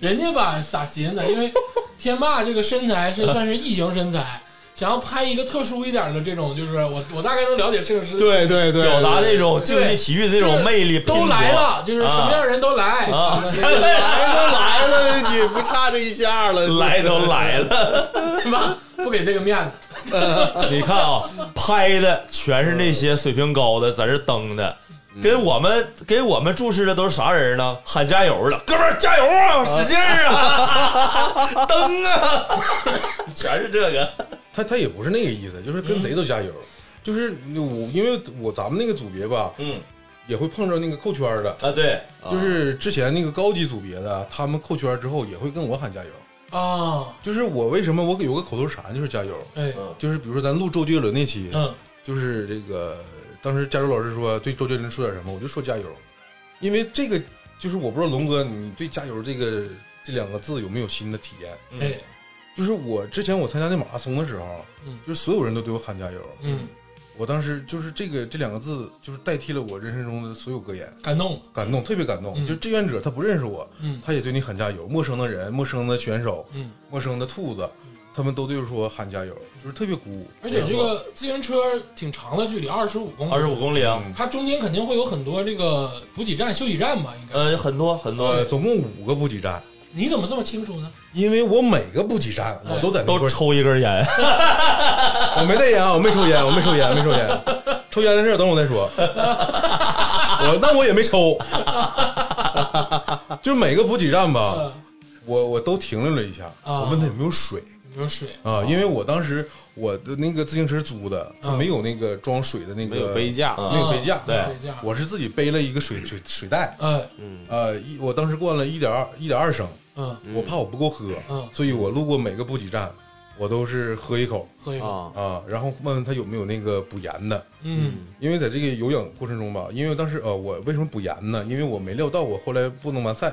人家吧咋寻思？因为天霸这个身材是算是异形身材，想要拍一个特殊一点的这种，就是我我大概能了解摄影师
对对对，
表达那种竞技
对
体育的那种魅力，
都来了，就是什么样的人都来。
啊，
来哎都来了，你不差这一下了，
来都来了。
天霸不给这个面子，
你看啊，拍的全是那些水平高的，在这蹬的。给我们给我们注视的都是啥人呢？喊加油的，哥们儿加油啊，使劲儿啊， 蹬啊，全是这个。
他他也不是那个意思，就是跟谁都加油。就是我，因为我咱们那个组别吧，
嗯
也会碰着那个扣圈儿的，
啊，对，
就是之前那个高级组别的，他们扣圈儿之后也会跟我喊加油。
啊，
就是我为什么我有个口头禅就是加油，
哎，
嗯
就是比如说咱录周杰伦那期，
嗯，
就是这个当时加州老师说对周杰伦说点什么，我就说加油，因为这个就是我不知道龙哥你对加油这个这两个字有没有新的体验？
哎，
就是我之前我参加那马拉松的时候，
嗯
就是所有人都对我喊加油，
嗯，
我当时就是这个这两个字就是代替了我人生中的所有格言，
感动，
感动，特别感动。
嗯
就志愿者他不认识我，
嗯
他也对你喊加油，陌生的人、陌生的选手、
嗯。
陌生的兔子，他们都对我说喊加油，就是特别鼓舞。
而且这个自行车挺长的距离，二十五公里，
二十五公里啊，
嗯
它中间肯定会有很多这个补给站、休息站吧？应该。
呃，很多很多
呃，总共五个补给站。
你怎么这么清楚呢？
因为我每个补给站
嗯
我都在那块
都
儿，
抽一根烟，
我没带烟啊，我没抽烟，我没抽烟，没抽烟，抽烟的事儿等我再说。我那我也没抽， 就是每个补给站吧，
嗯
我我都停留了一下，
啊
我问他有没有水
有没有水？
啊，因为我当时我的那个自行车租的，它
嗯
没有那个装水的那个
没有杯，架，
没有
啊
杯架，
对
杯架
我是自己背了一个水水水袋，
哎，
呃，一我当时灌了一点二一点二升，
嗯，
我怕我不够喝
嗯，
所以我路过每个补给站，我都是喝一口。
喝一口。
啊
啊，然后问问他有没有那个补盐的，
嗯
因为在这个有氧过程中吧，因为当时呃，我为什么补盐呢？因为我没料到我后来不能完赛，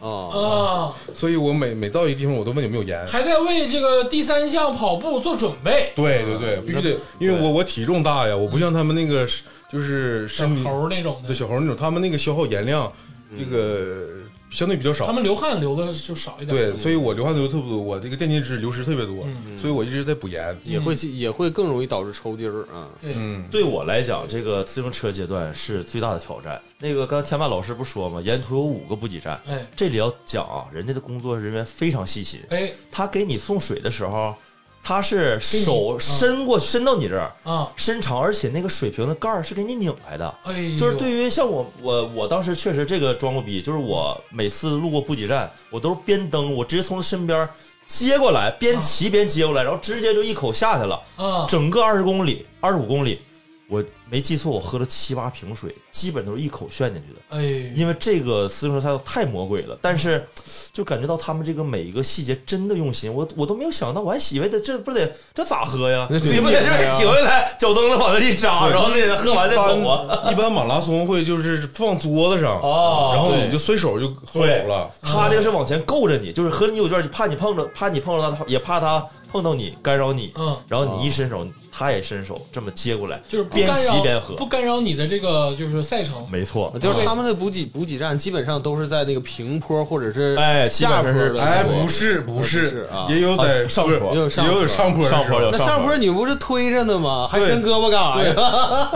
啊
啊，
所以我每每到一个地方我都问有没有盐。
还在为这个第三项跑步做准备。
对对对，必须得，因为我我体重大呀，我不像他们那个是就是
小
身体
猴儿那种
对
的，
小猴那种，他们那个消耗盐量这个相对比较
他
少。
们流汗流的就少一点。
对，所以我流汗流特别多，我这个电解质流失特别多，嗯所以我一直在补盐。
也会也会更容易导致抽筋儿啊。
对，
嗯，
对我来讲，这个自行车阶段是最大的挑战。那个刚才天霸老师不说吗？沿途有五个补给站，
哎
这里要讲啊，人家的工作人员非常细心，
哎
他给你送水的时候，他是
你
手
啊
伸过去，伸到你这儿，
啊
伸长，而且那个水瓶的盖儿是给你拧来的。
哎呦，
就是对于像我我我当时确实这个装过逼，就是我每次路过补给站，我都是边蹬，我直接从他身边接过来，边骑边接过来，然后直接就一口下去了。
啊，
整个二十公里、二十五公里，我没记错，我喝了七八瓶水，基本都是一口炫进去的。
哎呦
因为这个自行车赛道太魔鬼了，但是就感觉到他们这个每一个细节真的用心，我我都没有想到，我还以为这这不得这咋喝呀？
那
你不得这给停下来，脚蹬子往那一扎，然后那人喝完再走啊？
一般马拉松会就是放桌子上，
哦
然后你就随手就喝
对
走了。
他这个是往前够着你，就是喝你有卷，怕你碰着，怕你碰着他，也怕他碰到你干扰你。
嗯
然后你一伸手，他也伸手，这么接过来，
就是不
边
干
骑
扰
边喝
不。干扰你的这个就是赛程。
没错，
就是他们的补给补给站基本上都是在那个平坡或者是
哎基本上
下坡
是
的，
哎，不，是不
不是
是
啊
也有在
啊上
坡
坡
也有
上坡
上坡
上坡有
的时候
那上坡你不是推着呢吗？还伸胳膊干啥呀？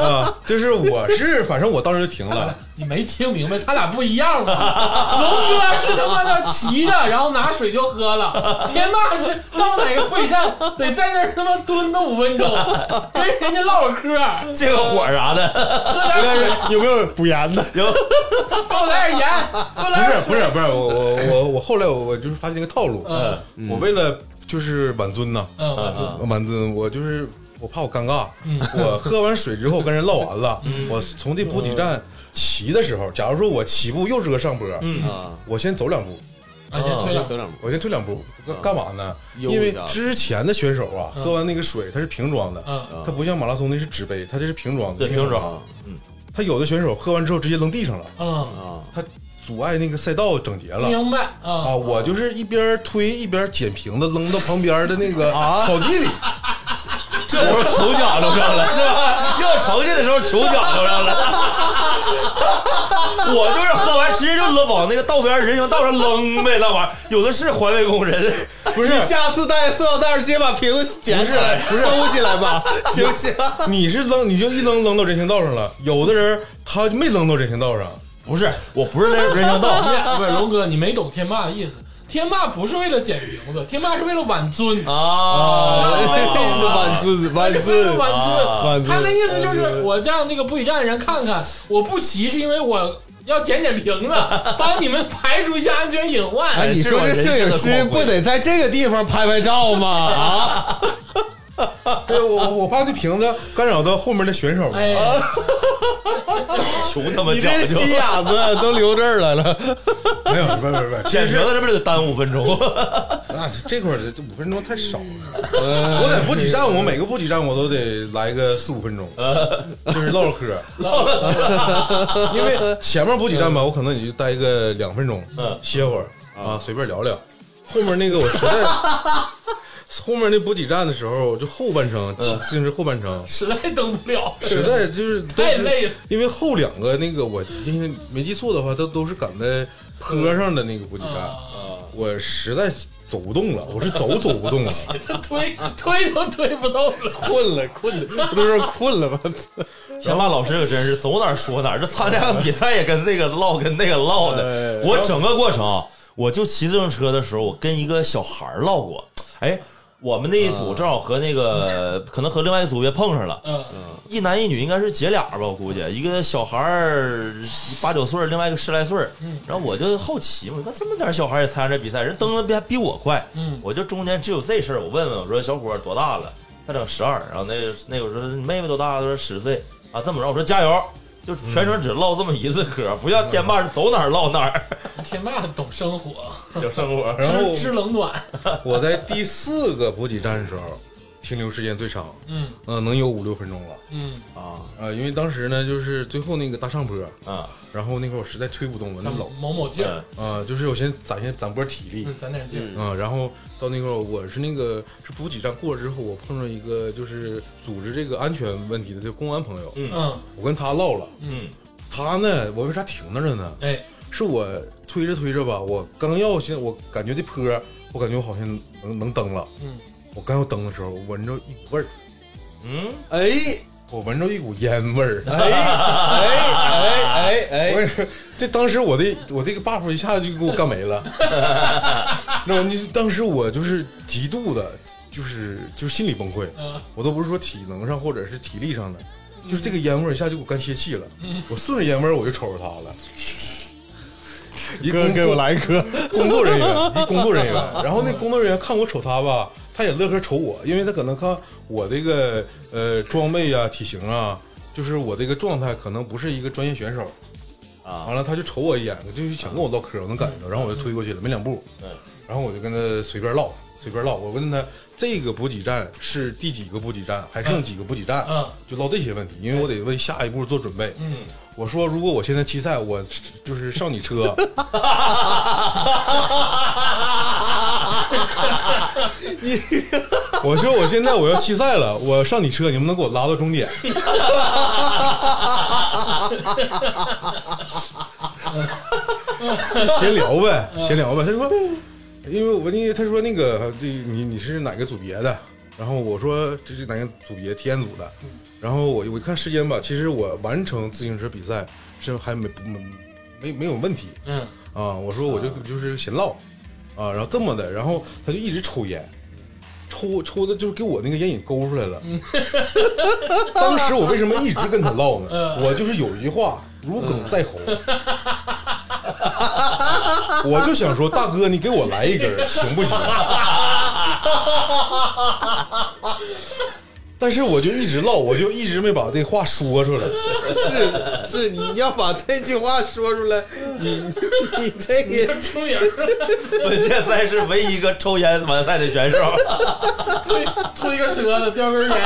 啊，就是我是反正我当时就停了，
你没听明白，他俩不一样吗？ 龙哥是他妈的骑着，然后拿水就喝了；天霸是到哪个会上得在那儿他妈蹲个五分钟，跟人家唠会儿嗑，
借个火啥的，
喝点
但
水，
是有没有补盐的？
有
多来点盐，多
不
来
是
点
不
水。
是呃不是，我我我我后来我我就是发现一个套路，
嗯
我为了就是挽尊呐，
啊
嗯，我知道
挽尊，我就是我怕我尴尬，我喝完水之后跟人唠完了，我从这补给站骑的时候，假如说我起步又是个上坡，
嗯
啊，
我先走两步，呃
啊，先推了
走两步。
我先退两步，干干嘛呢？
悠
因为
一下
之前的选手啊，
嗯
喝完那个水它是瓶装的，
嗯
它不像马拉松那是纸杯，它这是瓶装的。
对瓶装，
它有的选手喝完之后直接扔地上了，
嗯，
啊，
它阻碍那个赛道整洁了。
明白
啊，
啊，
我就是一边推一边捡瓶子扔到旁边的那个
啊
草 地里，
这时候手脚都上 了，是吧？要成绩的时候手脚都上 了。我就是喝完直接就扔往那个道边人行道上扔呗，那玩意儿有的是环卫工人，
不是
你下次带塑料袋儿直接把瓶子捡起来，收起来吧，行不啊行？
你是扔你就一扔扔到人行道上了，有的人他就没扔到人行道上，
不是，我不是在人 行道，
哎不是龙哥，你没懂天霸的意思。天霸不是为了捡瓶子，天霸是为了挽尊，
哎
啊
晚自晚
为了
自
挽尊。
啊晚自，
他的意思就是，我让那个补给站人看看，我不骑是因为我要捡捡瓶子，帮你们排除一下安全隐
哎，
患。
你说这摄影师不得在这个地方拍拍照吗？ 啊，
对我我我怕这瓶子干扰到后面的选手。
哎，
穷他妈
你
讲
这
究。
心眼子都留这儿来了。
没有，不是不是不是，
捡瓶子这不是得耽误五分钟？
那这块儿的这五分钟太少了。我在补给站，我呃每个补给站我都得来个四五分钟，就是唠唠嗑。因为前面补给站吧，我可能也就待个两分钟，歇会儿嗯啊，随便聊聊。后面那个我实在， 后面那补给站的时候，就后半程，就是后半程，
实在等不了，
实在就是都
太累了。
因为后两个那个我印象没记错的话，都都是赶在坡上的那个补给站，
啊
我实在走不动了，我是走走不动了，
这推推都推不动了。
困了，困了，不都说困了吗？
天霸老师可真是走哪儿说哪儿，这参加个比赛也跟这个唠跟那个唠的。我整个过程啊，我就骑自行车的时候，我跟一个小孩儿唠过。哎，我们那一组正好和那个可能和另外一组也碰上了，
嗯，
一男一女应该是姐俩吧，我估计一个小孩儿八九岁儿，另外一个十来岁儿。然后我就好奇嘛，我说这么点儿小孩儿也参加这比赛，人蹬的比还比我快。
嗯
我就中间只有这事儿，我问问我说小伙儿多大了？他整十二。然后那个那个我说你妹妹多大？他说十岁啊。这么着我说加油，就全程只唠这么一次嗑，不像天霸是走哪儿唠哪 儿，
天霸懂生活，
就生活。
然后
知知冷暖。
我在第四个补给站的时候，停留时间最长，
嗯
嗯、能有五六分钟了。
嗯，
呃，因为当时呢，就是最后那个大上坡，
啊，
然后那会儿我实在推不动了，那
咱
老
某某劲儿
嗯，
啊、就是我先攒先攒波体力，
嗯，攒点劲儿。
啊、然后到那块儿，我是那个是补给站过了之后，我碰上一个就是组织这个安全问题的这个公安朋友，
嗯
嗯，
我跟他唠了，
嗯
他呢，我为啥停那儿了呢？
哎，
是我推着推着吧，我刚要先，我感觉这坡，我感觉我好像能能蹬了，
嗯，
我刚要蹬的时候，我闻着一股味儿，
嗯，
哎
我闻着一股烟味儿。
哎哎哎哎
我
哎，
跟你说，这当时我的我这个 buff 一下就给我干没了，那我你当时我就是极度的，就是就是心理崩溃，
嗯
我都不是说体能上或者是体力上的，就是这个烟味儿一下就给我干泄气了，我顺着烟味儿我就瞅着他了，一
哥
工
给我来一颗，
工作 人员，一工作人员，然后那工作人员看我瞅他吧，他也乐呵瞅我，因为他可能看我这个呃装备啊、体型啊，就是我这个状态可能不是一个专业选手。
啊
完了他就瞅我一眼，就是想跟我唠嗑，我能感觉到，然后我就推过去了，没两步，
嗯
然后我就跟他随便唠，随便唠，我问他这个补给站是第几个补给站，还剩几个补给站，
嗯
就唠这些问题，因为我得为下一步做准备，
嗯，
我说，如果我现在弃赛，我就是上你车。你， 我说我现在我要弃赛了，我上你车，你能不能给我拉到终点？闲聊呗，闲聊呗。他说，因为我那他说那个你你你是哪个组别的？然后我说这是哪个组别？体验组的。然后我我一看时间吧，其实我完成自行车比赛是还没不没没没有问题
嗯，
啊。我说我就就是闲唠啊，然后这么的，然后他就一直抽烟。抽抽的就是给我那个烟瘾勾出来了。当时我为什么一直跟他唠呢？
嗯
我就是有一句话如鲠在喉，我就想说大哥，你给我来一根儿行不行？ 但是我就一直唠，我就一直没把这话说出来。
是是，你要把这句话说出来，你你这
你
个
这出名儿
本届赛事唯一一个抽烟完赛的选手，
推推个车子叼根烟，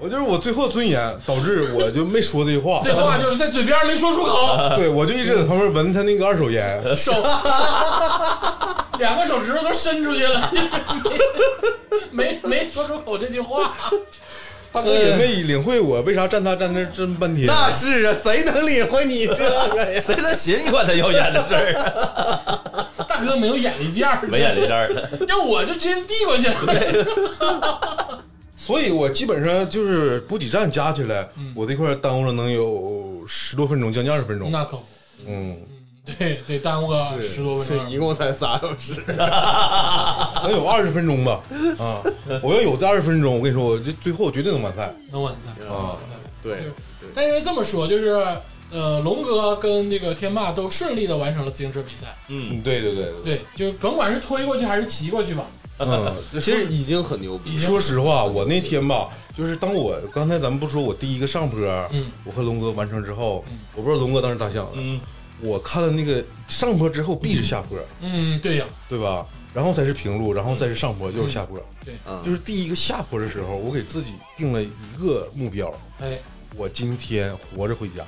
我就是我最后尊严，导致我就没说这句话。
这话就是在嘴边儿没说出口，
对，我就一直在旁边闻他那个二手烟，
手 两个手指头都伸出去了， 就是没没没说出口这句话。
大哥也没领会我为啥站他站那儿这么半 天。
那是啊，谁能理会你这个 呀？
谁能寻思你管他要烟的事儿啊？
大哥没有眼力见儿，
没眼力见儿了，
要我就直接递过去。
所以我基本上就是补给站加起来，我这块儿耽误了能有十多分钟，将近二十分钟。
那可不，
嗯，
对得耽误个 十多分
是
钟。
一共才仨小时，
能有二十分钟吧？啊，我要有这二十分钟，我跟你说，我这最后绝对能完赛。
能完赛
啊！
对
但是这么说就是，呃，龙哥跟这个天霸都顺利的完成了自行车比赛。
嗯，
嗯，对对对，
对，就甭管是推过去还是骑过去吧，
嗯，
其实已经很牛逼了。
说实话，我那天吧，就是当我刚才咱们不说我第一个上坡，
嗯，
我和龙哥完成之后，我不知道龙哥当时咋想的，
嗯，
我看了那个上坡之后必是下坡，
嗯，对呀、
对吧？然后才是平路，然后再是上坡，就是下坡。
对，
嗯
就是第一个下坡的时候，我给自己定了一个目标，
哎，
我今天活着回家。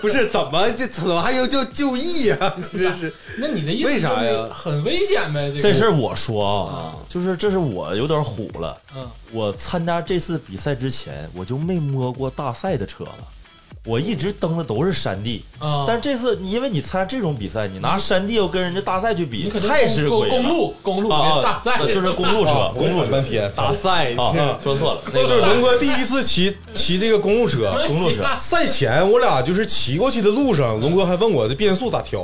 不是怎么这怎么还有就就义啊？ 这是
那你的意思
为啥呀
就是很危险呗？这
这
个
事儿我说啊，就是这是我有点虎了。
嗯，
我参加这次比赛之前，我就没摸过大赛的车了，我一直蹬的都是山地。
啊
但这次你因为你参加这种比赛，你拿山地要跟人家大赛去比，
你可
太吃
公
亏
公
了。
路公路
啊啊，
大赛
那就是公 路车
啊，我
公路
转
车
半天，
大赛
啊，说错了，那
就是
个
龙哥第一次骑骑这个公路车，
公 路车
赛前我俩就是骑过去的路上，龙哥还问我的变速咋调，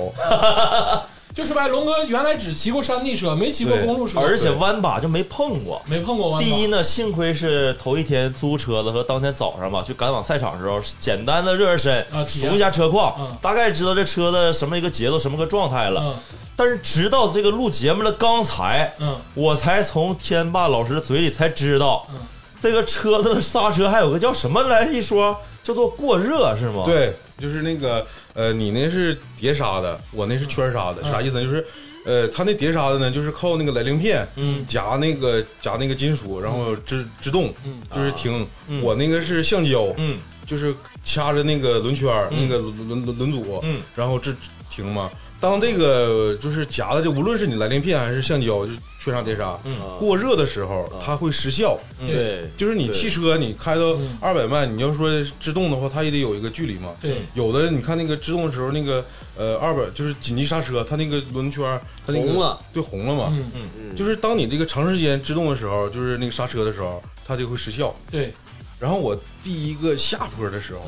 就说白了，龙哥原来只骑过山地车，没骑过
对
公路车，
而且弯把就没碰过。
没碰过弯道。
第一呢，幸亏是头一天租车子和当天早上吧，去赶往赛场的时候，简单的热热身
啊，体
熟
验
一下车况，
嗯
大概知道这车的什么一个节奏，什么个状态了。
嗯
但是直到这个录节目的刚才，
嗯
我才从天霸老师嘴里才知道，
嗯
这个车子的刹车还有个叫什么来着一说，叫做过热是吗？，
对，就是那个呃，你那是碟刹的，我那是圈刹
嗯
的，啥意思呢？就是呃，他那碟刹的呢，就是靠那个来令片，
嗯
夹那个夹那个金属，然后制制动，
嗯
就是停。
嗯
我那个是橡胶，
嗯
就是掐着那个轮圈儿，
嗯
那个轮轮轮轮组，
嗯
然后这停嘛。当这个就是夹的，就无论是你来鳞片还是橡胶，就圈上碟刹，
嗯啊
啊
过热的时候它会失效。
对
就是你汽车你开到
嗯
二百迈，你要说制动的话，它也得有一个距离嘛。
对，
有的你看那个制动的时候，那个呃二百就是紧急刹车，它那个轮圈儿它那个
红了，
对红了嘛。
嗯
就是当你这个长时间制动的时候，就是那个刹车的时候，它就会失效。
对，
然后我第一个下坡的时候，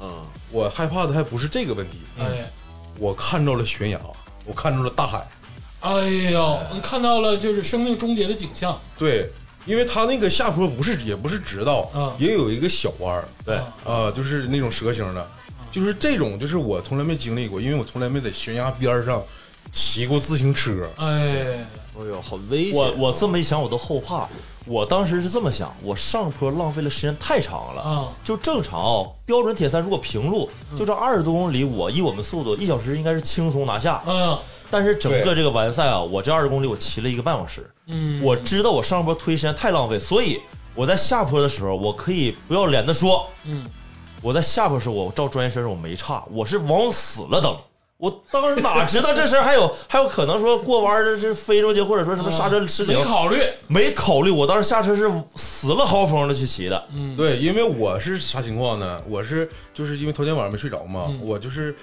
嗯
啊，
我害怕的还不是这个问题，
哎
我看到了悬崖，我看到了大海。
哎呦，你看到了就是生命终结的景象
对，因为它那个下坡不是也不是直道，
嗯
也有一个小弯儿
对，
啊、就是那种蛇形的，就是这种，就是我从来没经历过，因为我从来没在悬崖边儿上骑过自行车。
哎，
哎呦，很危险。
我我这么一想我都后怕。我当时是这么想，我上坡浪费了时间太长了
啊
就正常啊、标准铁三如果平路，就这二十多公里，我以我们速度，一小时应该是轻松拿下。
嗯
但是整个这个完赛啊，我这二十公里我骑了一个半小时，
嗯，
我知道我上坡推时间太浪费，所以我在下坡的时候，我可以不要脸的说，
嗯
我在下坡时候，我照专业选手我没差，我是往死了蹬。我当时哪知道这事儿还有 还有可能说过弯儿这是飞出去，或者说什么刹车失灵
嗯没，考虑，
没考虑。我当时下车是死了豪风的去骑的，
嗯
对，因为我是啥情况呢？我是就是因为头天晚上没睡着嘛，
嗯
我就是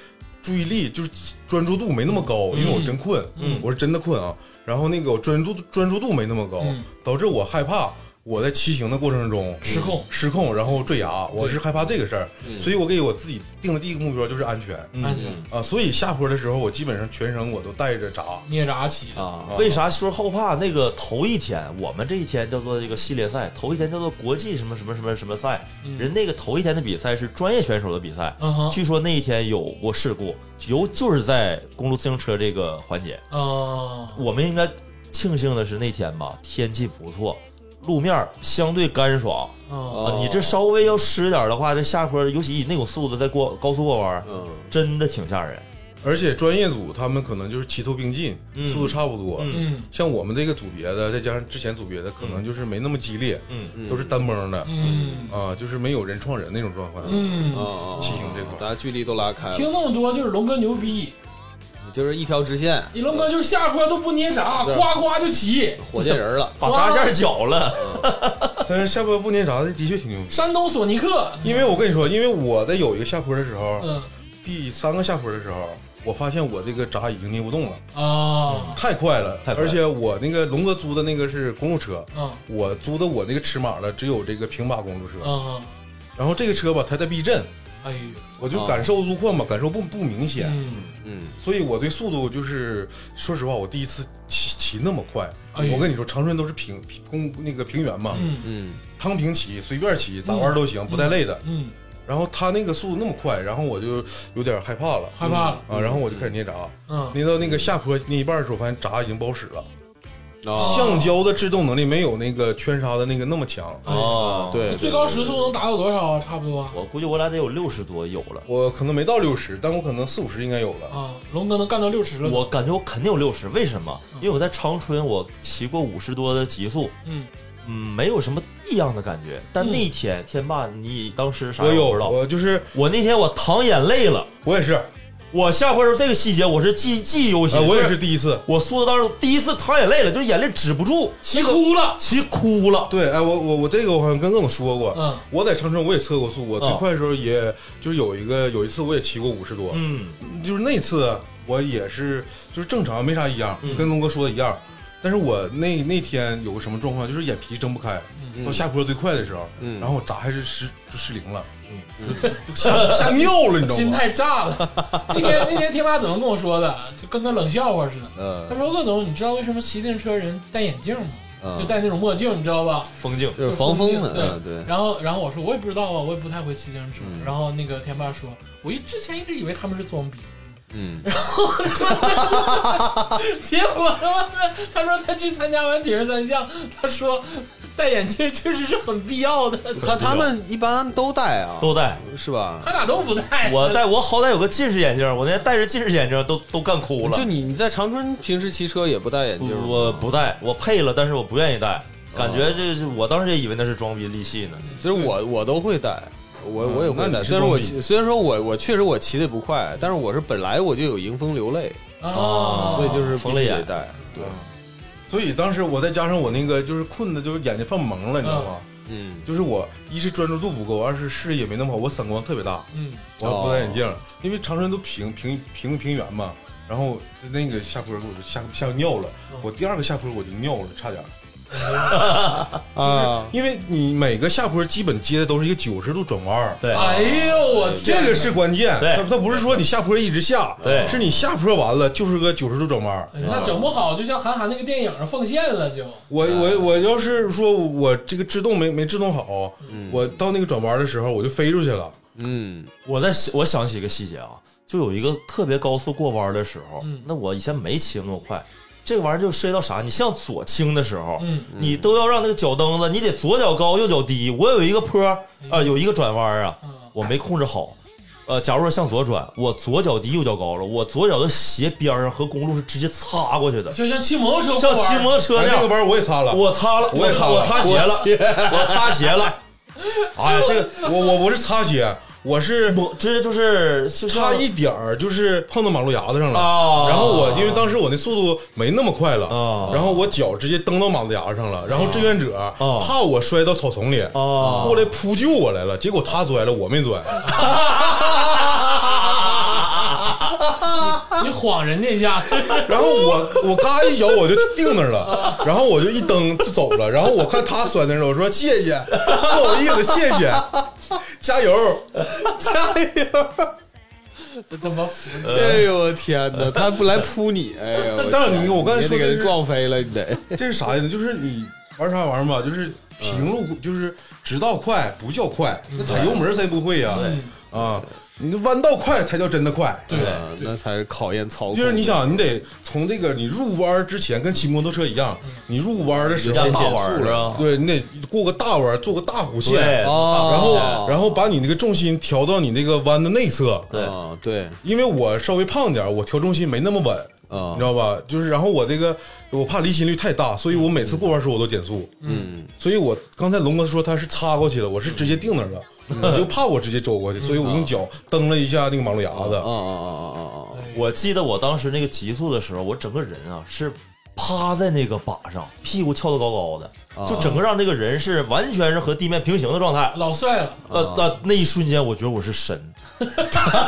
注意力就是专注度没那么高，因为我真困，
嗯
我是真的困啊。然后那个我专注专注度没那么高，
嗯
导致我害怕我在骑行的过程中
失控嗯
嗯失控，然后坠崖。我是害怕这个事儿，所以我给我自己定的第一个目标就是安全
嗯
安全
啊。所以下坡的时候，我基本上全程我都带着闸。
捏闸起的，
啊，
为啥说后怕？那个头一天，我们这一天叫做这个系列赛，头一天叫做国际什么什么什么什么赛，人那个头一天的比赛是专业选手的比赛
嗯哼，
据说那一天有过事故，有就是在公路自行车这个环节。
啊，
我们应该庆幸的是那天吧，天气不错，路面相对干爽。啊
啊，
哦，
你这稍微要湿点儿的话，这下坡，尤其以那种速度在过高速过弯，
嗯，
真的挺吓人。
而且专业组他们可能就是齐头并进，
嗯
速度差不多。
嗯
嗯
像我们这个组别的，再加上之前组别的，可能就是没那么激烈，
嗯
嗯
都是单帮的啊、
嗯
就是没有人撞人那种状况。
啊
嗯，
啊，啊
骑行这块儿
大家距离都拉开
听
了，
那么多就是龙哥牛逼，
就是一条直线，
你龙哥就是下坡都不捏闸，
对
夸夸就骑。
火箭人了，
把闸线搅了，
但是下坡不粘闸的的确挺牛逼，
山东索尼克，
因为我跟你说，因为我在有一个下坡的时候，
嗯
第三个下坡的时候，我发现我这个闸已经捏不动了，
啊
太快了，
太快
而且我那个龙哥租的那个是公路车。
啊
我租的我那个尺码的只有这个平把公路车，
啊，
然后这个车吧，它在避震，
哎呦，
我就
啊
感受路况吧，感受不不明显。
嗯
嗯，
所以我对速度就是，说实话，我第一次骑骑那么快。
哎呦
我跟你说，长春都是平平公那个平原嘛，
嗯
嗯
趟平骑，随便骑，咋玩都行，不带累的。
嗯，
然后他那个速度那么快，然后我就有点害怕了
害怕了，
啊，然后我就开始捏闸，
嗯
捏到那个下坡捏一半的时候，发现闸已经不好使了。
啊，
橡胶的制动能力没有那个圈刹的那个那么强，
啊哎
哦，
对，对
最高时速能达到多少啊？差不多
我估计我俩得有六十多有了，
我可能没到六十，但我可能四五十应该有了。
啊，龙哥能干到六十了。
我感觉我肯定有六十，为什么？因为我在长春我骑过五十多的极速，
嗯
嗯，没有什么异样的感觉。但那天天霸，你当时啥
我
也
有，
不知道，
我就是
我那天我淌眼泪了。
我也是，
我下坡的时候这个细节我是记记忆犹新，
呃我也
就是
第一次。
我速度当中第一次淌眼泪了，就是眼泪止不住，
骑哭了，
骑哭了。
对，哎，我我我这个我好像跟各总说过，
嗯哦
我在长春我也测过速，我最
嗯
快的时候也就是有一个有一次我也骑过五十多，
嗯，
就是那次我也是就是正常没啥异样，
嗯
跟龙哥说的一样。但是我那那天有个什么状况，就是眼皮睁不开，
嗯
到下坡最快的时候，
嗯
然后我闸还是失就失灵了，就吓吓尿了，你知道
嗯心
吗？
态炸了。那天那天天霸怎么跟我说的？就跟个冷笑话似的。
呃
他，说：“鄂总，你知道为什么骑自行车人戴眼镜吗？
嗯
就戴那种墨镜，你知道吧？
风景
就是防风的，
对
嗯对，嗯
然后，然后我说我也不知道啊，我也不太会骑自行车。然后那个天霸说，我一之前一直以为他们是装逼，
嗯，
结果他妈的，他说他去参加完铁人三项，他说戴眼镜确实是很必要的，
你看他们一般都戴啊，
都戴。
是吧？
他俩都不戴。
我戴我好歹有个近视眼镜，我那天戴着近视眼镜都都干哭了。
就你你在长春平时骑车也不戴眼镜吗，
我不戴，我配了，但是我不愿意戴，感觉这是我当时也以为那是装逼利器呢。
其实我我都会戴，我我也
嗯那
会
你
戴。
是
虽然我
装逼
骑虽然说我我确实我骑的不快，但是我是本来我就有迎风流泪，
啊，
哦
所以就是
疯
必须
了
得
眼
戴。对，
所以当时我再加上我那个就是困的，就是眼睛放蒙了，你知道吗？
嗯，
就是我一是专注度不够，二是视野没那么好，我散光特别大，
嗯，
我
哦
还不戴眼镜，因为长春都平平平平原嘛，然后那个下坡给我就吓吓尿了，
嗯
我第二个下坡我就尿了，差点儿。
啊，
因为你每个下坡基本接的都是一个九十度转弯儿，
对，
哎呦我
这
天，
个是关键。
对
它它不是说你下坡一直下，
对
是你下坡完了就是个九十度转弯儿。
哎那整不好就像韩寒那个电影儿奉献了就。
我我我要是说我这个制动没没制动好，
嗯
我到那个转弯的时候我就飞出去了。
嗯，
我在我想起一个细节啊，就有一个特别高速过弯的时候，
嗯
那我以前没骑那么快。这个玩意儿就涉及到啥？你向左倾的时候，
嗯
你都要让那个脚蹬子，你得左脚高右脚低。我有一个坡啊、有一个转弯啊
哎嗯，
我没控制好。呃，假如说向左转，我左脚低右脚高了，我左脚的斜边儿上和公路是直接擦过去的，
就像骑摩托车
像
过弯
骑
儿
摩托车
哎
那
那
样
个。弯儿我也擦了，
我擦了，
我也
擦，
了
我擦鞋了，我擦鞋了。哎呀，这个
我我不是擦鞋，我是
我这就是就像
差一点儿就是碰到马路牙子上了。
啊，
然后我因为当时我那速度没那么快了，
啊
然后我脚直接蹬到马路牙子上了，然后志愿者
啊
怕我摔到草丛里，
啊
过来扑救我来了，结果他摔了，我没摔。
晃人家一下，
然后我我嘎一摇我就定那儿了，然后我就一蹬就走了。然后我看他摔那儿了，我说谢谢，不好意思，谢谢，加油。
加油！
这他妈服了
哎呦我天哪，他不来扑你，哎呦！
但是你我刚才
你得
说的
给人
是
撞飞了，你得。
这是啥意思？就是你玩啥玩意儿吧，就是平路，就是直道快不叫快，
嗯
那踩油门谁不会呀？啊，你这弯道快才叫真的快。
对
啊那才是考验操控。
就是你想，你得从这个你入弯之前，跟骑摩托车一样，你入弯 的时
嗯先
候，
减速是吧？
对你得过个大弯，做个大弧
对，
线，
哦，
然后然后把你那个重心调到你那个弯的内侧。
对
啊，对，
因为我稍微胖点儿，我调重心没那么稳。
啊
你知道吧？就是，然后我这个我怕离心率太大，所以我每次过弯时候我都减速。嗯，所以我刚才龙哥说他是擦过去了，我是直接定那儿了，我就怕我直接走过去，所以我用脚蹬了一下那个马路牙子
啊啊。啊啊啊啊！
我记得我当时那个急速的时候，我整个人啊是趴在那个靶上，屁股翘得高高的，就整个让这个人是完全是和地面平行的状态。
老帅了，
呃，那那一瞬间，我觉得我是神，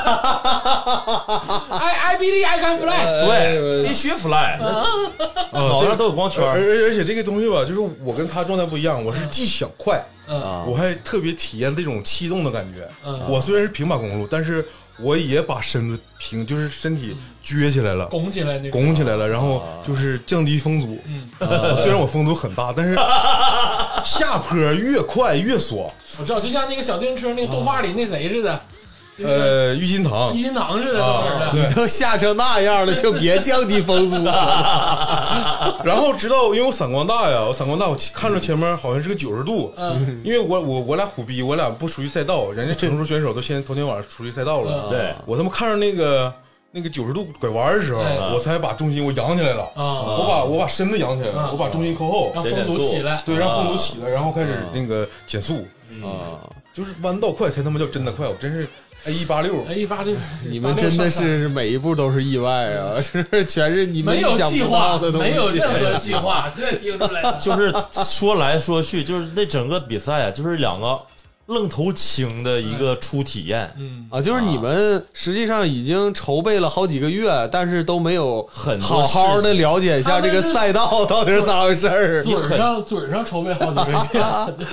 哎 I I believe I
呃
can fly，
对，必须 fly，脑 呃袋上都有光圈
而
儿，
而而且这个东西吧，就是我跟他状态不一样，我是既想快，
嗯
我还特别体验这种气动的感觉。
嗯
我虽然是平把公路，但是我也把身子平，就是身体撅起来了，
拱起来那种，
拱起来了，然后就是降低风阻。
嗯
啊虽然我风阻很大，但是下坡越快越爽。
我知道，就像那个小自行车那个动画里那谁似的，
呃，郁金堂
一，心堂似的，
啊
都是
对
的，
你都吓成那样了，就别降低风速了。
然后直到因为我散光大呀，我散光大，我看着前面好像是个九十度，
嗯
因为我我我俩虎逼，我俩不熟悉赛道，人家成熟选手都先头天晚上熟悉赛道了，
嗯
呃对，
我他妈看着那个。那个九十度拐弯的时候，
哎
我才把重心我扬起来了，
啊，
我把我把身子扬起来了，
啊
我把重心靠后，
让
谁
风
敢
阻
坐
起来，
对，让风阻起来，然后开
啊
始那个减速，
嗯
嗯
啊，
就是弯道快才他妈叫真的快，我真是 A 一八六，
哎一八六，
你们真的
86上
是每一步都是意外啊， 是全是你
上 没
们
有
想
计
不
划
到的，东西。
没有任何计划，这听出来了，
就是说来说去，就是那整个比赛啊，就是两个愣头青的一个初体验，
嗯，
啊，就是你们实际上已经筹备了好几个月，但是都没有
很多
好好的了解一下这个赛道到底是咋回事儿。
嘴上嘴上筹备好几个月，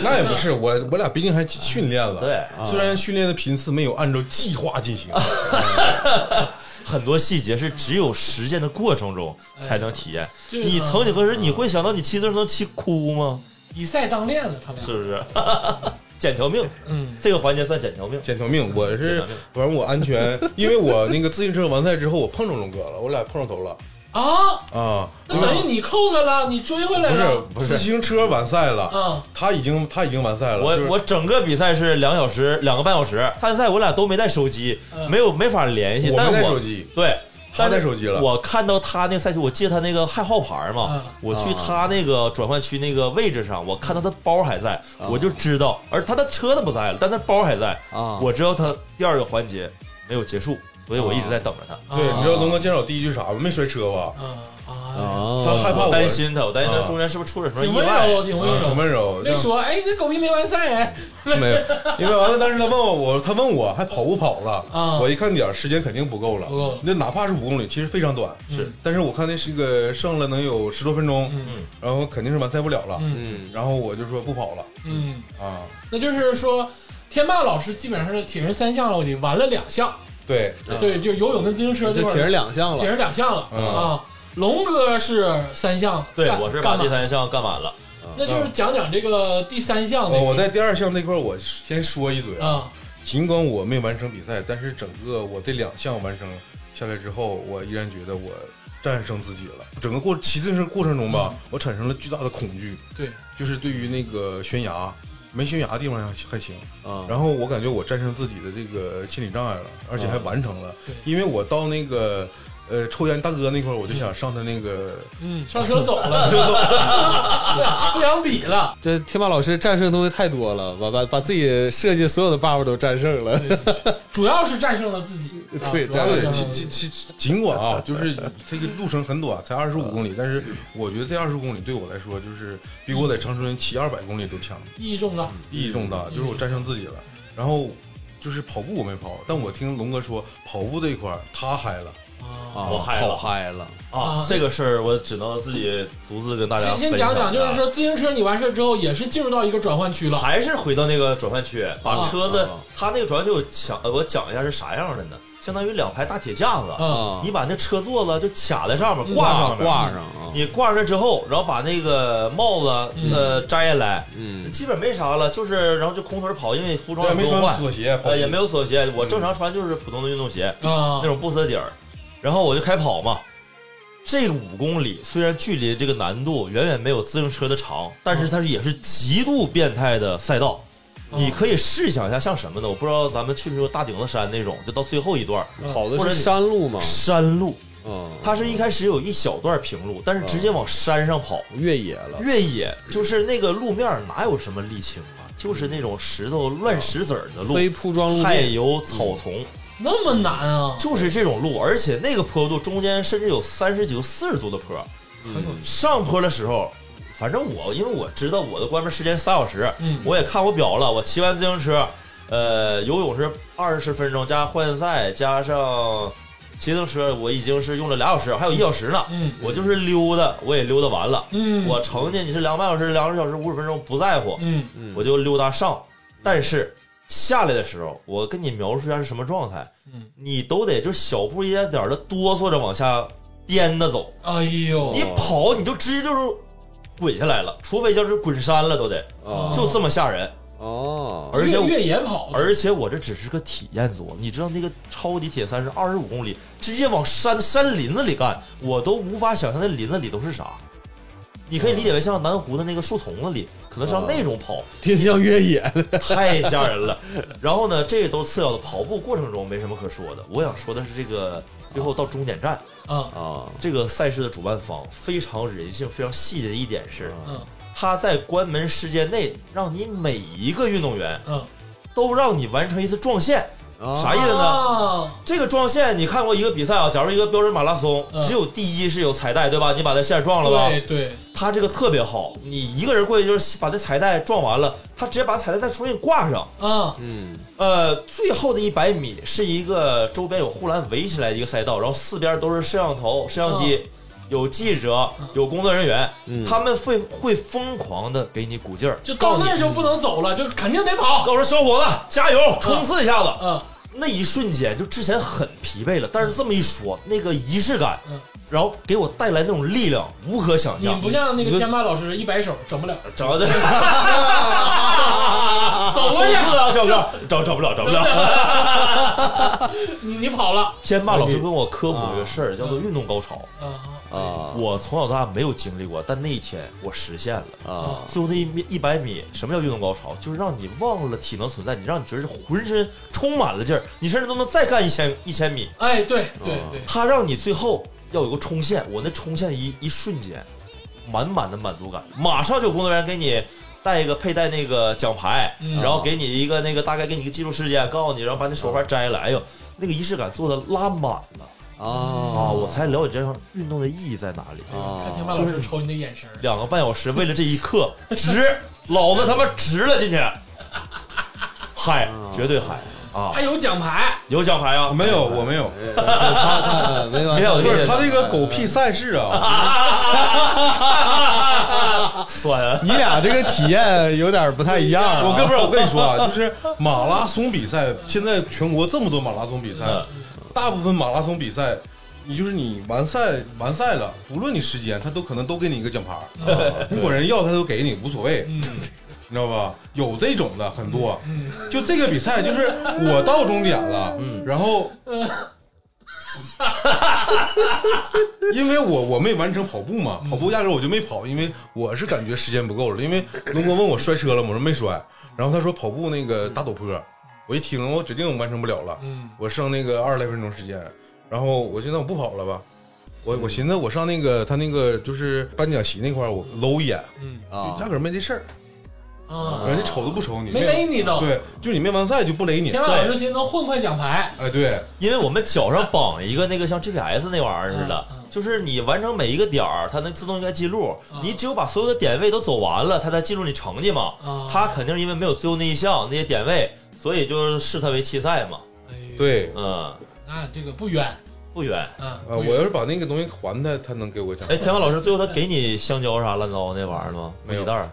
那也不是我，我俩毕竟还训练了，
对，
啊
虽然训练的频次没有按照计划进行，
很多细节是只有实践的过程中才能体验。
哎这个
你曾几何时，你会想到你骑自行车能骑哭吗？
以赛当练了，他俩
是不是？ 捡条命，
嗯，
这个环节算捡条命。
捡条命。我
捡
是
条命
反正我安全，因为我那个自行车完赛之后，我碰着龙哥了，我俩碰上头了
啊，
啊，
那等于你扣他了，你追回来
不是
了，
不是自行车完赛了，
啊，
他已经他已经完赛了，就
我
是
我整个比赛是两小时，两个半小时。参赛我俩都没带手机，
嗯
没有没法联系。
我
但
没带
我
手机，
对，
他
但是
带手机了
我看到他那个赛区，我记得他那个还号牌嘛
嗯，
我去他那个转换区那个位置上，我看到他包还在，我就知道，而他的车他不在了，但他包还在，
啊
我知道他第二个环节没有结束，所以我一直在等着他。
对，
啊
你知道龙哥见着我第一句啥吗？没摔车吧？
啊啊，
啊，
他害怕
我
我
担，心他，我担心他
啊
中间是不是出了什么意
挺温柔，
外？
挺
啊
温
很
柔，
温柔，
没说，哎，这狗逼没完赛哎，
没有，因为完了，但是他问我，我他问我还跑不跑了？
啊
我一看点儿时间肯定不够了，
不够了
那哪怕是五公里，其实非常短，
是
但是我看那是个剩了能有十多分钟，
嗯
然后肯定是完赛不了了，
嗯
嗯
然后我就说不跑了
嗯，
啊，
那就是说，天霸老师基本上是铁人三项了，我得完了两项，
对，
对，就游泳跟自行车
就
这块
铁人
儿
两项
铁
了。
人两项了
嗯
啊。龙哥是三项，
对，
干
我是把
干
第
嘛？
三项干完了，啊
那就是讲讲这个第三项
呃
那
我在第二项那块儿我先说一嘴
个，啊，
尽管我没完成比赛，但是整个我这两项完成下来之后，我依然觉得我战胜自己了。整个过骑自行车过程中
嗯
吧，我产生了巨大的恐惧，
对，
就是对于那个悬崖。没悬崖的地方还还行，
啊
然后我感觉我战胜自己的这个心理障碍了，而且还完成了
对。
因为我到那个呃抽烟大哥那块儿，我就想上他那个
嗯，上车走 了，不想比了，
这天霸老师战胜的东西太多了，把把把自己设计所有的 buff 都战胜了。
对主要是战胜了自己，啊
对
主要是
对，
战胜
呃尽
了自己
尽尽尽管啊，就是这个路程很短，才二十五公里，但是我觉得这二十公里对我来说，就是比我在长春骑二百公里都强，
意义重大，
意义重大，就是我战胜自己了。然后就是跑步我没跑，但我听龙哥说跑步这一块儿他嗨了，
啊
我哦嗨了
跑嗨了，
啊
啊，这个事儿我只能自己独自跟大家
先先
分
讲
一
讲，就是
啊
说自行车你完事儿之后也是进入到一个转换区了，
还是回到那个转换区，把
啊
车子
啊，
它那个转换区我想，呃我讲一下是啥样的呢？相当于两排大铁架子，
嗯，
你把那车座子就卡在上面，
嗯
挂上面，
挂上啊，
你挂上之后，然后把那个帽子
嗯
呃摘下来，
嗯
基本没啥了，就是然后就空腿跑，因为服装
对，
也
没
不用换
穿，锁鞋，跑
呃也没有锁鞋，我正常穿就是普通的运动鞋，
啊
嗯那，种不丝底儿，然后我就开跑嘛。这五公里虽然距离这个难度远远没有自行车的长，但是它也是极度变态的赛道。
嗯
你可以试想一下，像什么呢？我不知道咱们去没去过大顶子山那种，就到最后一段
嗯跑的
嗯或者
是
你
山路嘛，
山路，
嗯，
它是一开始有一小段平路，但是直接往山上跑。
越野了，
越野就是那个路面哪有什么沥青啊，就是那种石头乱石子儿的路，
非铺装路
还
面，
有草丛，
那么难啊，
就是这种路，而且那个坡度中间甚至有三十几度、四十度的坡。
很有
上坡的时候，反正我因为我知道我的关门时间三小时，
嗯
我也看我表了，我骑完自行车，呃，游泳是二十分钟加换赛加上骑自行车，我已经是用了俩小时，还有一小时呢。
嗯
我就是溜达，我也溜达完了。
嗯，
我成绩你是两个半小时、两个小时、五十分钟不在乎，
嗯
嗯
我就溜达上。但是下来的时候，我跟你描述一下是什么状态，
嗯，
你都得就是小步一点点的哆嗦着往下颠的走。
哎呦
你跑你就直接就是滚下来了，除非就是滚山了都得，
啊
就这么吓人。
哦，
而且
越
我
越野跑的，
而且我这只是个体验组，你知道那个超级铁三是二十五公里，直接往山山林子里干，我都无法想象那林子里都是啥。你可以理解为像南湖的那个树丛子里，可能
哦
像那种跑，
挺像越野的，
太吓人了。然后呢，这都次要的，跑步过程中没什么可说的。我想说的是，这个最后到终点站，
啊
啊，
这个赛事的主办方非常人性、非常细节的一点是，
嗯
他在关门时间内让你每一个运动员
嗯，
都让你完成一次撞线。
啊
啥意思呢？
啊
这个撞线，你看过一个比赛啊？假如一个标准马拉松，
嗯
只有第一是有彩带，对吧？你把它线撞了吧？
对对，
他这个特别好，你一个人过去就是把这彩带撞完了，他直接把彩带再重新挂上。
啊
嗯
呃，最后的一百米是一个周边有护栏围起来的一个赛道，然后四边都是摄像头、摄像
哦
机，有记者、有工作人员，
嗯
他们会会疯狂的给你鼓劲儿，
就到那儿就不能走了，就肯定得跑，
告诉小伙子加油，冲刺一下子。
嗯
那一瞬间，就之前很疲惫了，但是这么一说，那个仪式感，
嗯，
然后给我带来那种力量，无可想
你
象。
不像那
你
个
说
天霸老师一摆手整不了，
找 的，
走过
冲
去
刺啊，小 哥，找找不了，找不了。
你你跑了
天霸老师跟我科普一个事儿，叫做运动高潮。
啊
啊
我从小到大没有经历过，但那一天我实现了。
啊
最后那一米一百米，什么叫运动高潮？就是让你忘了体能存在，你让你觉得浑身充满了劲儿，你甚至都能再干一千一千米。
哎对对对，
它让你最后要有个冲线，我那冲线一一瞬间，满满的满足感，马上就有工作人员给你带一个佩戴那个奖牌，
嗯
然后给你一个那个大概给你一个记录时间，告诉你，然后把你手环摘了，哎呦，那个仪式感做的拉满了
啊
啊，我才了解这项运动的意义在哪里。
看天
啊，
霸老师瞅你的眼神儿，
两个半小时，为了这一刻， 值，老子他妈值了今天，嗨，
嗯
绝对嗨啊！
还有奖牌，
有奖牌 啊？
没有，我没有。
他 他没完
没有
不是他这个狗屁赛事啊，
酸啊！
你俩这个体验有点不太 一样啊，
我跟不是我跟你说啊，就是马拉松比赛，现在全国这么多马拉松比赛
嗯，
大部分马拉松比赛，你就是你完赛完赛了，不论你时间，他都可能都给你一个奖牌
啊
儿，你管人要他都给你，无所谓。
嗯
你知道吧？有这种的很多，就这个比赛，就是我到终点了，
嗯
然后，因为我我没完成跑步嘛，跑步压根儿我就没跑，因为我是感觉时间不够了。因为龙哥问我摔车了吗？我说没摔，然后他说跑步那个打陡坡，我一听我指定完成不了了，
嗯
我剩那个二十来分钟时间，然后我就那我不跑了吧，我我寻思我上那个他那个就是颁奖席那块儿我搂一眼，
嗯
就压
啊
根儿没这事儿。
啊，
人家瞅都不瞅你，
没勒你都
嗯对，就你没完赛就不勒你
天。霸老师寻思能混块奖牌，
哎，对，
因为我们脚上绑一个那个像 GPS 那玩意儿似的
嗯嗯，
就是你完成每一个点儿，它能自动应该记录
嗯。
你只有把所有的点位都走完了，它才记录你成绩嘛
嗯。
它肯定是因为没有最后那一项那些点位，所以就是视它为弃赛嘛。
哎呦，
对，
嗯，
那这个不冤，
不远。
啊，
啊，我要是把那个东西还他，他能给我一张。
哎，田华老师，最后他给你香蕉啥乱糟那玩意儿了吗？
没有
木吉袋儿。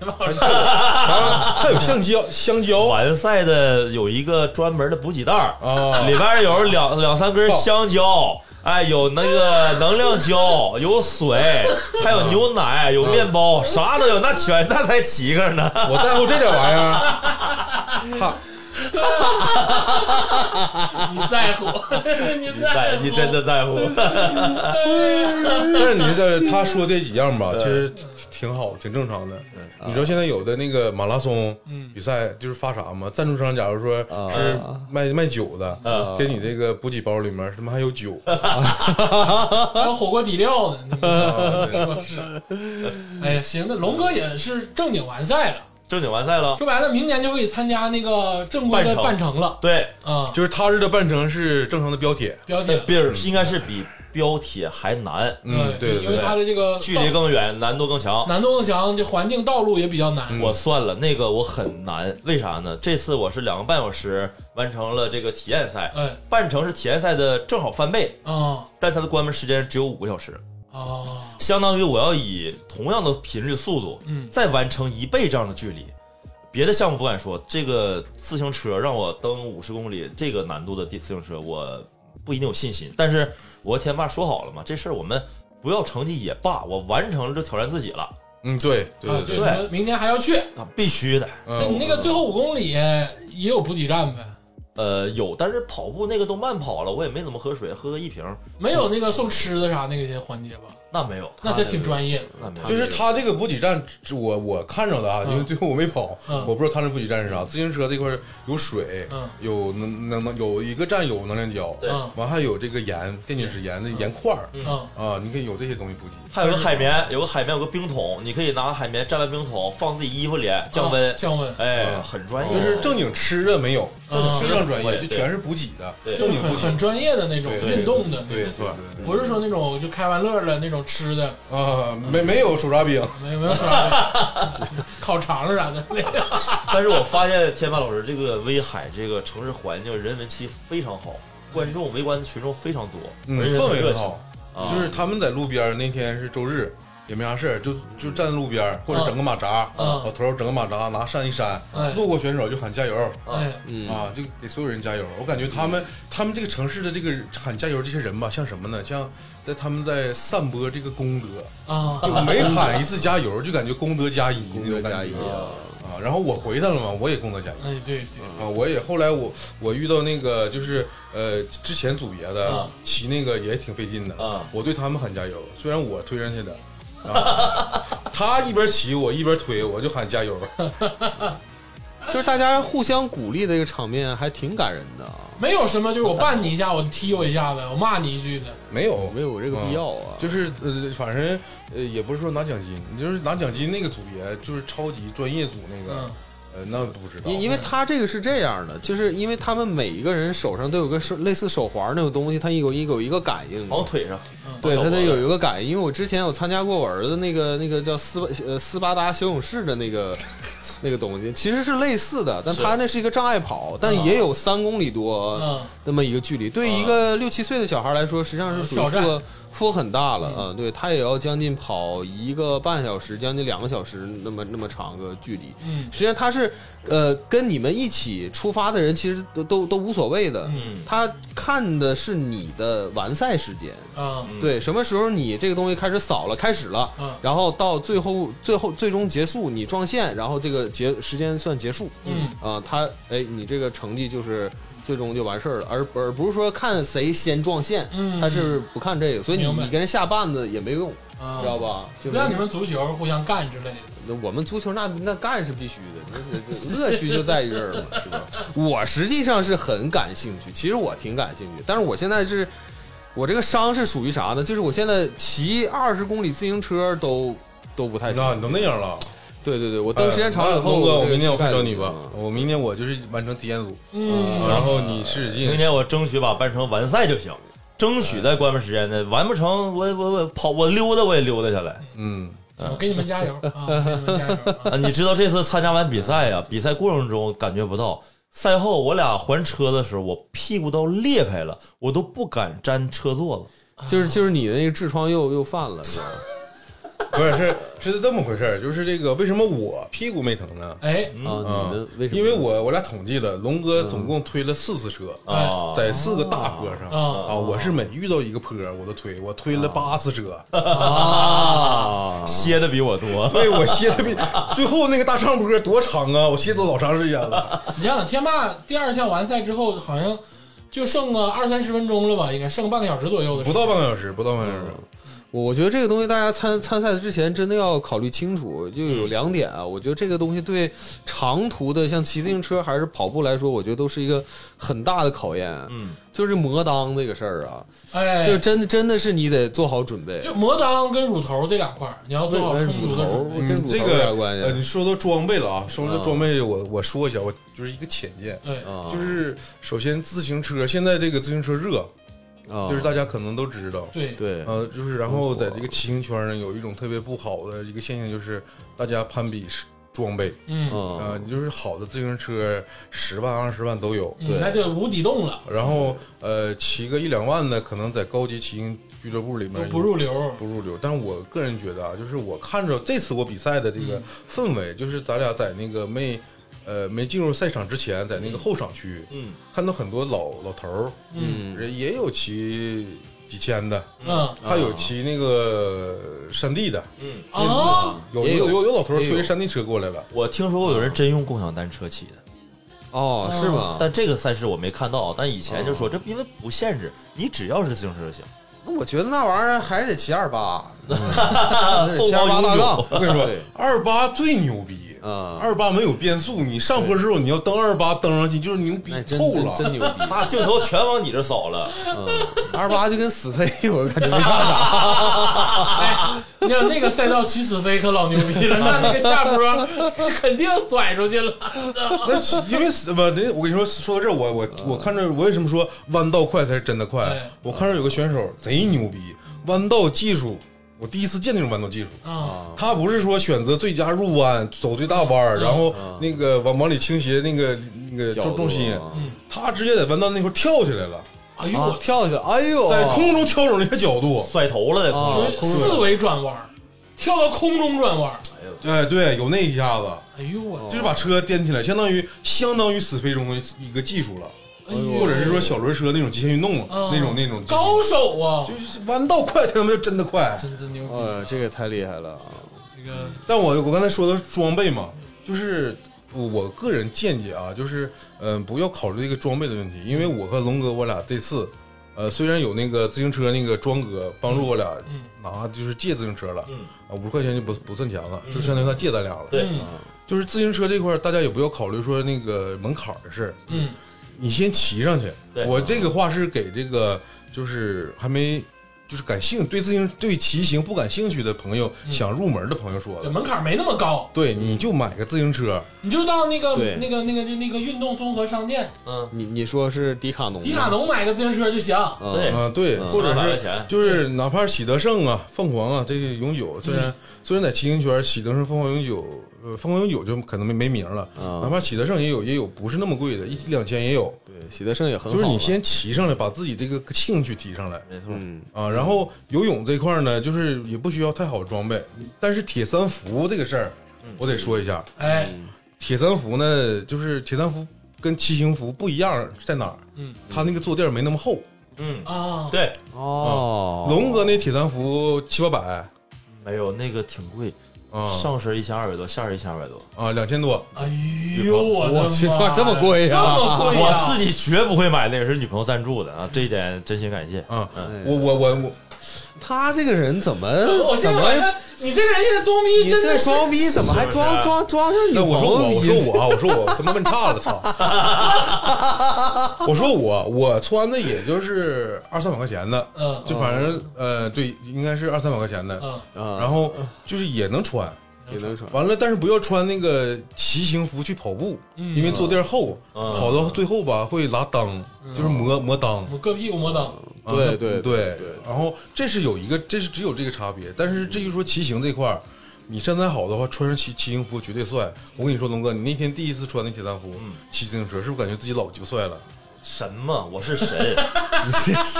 他有 橡胶，香蕉
完赛的有一个专门的补给袋儿，
啊，
里边有两两三根香蕉，哎，有那个能量胶，有水，还有牛奶，有面包，啥都有，那全那才七个呢。
我在乎这点玩意 儿。啊操，
你在乎，你在乎，
你真的 在乎？
但是你这他说这几样吧，其实挺挺好，挺正常的。你知道现在有的那个马拉松比赛就是发啥吗？赞助商假如说是卖卖酒的，给你这个补给包里面他妈还有酒，
还有火锅底料呢，你们
啊对
说是？哎呀，行，那龙哥也是正经完赛了，
正经完赛了，
说白了，明年就可以参加那个正规的半
半
程了
对，
啊。
就是他日的半程是正常的标铁，
标铁，
比尔应该是比标铁还难，
嗯，对对
因为
对
它，的这个
距离更远，难度更强
道。难度更强，这环境道路也比较难。
我算了，那个我很难，为啥呢？这次我是两个半小时完成了这个体验赛，
哎，
嗯
半程是体验赛的正好翻倍，
啊
但它的关门时间只有五个小时，
啊，
相当于我要以同样的频率、速度，
嗯
再完成一倍这样的距离。别的项目不敢说，这个自行车让我蹬五十公里这个难度的自行车，我不一定有信心。但是我和天霸说好了嘛，这事儿我们不要成绩也罢，我完成了就挑战自己了
嗯，对
啊
对
就
对
是
对，
你们明年还要去。
啊，必须的。
那哎你
嗯，
那个最后五公里也有补给站呗？
呃，有，但是跑步那个都慢跑了，我也没怎么喝水，喝个一瓶儿
没有那个送吃的啥那个些环节吧？
那没有，
那
他
这
个
挺专业的。
那没有，
就是他这个补给站，我我看着了啊，
嗯
因为最后我没跑，
嗯
我不知道他那补给站是啥。自行车这块儿有水
嗯，
有能能能有一个站有能量胶，
对
嗯
完还有这个盐，电解质盐的盐块儿
嗯
啊，你可以有这些东西补给。
还有个海绵，有个海绵，有个冰桶，你可以拿海绵蘸完冰桶放自己衣服里降温
哦
啊，降温
哎，
嗯
很专业，
就是正经吃的没有，
嗯
吃上专业，
对
就全是补给的，
对
就
正
是
经
很
补
很
给。
专业的那种
对
运动的那
对
些
对，对
不是说那种就开完乐了那种吃的，
对啊，没没有手抓饼，
没没有啥
嗯
烤肠啥的没有。
但是我发现天霸老师这个威海这个城市环境人文气非常好，观众围观的群众非常多，
嗯，
而且
氛围
热
很
情
好。
啊
就是他们在路边儿那天是周日，也没啥事儿，就就站路边儿或者整个马扎，
嗯
老头儿整个马扎拿扇一扇
哎，
路过选手就喊加油
哎，
嗯
啊，就给所有人加油。我感觉他们他们这个城市的这个喊加油这些人吧，像什么呢？像在他们在散播这个功德，
啊
就每喊一次加油，就感觉功德加一那
德
种
加
感
一
觉啊。然后我回他了嘛，我也功德加一。
哎对对，
啊，我也后来我我遇到那个就是呃之前组别的、
啊
骑那个也挺费劲的
啊
我对他们喊加油，虽然我推上去 的，啊、他一边骑我一边推，我就喊 加油。
就是大家互相鼓励的一个场面，还挺感人的啊，
没有什么就是我绊你一下，我踢我一下子，我骂你一句的。
没有
没有这个必要啊。
就是呃反正呃也不是说拿奖金，就是拿奖金那个组别就是超级专业组那个，
嗯
呃那不知道，
因因为他这个是这样的，就是因为他们每一个人手上都有个手类似手环那种东西，它有一有一个感应
嗯
的
往腿上，
对，
小
它得
脖子
有一个感应，因为我之前有参加过我儿子那个那个叫斯巴呃斯巴达小勇士的那个那个东西，其实是类似的，但他那是一个障碍跑，但也有三公里多
嗯
那么一个距离，对一个六七岁的小孩来说，实际上是属于
挑
负
战嗯
荷负荷很大了啊。对他也要将近跑一个半小时，将近两个小时那么那么长个距离。
嗯
实际上他是呃跟你们一起出发的人其实都都都无所谓的，
嗯
他看的是你的完赛时间。
啊
嗯
对，什么时候你这个东西开始扫了，开始了，
嗯
然后到最后最后最终结束，你撞线，然后这个结时间算结束，
嗯
啊、他哎，你这个成绩就是最终就完事儿了，而而不是说看谁先撞线，
嗯
他是不看这个，所以你
明白
你跟人下绊子也没用，
啊，
知道？吧？就
不像你们足球互相干之类的，
那我们足球那那干是必须的，这这这乐趣就在于这儿嘛，是吧？我实际上是很感兴趣，其实我挺感兴趣，但是我现在是，我这个伤是属于啥呢？就是我现在骑二十公里自行车都都不太
那
行。
啊你都那样 了，
对对对，我蹬时间长了以
哎
后，
龙哥，
这
我
个
明天我
膝盖
会找
就嗯
你吧
疼，
我明天我就是完成体验组，
嗯，
然后你使使劲，
明天我争取把半程完赛就行，争取在关门时间内完不成，我我我跑我溜达我也溜达下来
嗯。
我给你 们
呃
加油啊，给你们加油啊，
啊！你知道这次参加完比赛啊，比赛过程中感觉不到。赛后我俩还车的时候，我屁股都裂开了，我都不敢沾车座了。
就是就是你的那个痔疮又又犯了，是吧？
不是是是这么回事儿，就是这个为什么我屁股没疼呢？
哎，
啊，
啊
你的为什么？嗯
因为我我俩统计了，龙哥总共推了四次车，
啊，
在四个大坡上
啊
啊，我是每遇到一个坡我都推，我推了八次车，
啊，
歇的比我多。
对我歇 的比最后那个大上坡多长啊，我歇都老长时 间了。
你想想，天霸第二项完赛之后，好像就剩个二三十分钟了吧，应该剩半个小时左右的时
不
间，
到半个小时，不到半个小
嗯
时，
我我觉得这个东西大家参参赛之前真的要考虑清楚，就有
嗯
两点啊。我觉得这个东西对长途的像骑自行车还是跑步来说，我觉得都是一个很大的考验。
嗯，
就是磨裆这个事儿啊，
哎，
就真的真的是你得做好准备。
就磨裆跟乳头这两块儿，你要做好充足
乳
的
头
准备。
跟乳头
这
有
个
点关
呃，
系
你说到装备了啊，说到
啊
装备，我我说一下，我就是一个浅见，
哎，
啊，
呃就是首先自行车，现在这个自行车热，
啊，
就是大家可能都知道，
对，
对啊
呃，就是然后在这个骑行圈儿呢，有一种特别不好的一个现象，就是大家攀比是装备，
嗯，
啊
呃，你就是好的自行车十万二十万都有，
嗯
对
那就无底洞了，
然后呃骑个一两万的，可能在高级骑行俱乐部里
都
面
不入流。
不入流。但是我个人觉得啊，就是我看着这次我比赛的这
嗯
个氛围，就是咱俩在那个没呃没进入赛场之前，在那个后场区
嗯
看到很多老老头儿，
嗯
人也有骑几千的，
嗯
还有骑那个山地的，
嗯，
啊，
有
也有
有有有老头儿
也有
推着山地车过来了，
我听说过有人真用共享单车骑的，
哦，是吗？
呃
但这个赛事我没看到。啊但以前就说这因为不限制，你只要是自行车就行。
那我觉得那玩意儿还是得骑二 八，
凤
骑二
凰拥
八大
有
杠，
我跟你说
对，
二八最牛逼，
啊
二八没有变速，你上坡之后你要蹬二八蹬上去就是牛逼
那真
透
真真
了。
牛逼！
那镜头全往你这扫了。
二八就跟死飞，我感觉没啥啥。
哎，你要那个赛道起死飞可老牛逼了，那那个下坡 肯定甩出去了。
那是因为死不，那我跟你说，说到这儿，我我我看着我为什么说弯道快才是真的快
哎？
我看着有个选手贼牛逼，弯道技术，我第一次见那种弯道技术。
啊，
他不是说选择最佳入弯，走最大弯儿，然后那个往往里倾斜那个那个
啊角度
重
啊
重心，他直接在弯道那块儿跳起来了，
哎呦
啊
我，
跳下去，哎呦，
在空中调整了一个角度。
甩头了在空中
啊，
属于四维转弯儿，跳到空中转弯儿。
哎，对，有那一下子，
哎呦
哦
我，
就是把车颠起来，相当于相当于死飞中的一个技术了，
哎呦
或者是说小轮车那种极限运动了，
啊
那种那种技术
高手啊，
就是弯道快，他妈真的快。
真真牛逼！
呃，这个太厉害了啊！
这个
但我我刚才说的是装备嘛，就是我我个人见解啊，就是嗯、呃不要考虑这个装备的问题，因为我和龙哥我俩这次，呃，虽然有那个自行车那个庄哥帮助我俩
嗯
拿就是借自行车了，
嗯
啊，五十块钱就不不算钱了，就相当于他借咱俩了。
对
嗯
就是自行车这块儿，大家也不要考虑说那个门槛儿的事儿，
嗯
你先骑上去。
对
我这个话是给这个就是还没就是感兴对自行对骑行不感兴趣的朋友，
嗯
想入门的朋友说
对，
的。
门槛没那么高，
对，你就买个自行车，
你就到那个
对
那个那个就那个运动综合商店，
嗯，
你你说是迪卡侬吗？
迪卡侬买个自行车就行。
啊
对
啊，对，
嗯
或
300
者
块
是
钱
就是哪怕是喜德盛啊、凤凰啊这些永久，虽然虽然在骑行圈喜德盛、凤凰永久，呃，凤凰永久就可能没没名了，
嗯
哪怕喜德盛也有也有不是那么贵的，一两千也有，
对，喜德盛也很好。
就是你，先骑上来，把自己这个兴趣提上来。
没错。
嗯，
啊，然后游泳这块儿呢，就是也不需要太好的装备，但是铁三服这个事儿，我得说一下。
嗯
哎，
铁三服呢，就是铁三服跟骑行服不一样在哪儿？
嗯
它那个坐垫没那么厚。
嗯，
啊，
对，
哦，
龙哥那铁三服七八百
没有那个挺贵，
啊
上身一千二百多，下身一千二百多。
啊，两千多。
哎呦我的妈呀！
我去这玩意儿这么贵呀啊
这么贵呀！
我自己绝不会买那个，是女朋友赞助的啊，这一点真心感谢。
啊
嗯，
我我我我，
他这个人怎么
呃我现
怎
在
么
感？觉你这个人现在装逼
你
真的
这
是
装逼怎么还
是
装
不是
装装上女
那我
朋
说我
友逼
我说？我啊，我说我他妈问岔了，操！我说我我穿的也就是二三百块钱的，
嗯
就反正呃对，应该是二三百块钱的，
嗯
啊
然后就是也能穿。
也能说
完了，但是不要穿那个骑行服去跑步，因为坐垫厚，
嗯
跑到最后吧会拉裆，就是磨磨裆。
我硌屁股磨裆。
啊
对
那
对
对然后这是有一个，这是只有这个差别，但是至于说骑行这块儿，你身材好的话，穿上骑骑行服绝对帅。我跟你说，龙哥，你那天第一次穿那铁蛋服，
嗯
骑自行车，是不是感觉自己老鸡巴帅了？
什么？我是神，
你是是，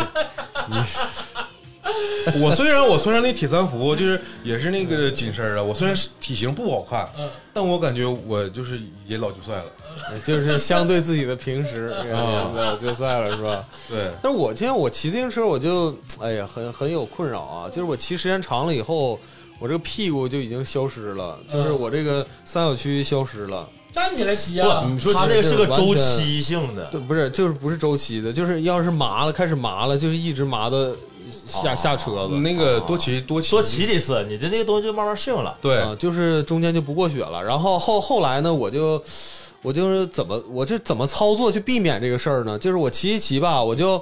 我虽然我穿上那铁三服，就是也是那个紧身儿啊，我虽然是体型不好看，
嗯
但我感觉我就是也老就帅了。
就是相对自己的平时，啊，就算了是吧？
对，
但是我今天我骑自行车，我就哎呀，很很有困扰啊。就是我骑时间长了以后，我这个屁股就已经消失了，就是我这个三角区消失了。
站起来骑
不，
啊！
你说他那个是个
完全
周期性的，
对，不是，就是不是周期的，就是要是麻了，开始麻了，就是一直麻到下、
啊
下车子。
那个多骑多骑
多骑几次，你的那个东西就慢慢适应了。
对，
啊，就是中间就不过血了。然后后后来呢，我就我就是怎么我这怎么操作去避免这个事儿呢？就是我骑一骑吧，我就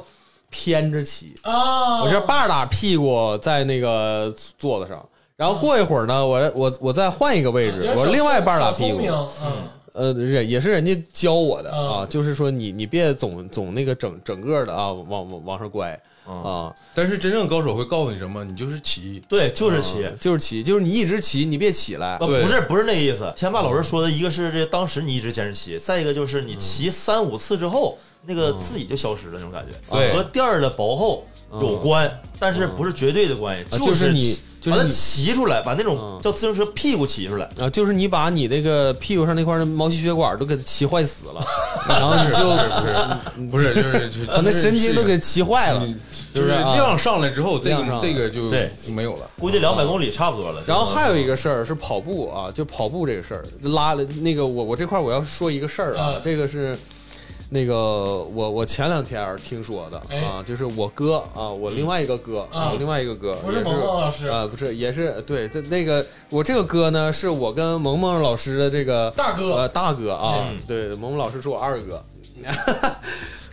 偏着骑，
啊，
我这半打屁股在那个座子上。然后过一会儿呢，我我我再换一个位置，我另外半打屁股，
嗯，
呃，人也是人家教我的
嗯
啊，就是说你你别总总那个整整个的啊，往往往上拐
嗯
啊，
但是真正高手会告诉你什么，你就是骑。
对，就是骑。
嗯就是骑，就是你一直骑，你别起来
啊，，
对
不是不是那个意思。天霸老师说的，一个是这当时你一直坚持骑，再一个就是
嗯
你骑三五次之后，那个自己就消失了那种感觉，
对
和垫儿的薄厚有关，但是不是绝对的关系，
嗯啊就是你
骑
就是
把它
你
骑出来，把那种
嗯
叫自行车屁股骑出来。
啊，就是你把你那个屁股上那块儿的毛细血管都给它骑坏死了，然后你就嗯啊
不是，就是就
把那神经都给
就是嗯
骑坏了
你。
就
就是是
啊
量上来之后，这
量上
个
来
这个就
对
就没有了。
估计两百公里差不多了。
然后
是吧
还有一个事儿是跑步啊，就跑步这个事儿，拉了那个我我这块儿我要说一个事儿啊
嗯，
这个是那个我我前两天儿听说的
哎
啊，就是我哥啊，我另外一个哥，
啊
我另外一个哥
不
也
是
是
萌萌老师
啊，不是也是对，这那个我这个哥呢，是我跟萌萌老师的这个
大哥
呃大哥啊，
嗯
对，萌萌老师是我二哥。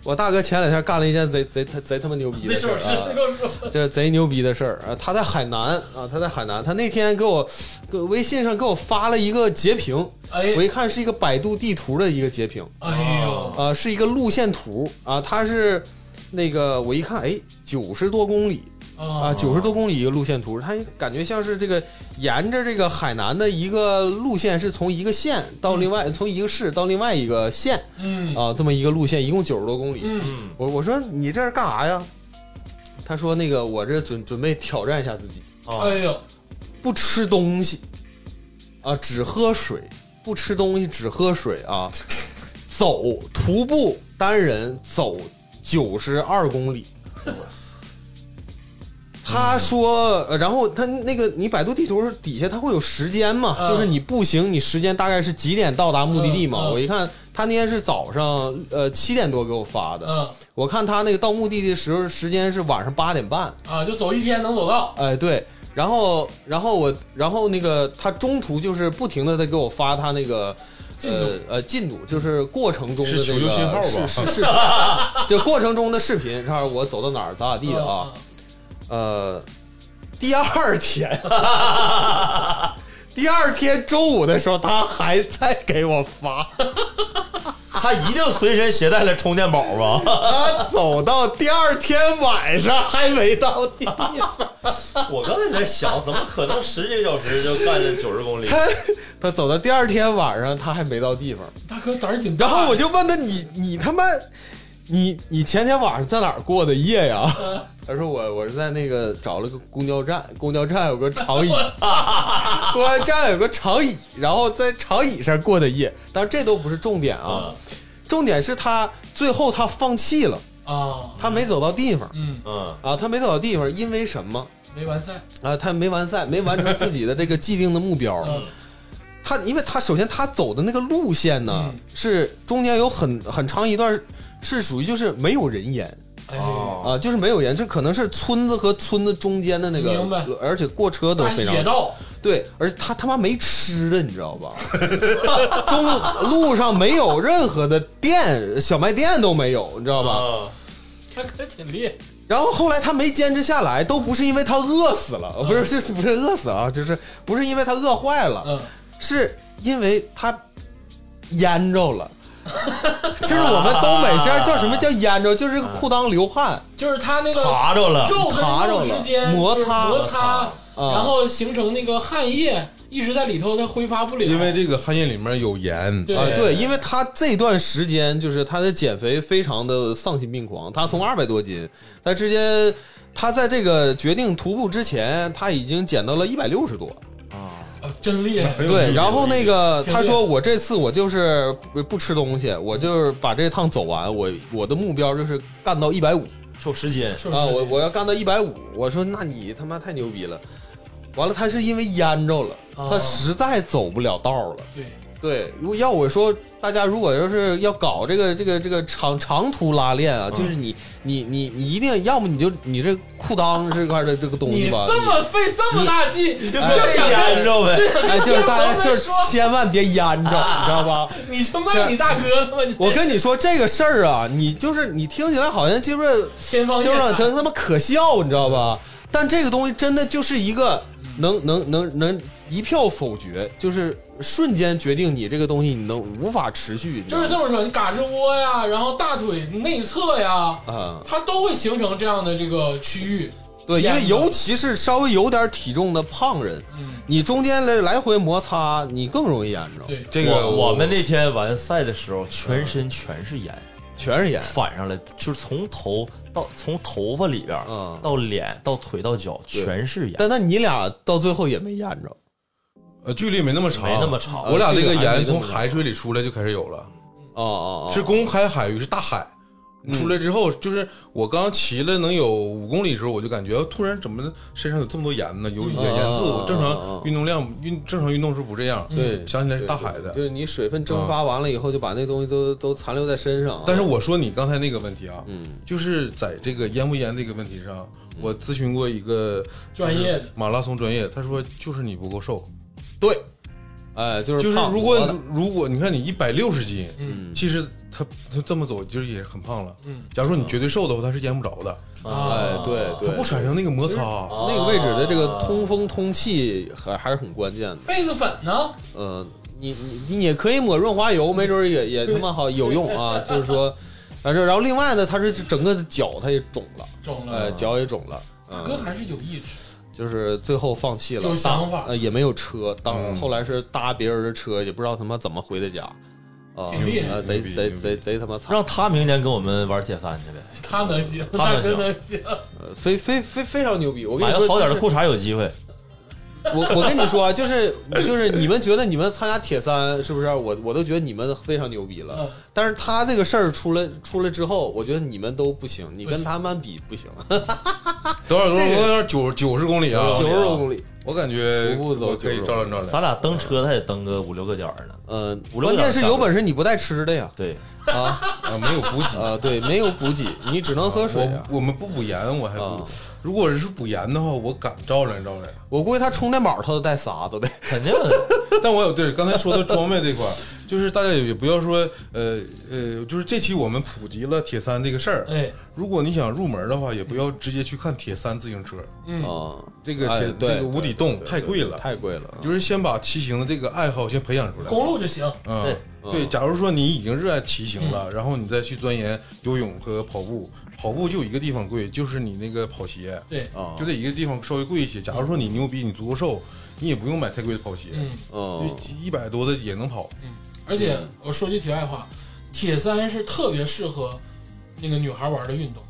我大哥前两天干了一件贼贼他贼他妈牛逼的
这
事
事
儿
儿
啊
是！告诉
这贼牛逼的事儿啊！他在海南啊，他在海南，他那天给我给微信上给我发了一个截屏，
哎
我一看是一个百度地图的一个截屏，
哎呦，
啊，是一个路线图啊，它是那个我一看，哎，九十多公里啊，
啊，
九十多公里一个路线图，它感觉像是这个沿着这个海南的一个路线，是从一个县到另外，从一个市到另外一个县
嗯
啊，这么一个路线，一共九十多公里。
嗯，
嗯，
我我说你这是干啥呀？他说那个我这准准备挑战一下自己，
哎呦，
不吃东西，啊，只喝水，不吃东西只喝水啊，走徒步单人走九十二公里。他说，呃然后他那个你百度地图底下它会有时间嘛，
嗯
就是你步行，你时间大概是几点到达目的地嘛？
嗯嗯
我一看他那天是早上呃七点多给我发的，
嗯
我看他那个到目的地的时候时间是晚上八点半，
啊，就走一天能走到，
哎对，然后然后我然后那个他中途就是不停的在给我发他那个。
进度
呃呃，进度就是过程中的
是
这
求救
个
信号吧
是是 视频，就过程中的视频，这儿我走到哪儿咋咋地的啊。呃，第二天， 第二天周五的时候，他还在给我发，
他一定随身携带了充电宝吧？
他走到第二天晚上还没到地方。
我刚才在想，怎么可能十几个小时就干这九十公里？
他他走到第二天晚上，他还没到地方。
嗯大哥胆儿挺大
然
呀，
后我就问他：“你你他妈，你你前天晚上在哪儿过的夜呀？”他说我：“我是在那个找了个公交站，公交站有个长椅，公交站有个长椅，然后在长椅上过的夜。当然这都不是重点
嗯
啊，重点是他最后他放弃了，
啊，
他没走到地方
嗯，
嗯，
啊，他没走到地方，因为什么
没完赛，
啊？他没完赛，没完成自己的这个既定的目标。
嗯
他因为他首先他走的那个路线呢，
嗯
是中间有很很长一段是是属于就是没有人烟
哎
哦
呦，
啊、就是没有人，这可能是村子和村子中间的那个，
明白
而且过车都
大
非常
野道，
对，而且他他妈没吃的，你知道吧？ 中路上没有任何的店，小卖店都没有，你知道吧？
嗯
啊，
大哥挺厉害，
然后后来他没坚持下来，都不是因为他饿死了，
嗯
呃不是，这是不是饿死了啊，就是不是因为他饿坏了，
嗯，
是因为他淹着 了。就是我们东北现在叫什么叫淹着，就是裤裆流汗，
就是他那个
卡着了。
肉跟
卡着
肉
了嗯
之间
摩
就是
擦
摩擦
啊，
然后形成那个汗液，一直在里头，它挥发不了。
因为这个汗液里面有盐，
对
啊、对，因为他这段时间就是他的减肥非常的丧心病狂，他从二百多斤，他直接他在这个决定徒步之前，他已经减到了一百六十多。
啊真厉 害，
很有意
对，
义
然后那个
天
他
天
说我这次我就是不不吃东西，我就是把这趟走完，我我的目标就是干到一百五
瘦十斤，
是不是
啊，我我要干到一百五。我说那你他妈太牛逼了。完了，他是因为淹着了，
啊
他实在走不了道了。
对
对，如果要我说，大家如果要是要搞这个这个这个长长途拉练啊，就是
嗯
你你你你一定要么你就你这裤裆这块的这个东
你
西吧，
这么费这么大劲，就
就
想
说被
跟
淹着呗。
你哎，就是大家就是
说
千万别淹着，你知道 吧？
你就卖你大哥吧，你
啊我跟你说这个事儿啊，你就是你听起来好像就是
天方夜
就是
谭
他他妈可笑，你知道吧？但这个东西真的就是一个能能能能一票否决，就是瞬间决定你这个东西你能无法持续，你知
就是
道吗
这么说，你胳肢窝呀，然后大腿内侧呀，
啊。
它都会形成这样的这个区域。
对，因
淹
为
死
尤其是稍微有点体重的胖人，
嗯，
你中间来来回摩擦，你更容易淹着，
对，
这个
我我们那天完赛的时候，全身全是盐，
全是盐。
反上来就是从头到从头发里边儿
嗯
到脸到腿到脚全是盐，
但那你俩到最后也没淹着，
呃距离没那么长，
没那么长
我俩这个
这个还没
盐
那么
从
长
海水里出来就开始有了，
哦哦哦，嗯
是公开海域，是大海。出来之后，就是我刚骑了能有五公里的时候，我就感觉突然怎么身上有这么多盐呢？有盐
嗯
盐渍。我
嗯
正
嗯
常运动量运正常运动是不这样，
对
想起来是大海的嗯
对就是你水分蒸发完了以后，就把那东西都都残留在身上啊。
但是我说你刚才那个问题啊，
嗯，
就是在这个烟不烟这个问题上，我咨询过一个
专业的
就是马拉松专业，他说就是你不够瘦，
对，哎，就是
就是
胖
如果
多的
如果你看你一百六十斤，
嗯
其实他他这么走就是也很胖了。
嗯
假如说你绝对瘦的话，他是淹不着的，
啊
哎，对
它
对啊
不，产生那个摩擦。啊
那个位置的这
哦
个通风通气还还是很关键的。
痱子粉呢？
呃，你你你也可以抹润滑油，没准儿也也他妈好有用啊。就是说，反正然后另外呢，它是整个的脚它也肿了，
肿
呃，
了，
脚也肿了，
哥
嗯，
还是有意志，
就是最后放弃了，
有想法
搭呃，也没有车，当
嗯
后来是搭别人的车，也不知道他妈怎么回的家，啊
挺厉害，
呃贼
牛逼
贼
牛逼
贼贼他妈惨，
让他明年跟我们玩铁三去呗，
他能行，
他
大
能
哥
行
能行，
呃非非非非常牛逼，我跟
买
你
个
说，
好点
就
的
是
裤衩有机会。
我我跟你说啊，就是就是你们觉得你们参加铁三是不是？我我都觉得你们非常牛逼了
嗯，
但是他这个事儿出来出来之后，我觉得你们都不行，你跟他们比不行，
多少多少多少九九十公里啊！
九十公里，
我感觉
徒步走
我可以照亮照亮。
咱俩蹬车，他也蹬个五六个点儿呢。
嗯，
五六
关
个
键
小时
是有本事你不带吃的呀，
对，
啊
啊，没有补给。
啊，对，没有补给，你只能喝水啊。
我我们不补盐，我还
啊
不。如果是补盐的话，我敢照亮照亮。
我估计他充电宝他都带仨都得，
肯定的。
但我有对刚才说到装备这块儿，就是大家也不要说呃呃，就是这期我们普及了铁三这个事儿。
哎，
如果你想入门的话，也不要直接去看铁三自行车，
嗯，
啊，
这个
哎
铁
对
这个无底洞太贵了，
太贵了。
就是先把骑行的这个爱好先培养出来。
公路就行，
哎
嗯，对，假如说你已经热爱骑行
嗯
了，然后你再去钻研游泳和跑步，跑步就一个地方贵，就是你那个跑鞋，
对，
啊
就，这一个地方稍微贵一些。假如说你牛逼，你足够瘦，你也不用买太贵的跑鞋，
嗯，
嗯，
一百多的也能跑。
而且我说句题外话，铁三是特别适合那个女孩玩的运动，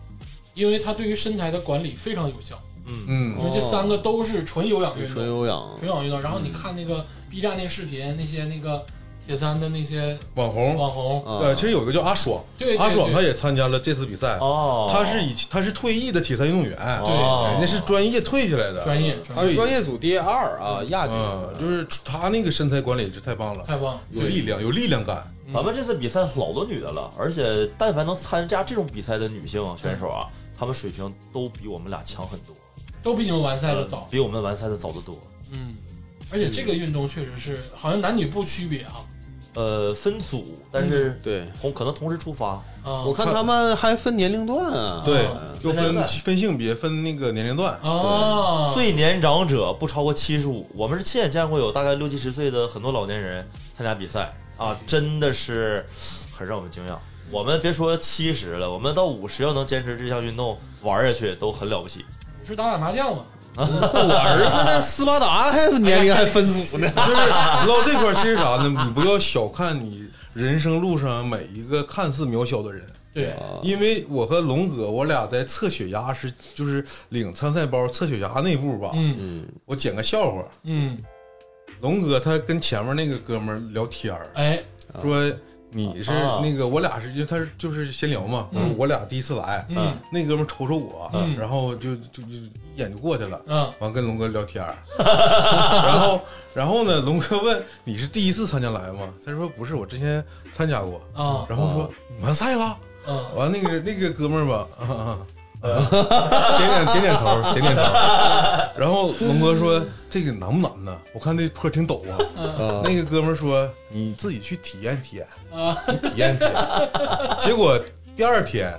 因为它对于身材的管理非常有效，因
嗯
为这三个都是纯有氧运
纯
动，
有氧，
纯有氧运动。然后你看那个 B 站那个视频，那些那个铁三的那些
网红，
网红，
啊
呃，其实有一个叫阿爽，
对，
阿
对
爽
对
他也参加了这次比赛，
哦，
他是以他是退役的铁三运动员，
哦
人家是专业退下来的，
专业，专
他
业
是专业组第二啊，亚军。
嗯，就是他那个身材管理是太棒了，
太棒了，
有力量，有力量感。
咱们这次比赛老多女的了，而且但凡能参加这种比赛的女性选手啊，她们水平都比我们俩强很多，
都比你们完赛的早。
比我们完赛的早得多。
嗯，而且这个运动确实是好像男女不区别啊。
呃，分组，但是
对，
同可能同时出发，
啊，
我看他们还分年龄段啊。
对
嗯，
又分分性别，分那个年 龄段。
啊，
最年长者不超过七十五。我们是亲眼见过有大概六七十岁的很多老年人参加比赛啊，真的是很让我们惊讶。我们别说七十了，我们到五十要能坚持这项运动玩下去都很了不起。
不是打打麻将嘛，
我儿子那斯巴达还年龄还分组呢。
就是唠这块儿，其实啥呢？你不要小看你人生路上每一个看似渺小的人，
对，
因为我和龙哥，我俩在测血压时，就是领参赛包测血压那一步吧，
嗯
我讲个笑话。
嗯，
龙哥他跟前面那个哥们儿聊天儿，
哎，
说你是
啊
那个，我俩是因为他是就是闲聊嘛，
嗯
我俩第一次来，
嗯
那哥们儿瞅瞅我，
嗯
然后就就就一眼就过去了。
啊，
完跟龙哥聊天 儿，然后然后呢，龙哥问你是第一次参加来吗？他说不是，我之前参加过。
啊
然后说你完赛了，
啊，
完那个那个哥们儿吧， 啊啊啊，点点点点头，点点头。然后龙哥说这个难不难呢？我看这坡挺陡啊。
啊
那个哥们儿说你自己去体验体验，
啊
你体验体验。结果第二天，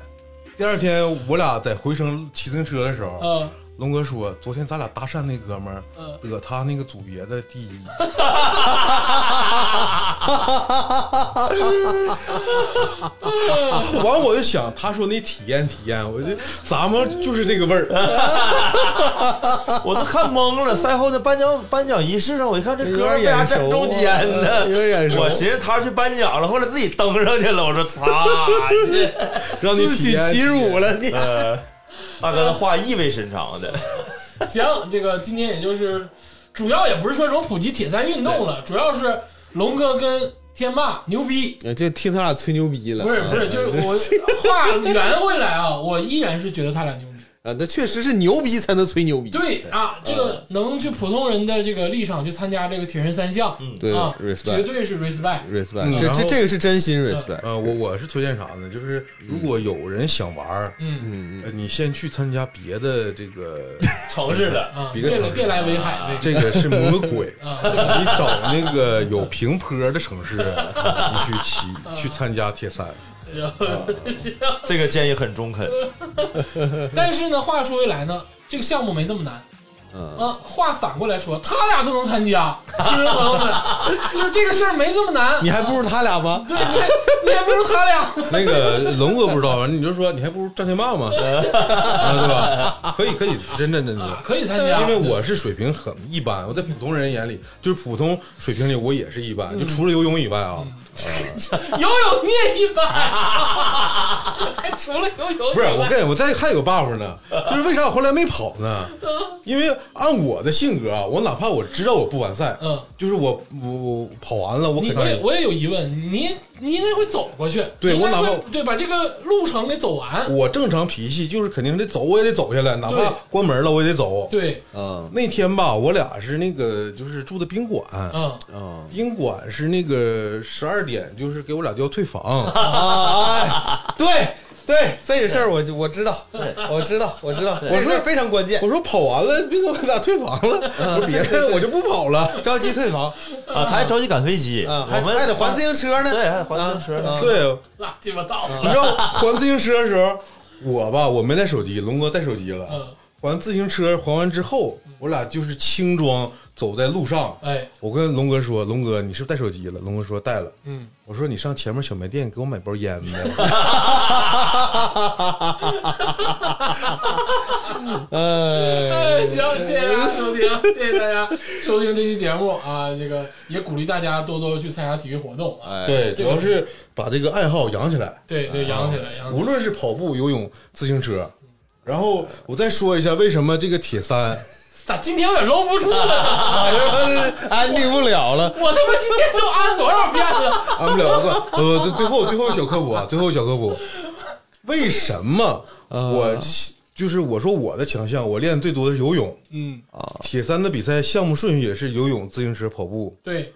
第二天我俩在回程骑自行车的时候，
啊
龙哥说：“昨天咱俩搭讪那哥们儿
嗯
得他那个组别的第一， 完我就想，他说那体验体验，我就咱们就是这个味儿。
我都看懵了。赛后那颁奖颁奖仪式上，我一看这
有
哥们
点
儿为啥
眼熟
站中间
啊
呢？
有点眼熟
我寻思他去颁奖了，后来自己登上去了。我说擦，你这
让你
自
体
取
验
其辱了你。
呃，大哥的话意味深长的。
行，这个今天也就是主要也不是说什么普及铁三运动了，主要是龙哥跟天霸牛逼。
哎就听他俩吹牛逼了，
不是不是，
啊
就是我话圆回来啊，我依然是觉得他俩牛逼。
啊，那确实是牛逼才能吹牛逼。
对啊，这个能去普通人的这个立场去参加这个铁人三项，
对
啊，绝
嗯 respect
对是 respect。
respect，
嗯
这
然后
这这个是真心 respect。
呃，我我是推荐啥呢？就是如果有人想玩儿，
嗯
嗯
呃，你先去参加别的这个，
城市的
啊，
别个
别
城
来
市
别来威海这
这个是魔鬼。
个啊，
你找那个有平坡的城市，你去骑去参加铁三。
这个行。
这个建议很中肯，
但是呢，话说回来呢，这个项目没这么难。
嗯
啊，话反过来说，他俩都能参加，听众朋友们，就是这个事儿没这么难。
你还不如他俩吗？
对，你还你还不如他俩。
那个龙哥不知道，你就说你还不如张天霸嘛，啊，对吧？可以，可以，真的真
啊
的，
可以参加
因为我是水平很一般，我在普通人眼里，就是普通水平里我也是一般，就
嗯
除了游泳以外啊，
游泳你也一般， 还除了游泳以外，
不是我跟我在还有 buff 呢，就是为啥我后来没跑呢？
嗯
因为按我的性格啊，我哪怕我知道我不完赛，
嗯
就是我我我跑完了，我
你
肯
我也
定
我也有疑问，你你应该会走过去，
对
你应该
我哪怕
会对把这个路程给走完，
我正常脾气就是肯定得走，我也得走下来，哪怕
对
关门了我也得走。
对，
嗯
那天吧，我俩是那个就是住的宾馆，
嗯，
嗯
宾馆是那个十二点，就是给我俩要退房。
啊，哎对对，这个事儿我就我知道，我知道，我知道，这事儿非常关键
我。说跑完了，别给我俩退房了，
嗯
我说别的我就不跑了。
着急退房
啊，他还着急赶飞机，
啊，
我
还
们
还得还自行车呢。
对，还得还自行车呢。
嗯
啊
对，
那鸡巴道，
你知道还自行车的时候，我吧我没带手机，龙哥带手机了
嗯。
还自行车还完之后，我俩就是轻装走在路上。
哎，
我跟龙哥说：“龙哥，你是不是带手机了？”龙哥说：“带了。”
嗯，
我说：“你上前面小卖店给我买包烟呗。”
哎，
哎，行，谢谢大家收 听，谢谢大家收听这期节目啊，这个也鼓励大家多多去参加体育活动啊，
对，主
这个
要是把这个爱好养起来，
对对，
哎
养起来，养起
无论是跑步、游泳、自行车。然后我再说一下为什么这个铁三， 啊
来，咋今天有点搂不住了呢？
安定不了了。
我他妈今天都安多少遍了？
俺们两个呃，最最后最后小科普啊，最后小科普，为什么我就是我说我的强项，我练得最多的是游泳。
嗯，
铁三的比赛项目顺序也是游泳、自行车、跑步，
对，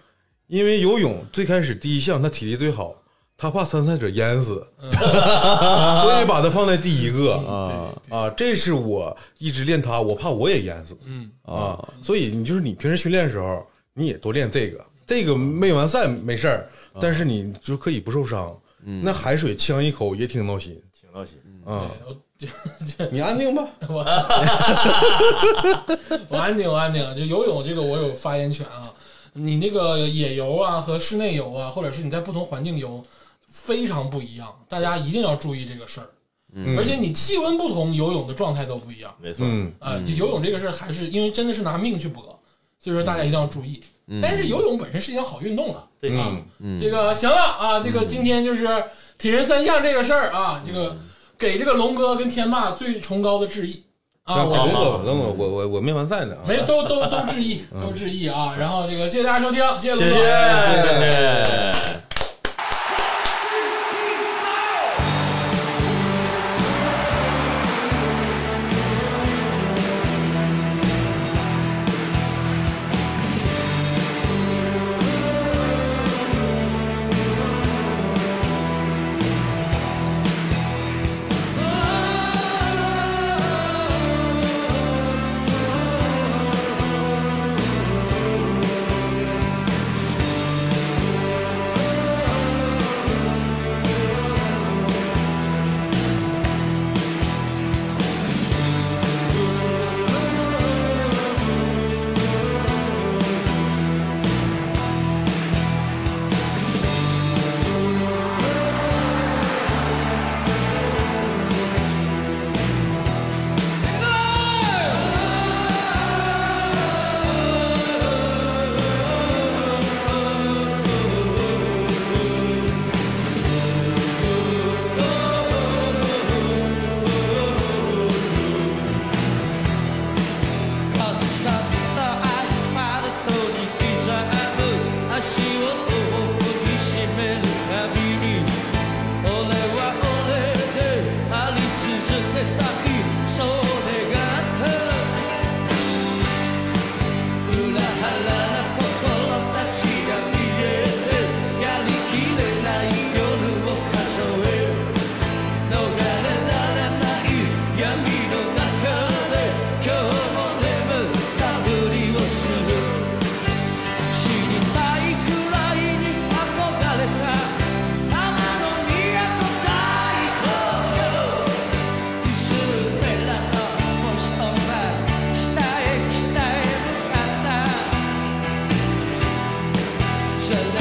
因为游泳最开始第一项他体力最好，他怕参赛者淹死，所以把他放在第一个。
对，
啊，这是我一直练它，我怕我也淹死。
嗯
啊，所以你就是你平时训练的时候，你也多练这个，这个没完赛没事儿，
啊
但是你就可以不受伤。那海水呛一口也挺闹心
嗯挺闹心，嗯
啊！
我
你安 静吧，
啊我安静，我安静。就游泳这个我有发言权啊。你那个野游啊和室内游啊，或者是你在不同环境游，非常不一样。大家一定要注意这个事儿。
嗯
而且你气温不同，游泳的状态都不一样。
没错，
嗯，
啊，就游泳这个事儿还是因为真的是拿命去搏，所以说大家一定要注意。但是游泳本身是一项好运动了，
对
啊
嗯，
这个行了啊，这个今天就是铁人三项这个事儿啊，这
嗯
个给这个龙哥跟天霸最崇高的致意啊，
那
我
我等
们
我等我我我我没完赛呢啊！
没都都都致意，都致意啊。然后这个谢谢大家收听，谢嗯谢
谢谢
龙哥。
谢啊谢。
死にたいくらいに憧れた「天の都大東京」「イスラの星とば北へ北へ向かった」「